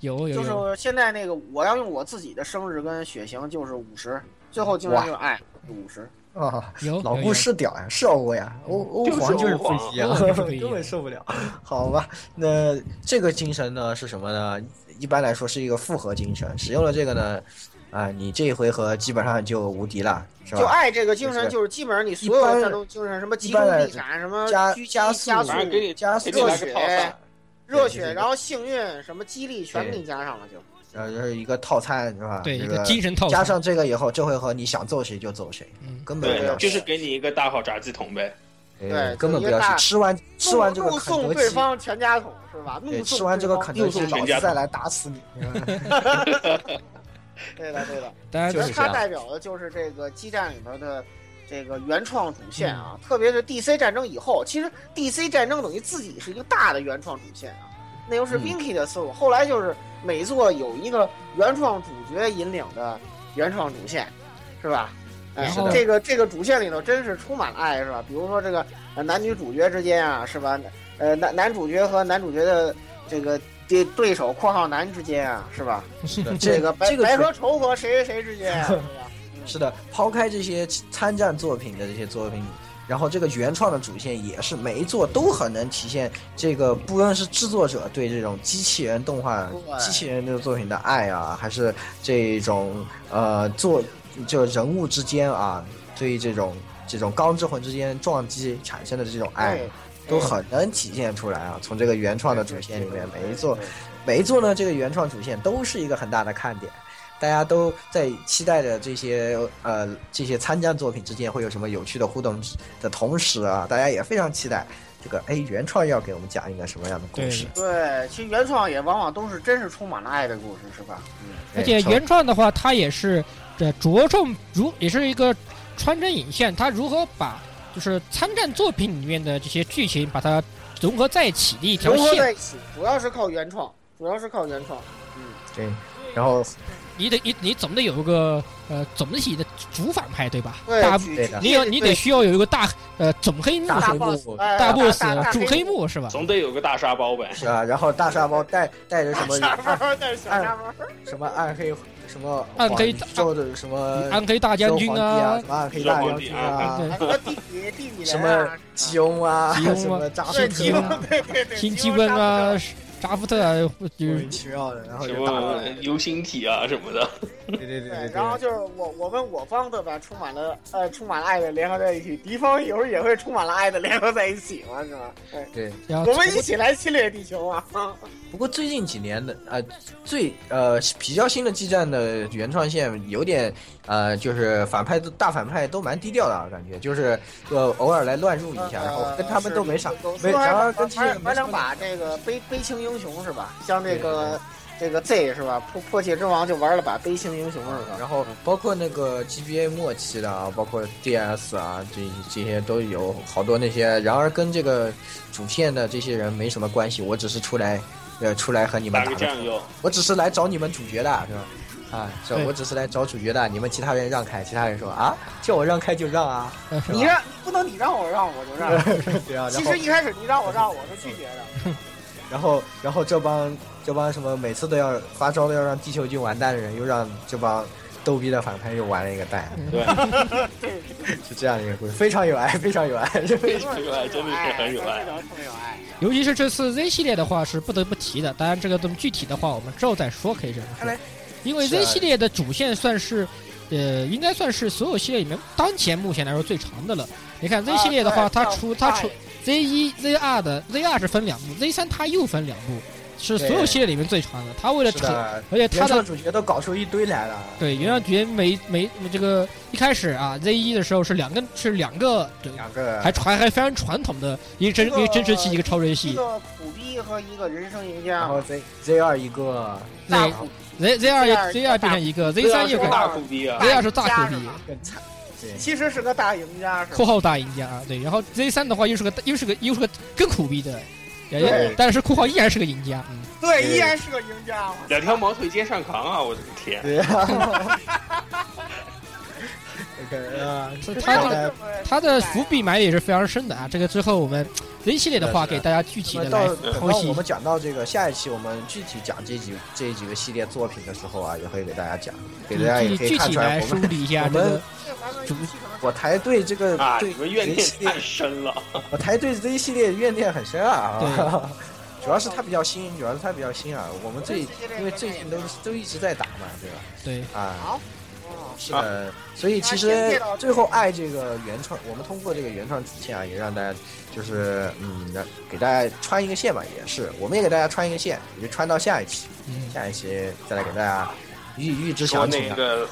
[SPEAKER 2] 有有
[SPEAKER 3] 就
[SPEAKER 2] 有，
[SPEAKER 3] 是现在那个，我要用我自己的生日跟血型，就是五十，最后竟然就是爱五十。
[SPEAKER 1] 啊，
[SPEAKER 2] 有
[SPEAKER 1] 老
[SPEAKER 2] 有
[SPEAKER 1] 顾
[SPEAKER 2] 有
[SPEAKER 1] 是屌呀，是欧欧呀，欧欧
[SPEAKER 4] 就是
[SPEAKER 1] 皇就是
[SPEAKER 4] 欧
[SPEAKER 1] 不
[SPEAKER 4] 皇
[SPEAKER 1] 一样
[SPEAKER 2] 欧皇就是不一，样
[SPEAKER 1] 根本受不了。好吧，那这个精神呢是什么呢？一般来说是一个复合精神，使用了这个呢，啊、你这一回合基本上就无敌了，是
[SPEAKER 3] 就
[SPEAKER 1] 吧？
[SPEAKER 3] 爱这个精神，
[SPEAKER 1] 就是
[SPEAKER 3] 就是基本上你所有的战斗精神，什么集中力斩，什么
[SPEAKER 1] 加
[SPEAKER 3] 狙击
[SPEAKER 1] 加速
[SPEAKER 3] 加
[SPEAKER 4] 反正给你
[SPEAKER 1] 加
[SPEAKER 4] 给
[SPEAKER 1] 速
[SPEAKER 3] 热
[SPEAKER 4] 你来个
[SPEAKER 3] 血
[SPEAKER 4] 套餐，
[SPEAKER 3] 热
[SPEAKER 1] 对
[SPEAKER 3] 血，
[SPEAKER 1] 对对
[SPEAKER 3] 然后幸运，什么激励，全给你加上了就。
[SPEAKER 1] 然后呃就是一个套餐，是吧？
[SPEAKER 2] 对
[SPEAKER 1] 这
[SPEAKER 2] 一
[SPEAKER 1] 个
[SPEAKER 2] 个精神套
[SPEAKER 1] 加
[SPEAKER 2] 餐，
[SPEAKER 1] 上这个以后，这回合你想揍谁就揍谁，
[SPEAKER 2] 嗯，
[SPEAKER 1] 根本不要去
[SPEAKER 4] 对，就是给你一个大号炸鸡桶呗。
[SPEAKER 1] 哎
[SPEAKER 3] 对
[SPEAKER 1] 根本
[SPEAKER 3] 就
[SPEAKER 1] 不
[SPEAKER 3] 一个
[SPEAKER 1] 要
[SPEAKER 3] 大
[SPEAKER 1] 去吃完吃完这个
[SPEAKER 3] 怒
[SPEAKER 1] 肯
[SPEAKER 3] 送
[SPEAKER 1] 德
[SPEAKER 3] 对
[SPEAKER 1] 基。
[SPEAKER 3] 方全家桶是吧？
[SPEAKER 1] 对，
[SPEAKER 3] 怒送
[SPEAKER 1] 吃完这个肯德基，
[SPEAKER 4] 怒送
[SPEAKER 1] 老
[SPEAKER 4] 全
[SPEAKER 1] 子
[SPEAKER 4] 家
[SPEAKER 1] 再来打死你！
[SPEAKER 3] 对方对的对的。
[SPEAKER 2] 当然
[SPEAKER 1] 就
[SPEAKER 3] 觉
[SPEAKER 1] 是这
[SPEAKER 3] 得它
[SPEAKER 1] 样
[SPEAKER 3] 代表的就是这个激战里边的这个原创主线啊，
[SPEAKER 1] 嗯
[SPEAKER 3] 特别是 DC 战争以后，其实 DC 战争等于自己是一个大的原创主线啊，那又是
[SPEAKER 1] 嗯
[SPEAKER 3] Vinky 的思路，后来就是每作有一个原创主角引领的原创主线，是吧？哎
[SPEAKER 2] 然后
[SPEAKER 3] 这个这个主线里头真是充满了爱，是吧？比如说这个呃男女主角之间啊，是吧？呃，男男主角和男主角的这个对对手（括号男）之间啊，是吧？这个白、
[SPEAKER 1] 这个
[SPEAKER 3] 白
[SPEAKER 1] 角
[SPEAKER 3] 和仇和谁谁谁之间啊， 是吧？
[SPEAKER 1] 是的，抛开这些参战作品的这些作品，然后这个原创的主线也是每一作都很能体现这个，不论是制作者对这种机器人动画
[SPEAKER 3] 对、
[SPEAKER 1] 机器人这个作品的爱啊，还是这种呃作就人物之间啊，对这种这种钢之魂之间撞击产生的这种爱
[SPEAKER 3] 对，
[SPEAKER 1] 都很能体现出来啊。从这个原创的主线里面，每一作每一座呢，这个原创主线都是一个很大的看点。大家都在期待着这些呃这些参战作品之间会有什么有趣的互动的同时啊，大家也非常期待这个哎原创要给我们讲一个什么样的故事。
[SPEAKER 3] 对，其实原创也往往都是真是充满了爱的故事，是吧？嗯，
[SPEAKER 2] 而且
[SPEAKER 1] 哎
[SPEAKER 2] 原创的话，它也是这着重如也是一个穿针引线，它如何把就是参战作品里面的这些剧情把它融合在一起的一条
[SPEAKER 3] 融合
[SPEAKER 2] 线。
[SPEAKER 3] 在一起，主要是靠原创，主要是靠原创。
[SPEAKER 1] 对，然后
[SPEAKER 2] 你得你你总得有一个呃总体的主反派对吧？
[SPEAKER 3] 对
[SPEAKER 2] 大，
[SPEAKER 3] 举
[SPEAKER 1] 对的
[SPEAKER 2] 你有你得需要有一个大呃总黑幕
[SPEAKER 1] 大
[SPEAKER 2] 是
[SPEAKER 1] 黑
[SPEAKER 2] 吧
[SPEAKER 1] 幕
[SPEAKER 3] boss，哎
[SPEAKER 2] 大
[SPEAKER 3] 大
[SPEAKER 2] boss
[SPEAKER 3] 大大
[SPEAKER 2] 主
[SPEAKER 3] 黑
[SPEAKER 2] 黑幕是吧？
[SPEAKER 4] 总得有个大沙包呗。
[SPEAKER 1] 是啊，然后大沙包带带着什么
[SPEAKER 3] 沙
[SPEAKER 1] 暗
[SPEAKER 3] 包，但是小沙 包，
[SPEAKER 1] 什么暗黑什么
[SPEAKER 2] 暗
[SPEAKER 1] 黄
[SPEAKER 2] 黑
[SPEAKER 1] 宇宙的什么
[SPEAKER 2] 暗黑大将军
[SPEAKER 1] 周皇帝啊，什，么
[SPEAKER 2] 啊
[SPEAKER 1] 暗黑大将军啊
[SPEAKER 2] 对，
[SPEAKER 3] 还有地底地底
[SPEAKER 1] 什
[SPEAKER 3] 人
[SPEAKER 1] 么
[SPEAKER 3] 啊，
[SPEAKER 1] 吉翁啊，
[SPEAKER 2] 吉翁啊
[SPEAKER 1] 什么扎
[SPEAKER 3] 对
[SPEAKER 1] 夫
[SPEAKER 3] 吉
[SPEAKER 1] 特
[SPEAKER 3] 翁
[SPEAKER 1] 啊，，
[SPEAKER 3] 对对对，
[SPEAKER 2] 新基
[SPEAKER 3] 吉翁
[SPEAKER 2] 本
[SPEAKER 3] 杀不
[SPEAKER 2] 啊
[SPEAKER 3] 了，
[SPEAKER 2] 扎夫特啊，或就
[SPEAKER 1] 莫
[SPEAKER 2] 是
[SPEAKER 1] 名其妙的，然后
[SPEAKER 4] 什
[SPEAKER 1] 就打过
[SPEAKER 4] 么
[SPEAKER 1] 来，
[SPEAKER 4] 游行体啊什么的，
[SPEAKER 1] 对对对对
[SPEAKER 3] 对
[SPEAKER 1] 对，，
[SPEAKER 3] 然后就是我我们我方对吧，充满了呃充满了爱的联合在一起，敌方有时候也会充满了爱的联合在一起嘛，是吧？对，
[SPEAKER 1] 对。
[SPEAKER 2] 然后
[SPEAKER 3] 我们一起来侵略地球啊！
[SPEAKER 1] 不过最近几年的呃最呃比较新的激战的原创线有点呃就是反派都大反派都蛮低调的啊，感觉就是呃偶尔来乱入一下，然后跟他们都没啥没，然后跟这些人没
[SPEAKER 3] 玩
[SPEAKER 1] 什
[SPEAKER 3] 两
[SPEAKER 1] 么。
[SPEAKER 3] 把这个悲悲情英雄是吧？像这个这个 Z 是吧？破破解之王就玩了把悲情英雄是吧？
[SPEAKER 1] 然后包括那个 GBA 末期的啊，包括 DS 啊，这这些都有好多那些，然而跟这个主线的这些人没什么关系，我只是出来，呃，出来和你们
[SPEAKER 4] 打
[SPEAKER 1] 打
[SPEAKER 4] 个
[SPEAKER 1] 个
[SPEAKER 4] 酱油，
[SPEAKER 1] 我只是来找你们主角的，是吧？啊，是
[SPEAKER 2] 对
[SPEAKER 1] 我只是来找主角的，你们其他人让开。其他人说啊，叫我让开就让啊， 是吧
[SPEAKER 3] 你让不能你让我让我就让，
[SPEAKER 1] 对啊。然
[SPEAKER 3] 其
[SPEAKER 1] 后
[SPEAKER 3] 实一开始你让我让我是拒绝的。
[SPEAKER 1] 然后然后这帮这帮什么每次都要发招都要让地球军完蛋的人，又让这帮逗逼的反派又玩了一个蛋，
[SPEAKER 4] 对，
[SPEAKER 1] 是这样的一个故事，非常有爱， 非常有爱。是吧
[SPEAKER 4] 这个真的是很有爱，
[SPEAKER 3] 特别有爱。
[SPEAKER 2] 尤其是这次 Z 系列的话是不得不提的，当然这个东西具体的话我们之后再说，可以这么
[SPEAKER 1] 看
[SPEAKER 2] 说
[SPEAKER 1] 来。
[SPEAKER 2] 因为
[SPEAKER 1] 是啊
[SPEAKER 2] Z 系列的主线算是，呃，应该算是所有系列里面当前目前来说最长的了。你
[SPEAKER 3] 啊
[SPEAKER 2] 看 Z 系列的话，它除它除 Z 一 Z 二的 Z 二是分两部，Z 三它又分两部，是所有
[SPEAKER 1] 对
[SPEAKER 2] 系列里面最长的。它为了
[SPEAKER 1] 是
[SPEAKER 2] 扯，
[SPEAKER 1] 的，
[SPEAKER 2] 而且它
[SPEAKER 1] 原
[SPEAKER 2] 的
[SPEAKER 1] 创主角都搞出一堆来了。
[SPEAKER 2] 对，原让角每每这个一开始啊，Z 一的时候是两个是两个，对
[SPEAKER 1] 两个
[SPEAKER 2] 还传还非常传统的一个真
[SPEAKER 3] 这个
[SPEAKER 2] 一个真实系一个超人
[SPEAKER 3] 一
[SPEAKER 2] 系
[SPEAKER 3] 个苦逼和一个人生赢
[SPEAKER 1] 然
[SPEAKER 3] 家
[SPEAKER 1] 后，Z Z 二一个
[SPEAKER 3] 大
[SPEAKER 2] ，Z
[SPEAKER 3] 苦
[SPEAKER 2] Z Z 二也 Z
[SPEAKER 3] Z2
[SPEAKER 2] 二变成一个，Z
[SPEAKER 4] 这要
[SPEAKER 2] 三
[SPEAKER 4] 是
[SPEAKER 2] 又
[SPEAKER 4] 个
[SPEAKER 2] 变
[SPEAKER 4] 大苦逼啊！
[SPEAKER 2] ，Z 二是大苦
[SPEAKER 3] 大赢
[SPEAKER 2] 逼
[SPEAKER 3] 家，
[SPEAKER 1] 更惨， 对，
[SPEAKER 3] 其实是个大赢家，是
[SPEAKER 2] 括
[SPEAKER 3] 吧？
[SPEAKER 2] 号大赢家啊，对，然后 Z 三的话又是个又是个又是个更苦逼的，也
[SPEAKER 1] 对
[SPEAKER 2] 但是括号依然是个赢家，嗯，
[SPEAKER 3] 对，依然是个赢家。我
[SPEAKER 4] 两条毛腿肩上扛啊！我的天，
[SPEAKER 1] 对啊。OK 啊，
[SPEAKER 2] 所以
[SPEAKER 3] 操
[SPEAKER 1] 看
[SPEAKER 2] 他这
[SPEAKER 1] 起
[SPEAKER 2] 个
[SPEAKER 1] 来
[SPEAKER 2] 他的伏笔埋的也是非常深的啊，这个之后我们 Z 系列的话
[SPEAKER 1] 是的
[SPEAKER 2] 给大家具体
[SPEAKER 1] 那
[SPEAKER 2] 的
[SPEAKER 1] 么
[SPEAKER 2] 来
[SPEAKER 1] 到
[SPEAKER 2] 剖
[SPEAKER 1] 等到我
[SPEAKER 2] 析
[SPEAKER 1] 们讲到这个下一期，我们具体讲这几这几个系列作品的时候啊，也会给大家讲，给大家也
[SPEAKER 2] 嗯具
[SPEAKER 1] 可
[SPEAKER 2] 体
[SPEAKER 1] 以
[SPEAKER 2] 具
[SPEAKER 1] 看
[SPEAKER 2] 体
[SPEAKER 1] 出来
[SPEAKER 2] 来
[SPEAKER 1] 我
[SPEAKER 2] 梳
[SPEAKER 1] 们
[SPEAKER 2] 理一下
[SPEAKER 1] 我
[SPEAKER 2] 这个
[SPEAKER 1] 们
[SPEAKER 3] 这玩意儿
[SPEAKER 2] 主
[SPEAKER 3] 一气可能
[SPEAKER 1] 我台对这个
[SPEAKER 4] 啊，
[SPEAKER 1] 对
[SPEAKER 4] 你们怨
[SPEAKER 1] Z
[SPEAKER 4] 念
[SPEAKER 1] 系列
[SPEAKER 4] 太深了。
[SPEAKER 1] 我台对 Z 系列怨念很深啊。 主要是它比较新，主要是它比较新啊。我们最因为最近都都一直在打嘛，对吧？
[SPEAKER 2] 对。
[SPEAKER 1] 啊，
[SPEAKER 3] 好，哦
[SPEAKER 1] 是
[SPEAKER 4] 啊
[SPEAKER 1] 的，所以其
[SPEAKER 3] 那先介
[SPEAKER 1] 实
[SPEAKER 3] 绍
[SPEAKER 1] 最后爱这个原创，我们通过这个原创主线啊，也让大家就是嗯，让给大家穿一个线吧，也是，我们也给大家穿一个线，也就穿到下一期。
[SPEAKER 2] 嗯，
[SPEAKER 1] 下一期再来给大家预预知
[SPEAKER 4] 说
[SPEAKER 1] 详情
[SPEAKER 4] 那
[SPEAKER 1] 啊。
[SPEAKER 4] 个，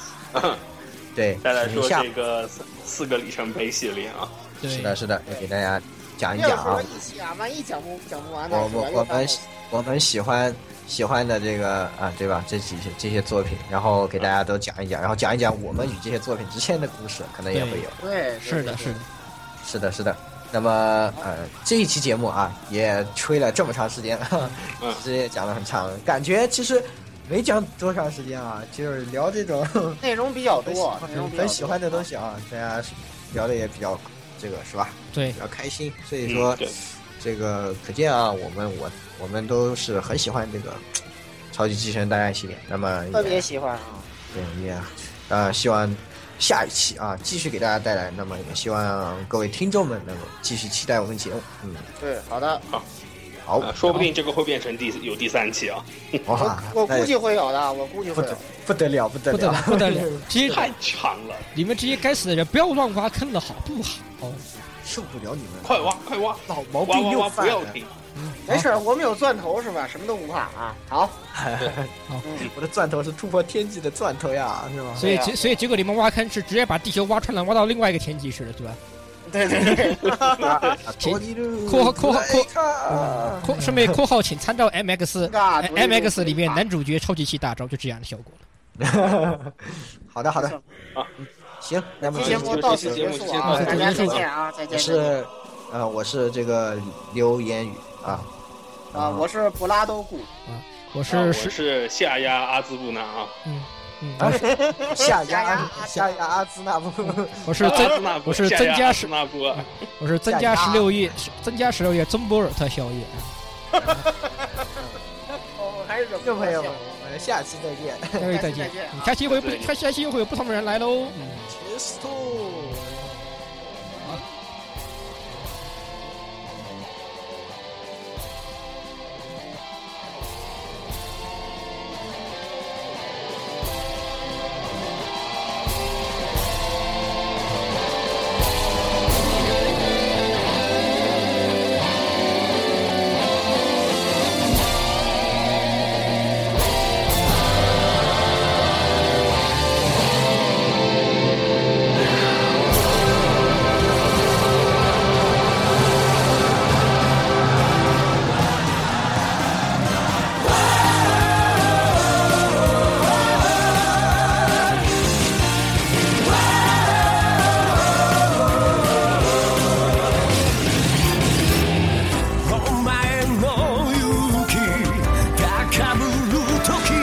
[SPEAKER 1] 对，
[SPEAKER 4] 再来说
[SPEAKER 1] 一下
[SPEAKER 4] 这个四四个里程碑系列啊，
[SPEAKER 2] 对，
[SPEAKER 1] 是的，是的，也给大家讲一
[SPEAKER 3] 要
[SPEAKER 1] 讲
[SPEAKER 3] 是说
[SPEAKER 1] 啊。
[SPEAKER 3] 一期啊，万一讲不讲不完呢？
[SPEAKER 1] 我我
[SPEAKER 3] 是吧
[SPEAKER 1] 我们我们喜欢喜欢的这个啊，对吧？这几这些作品，然后给大家都讲一讲，然后讲一讲我们与这些作品之间的故事，可能也会有。
[SPEAKER 3] 对，
[SPEAKER 2] 是的，是的，
[SPEAKER 1] 是的，是的。那么呃，这一期节目啊，也吹了这么长时间，
[SPEAKER 4] 嗯
[SPEAKER 1] 其实也讲了很长，感觉其实没讲多长时间啊，就是聊这种。
[SPEAKER 3] 内容比较多，内容
[SPEAKER 1] 啊
[SPEAKER 3] 比较多
[SPEAKER 1] 很喜欢的东西啊，大家聊的也比较这个是吧？
[SPEAKER 2] 对
[SPEAKER 1] 比，较开心，所以
[SPEAKER 4] 嗯
[SPEAKER 1] 说
[SPEAKER 4] 对，
[SPEAKER 1] 这个可见啊，我们我我们都是很喜欢这个超级机器人大战系列。那么
[SPEAKER 3] 特别
[SPEAKER 1] 也
[SPEAKER 3] 喜欢啊。
[SPEAKER 1] 对也呃，希望下一期啊继续给大家带来。那么也希望各位听众们能够继续期待我们节目。嗯，
[SPEAKER 3] 对，好的，
[SPEAKER 1] 好
[SPEAKER 4] 啊，说不定这个会变成第有第三期啊，
[SPEAKER 1] 哇，
[SPEAKER 3] 我
[SPEAKER 1] 那
[SPEAKER 3] 估计会有的，我估计会有。
[SPEAKER 1] 不得了，不得
[SPEAKER 2] 不得了，不 得了！这些
[SPEAKER 4] 太长了。
[SPEAKER 2] 你们这些该死的人，不要乱挖坑了，好不好？
[SPEAKER 1] 受不了你 们，
[SPEAKER 5] 快挖，快挖，
[SPEAKER 1] 老毛
[SPEAKER 5] 挖
[SPEAKER 1] 病
[SPEAKER 5] 挖
[SPEAKER 1] 又
[SPEAKER 5] 挖，
[SPEAKER 1] 犯
[SPEAKER 5] 不要
[SPEAKER 1] 了。
[SPEAKER 5] 停。
[SPEAKER 3] 没事儿，我们有钻头是吧？什么都不怕啊。好，
[SPEAKER 1] 我的钻头是突破天际的钻头呀，是吗？
[SPEAKER 2] 所以
[SPEAKER 3] 对啊
[SPEAKER 2] 结所以结果你们挖坑是直接把地球挖穿了，挖到另外一个天际去了，对吧？
[SPEAKER 3] 对对对，
[SPEAKER 1] 括
[SPEAKER 2] 括号括号括
[SPEAKER 1] 号
[SPEAKER 2] 括顺便括号，请参照 M X
[SPEAKER 3] 那
[SPEAKER 2] M X 里面
[SPEAKER 3] 能
[SPEAKER 2] 男主角超级系大招就这样的效果了。
[SPEAKER 1] 好的好的，
[SPEAKER 4] 啊
[SPEAKER 1] 嗯，行，那么
[SPEAKER 3] 今
[SPEAKER 4] 这
[SPEAKER 3] 天
[SPEAKER 1] 这
[SPEAKER 3] 啊播
[SPEAKER 4] 节目
[SPEAKER 1] 期
[SPEAKER 3] 到此结束啊，
[SPEAKER 2] 这
[SPEAKER 3] 大
[SPEAKER 2] 节
[SPEAKER 3] 家再
[SPEAKER 2] 目就结束
[SPEAKER 3] 见啊，再
[SPEAKER 1] 我
[SPEAKER 3] 见。再见
[SPEAKER 1] 是呃我是这个刘言宇啊
[SPEAKER 3] 啊，我是布拉多固，
[SPEAKER 2] 我
[SPEAKER 5] 啊
[SPEAKER 2] 是
[SPEAKER 5] 我
[SPEAKER 2] 是
[SPEAKER 5] 是下压阿兹布纳啊，
[SPEAKER 2] 嗯，
[SPEAKER 1] 啊下
[SPEAKER 3] 下压
[SPEAKER 1] 压下压阿兹那布，
[SPEAKER 2] 我是
[SPEAKER 5] 阿 兹
[SPEAKER 2] 增
[SPEAKER 5] 纳波
[SPEAKER 2] 我是
[SPEAKER 5] 下
[SPEAKER 2] 增
[SPEAKER 5] 压
[SPEAKER 2] 加
[SPEAKER 5] 阿
[SPEAKER 2] 是
[SPEAKER 5] 兹纳波，
[SPEAKER 2] 我是增加十六页增加十六页增波尔特效 益。
[SPEAKER 1] 哦
[SPEAKER 3] 我还是忍
[SPEAKER 1] 各位朋友们，
[SPEAKER 3] 笑
[SPEAKER 1] 我们下期再见。
[SPEAKER 2] 各位 再
[SPEAKER 3] 下
[SPEAKER 2] 见嗯
[SPEAKER 3] 期再见啊，
[SPEAKER 2] 下期会不
[SPEAKER 5] 对
[SPEAKER 2] 下下期又会有不同的人来喽。嗯。
[SPEAKER 1] Cheers to-
[SPEAKER 6] お前の勇気高ぶる時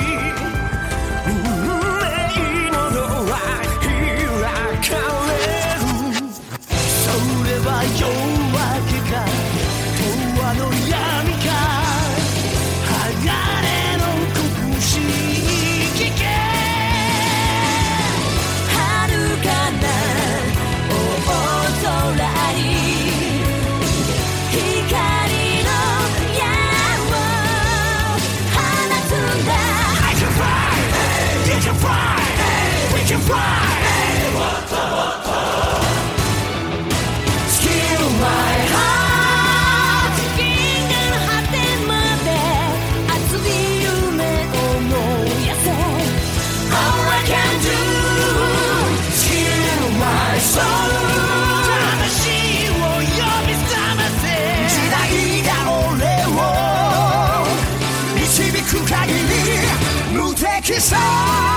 [SPEAKER 6] 運命のドア開かれるそれは夜明けか永遠の闇か鋼の拳聞け
[SPEAKER 7] 遥かな大空に光の矢を放つんだ銀河の果てまで熱い夢を燃やせ All I can do Chill my soul
[SPEAKER 6] 魂を呼び覚ませ時代が俺を導く限り無敵さ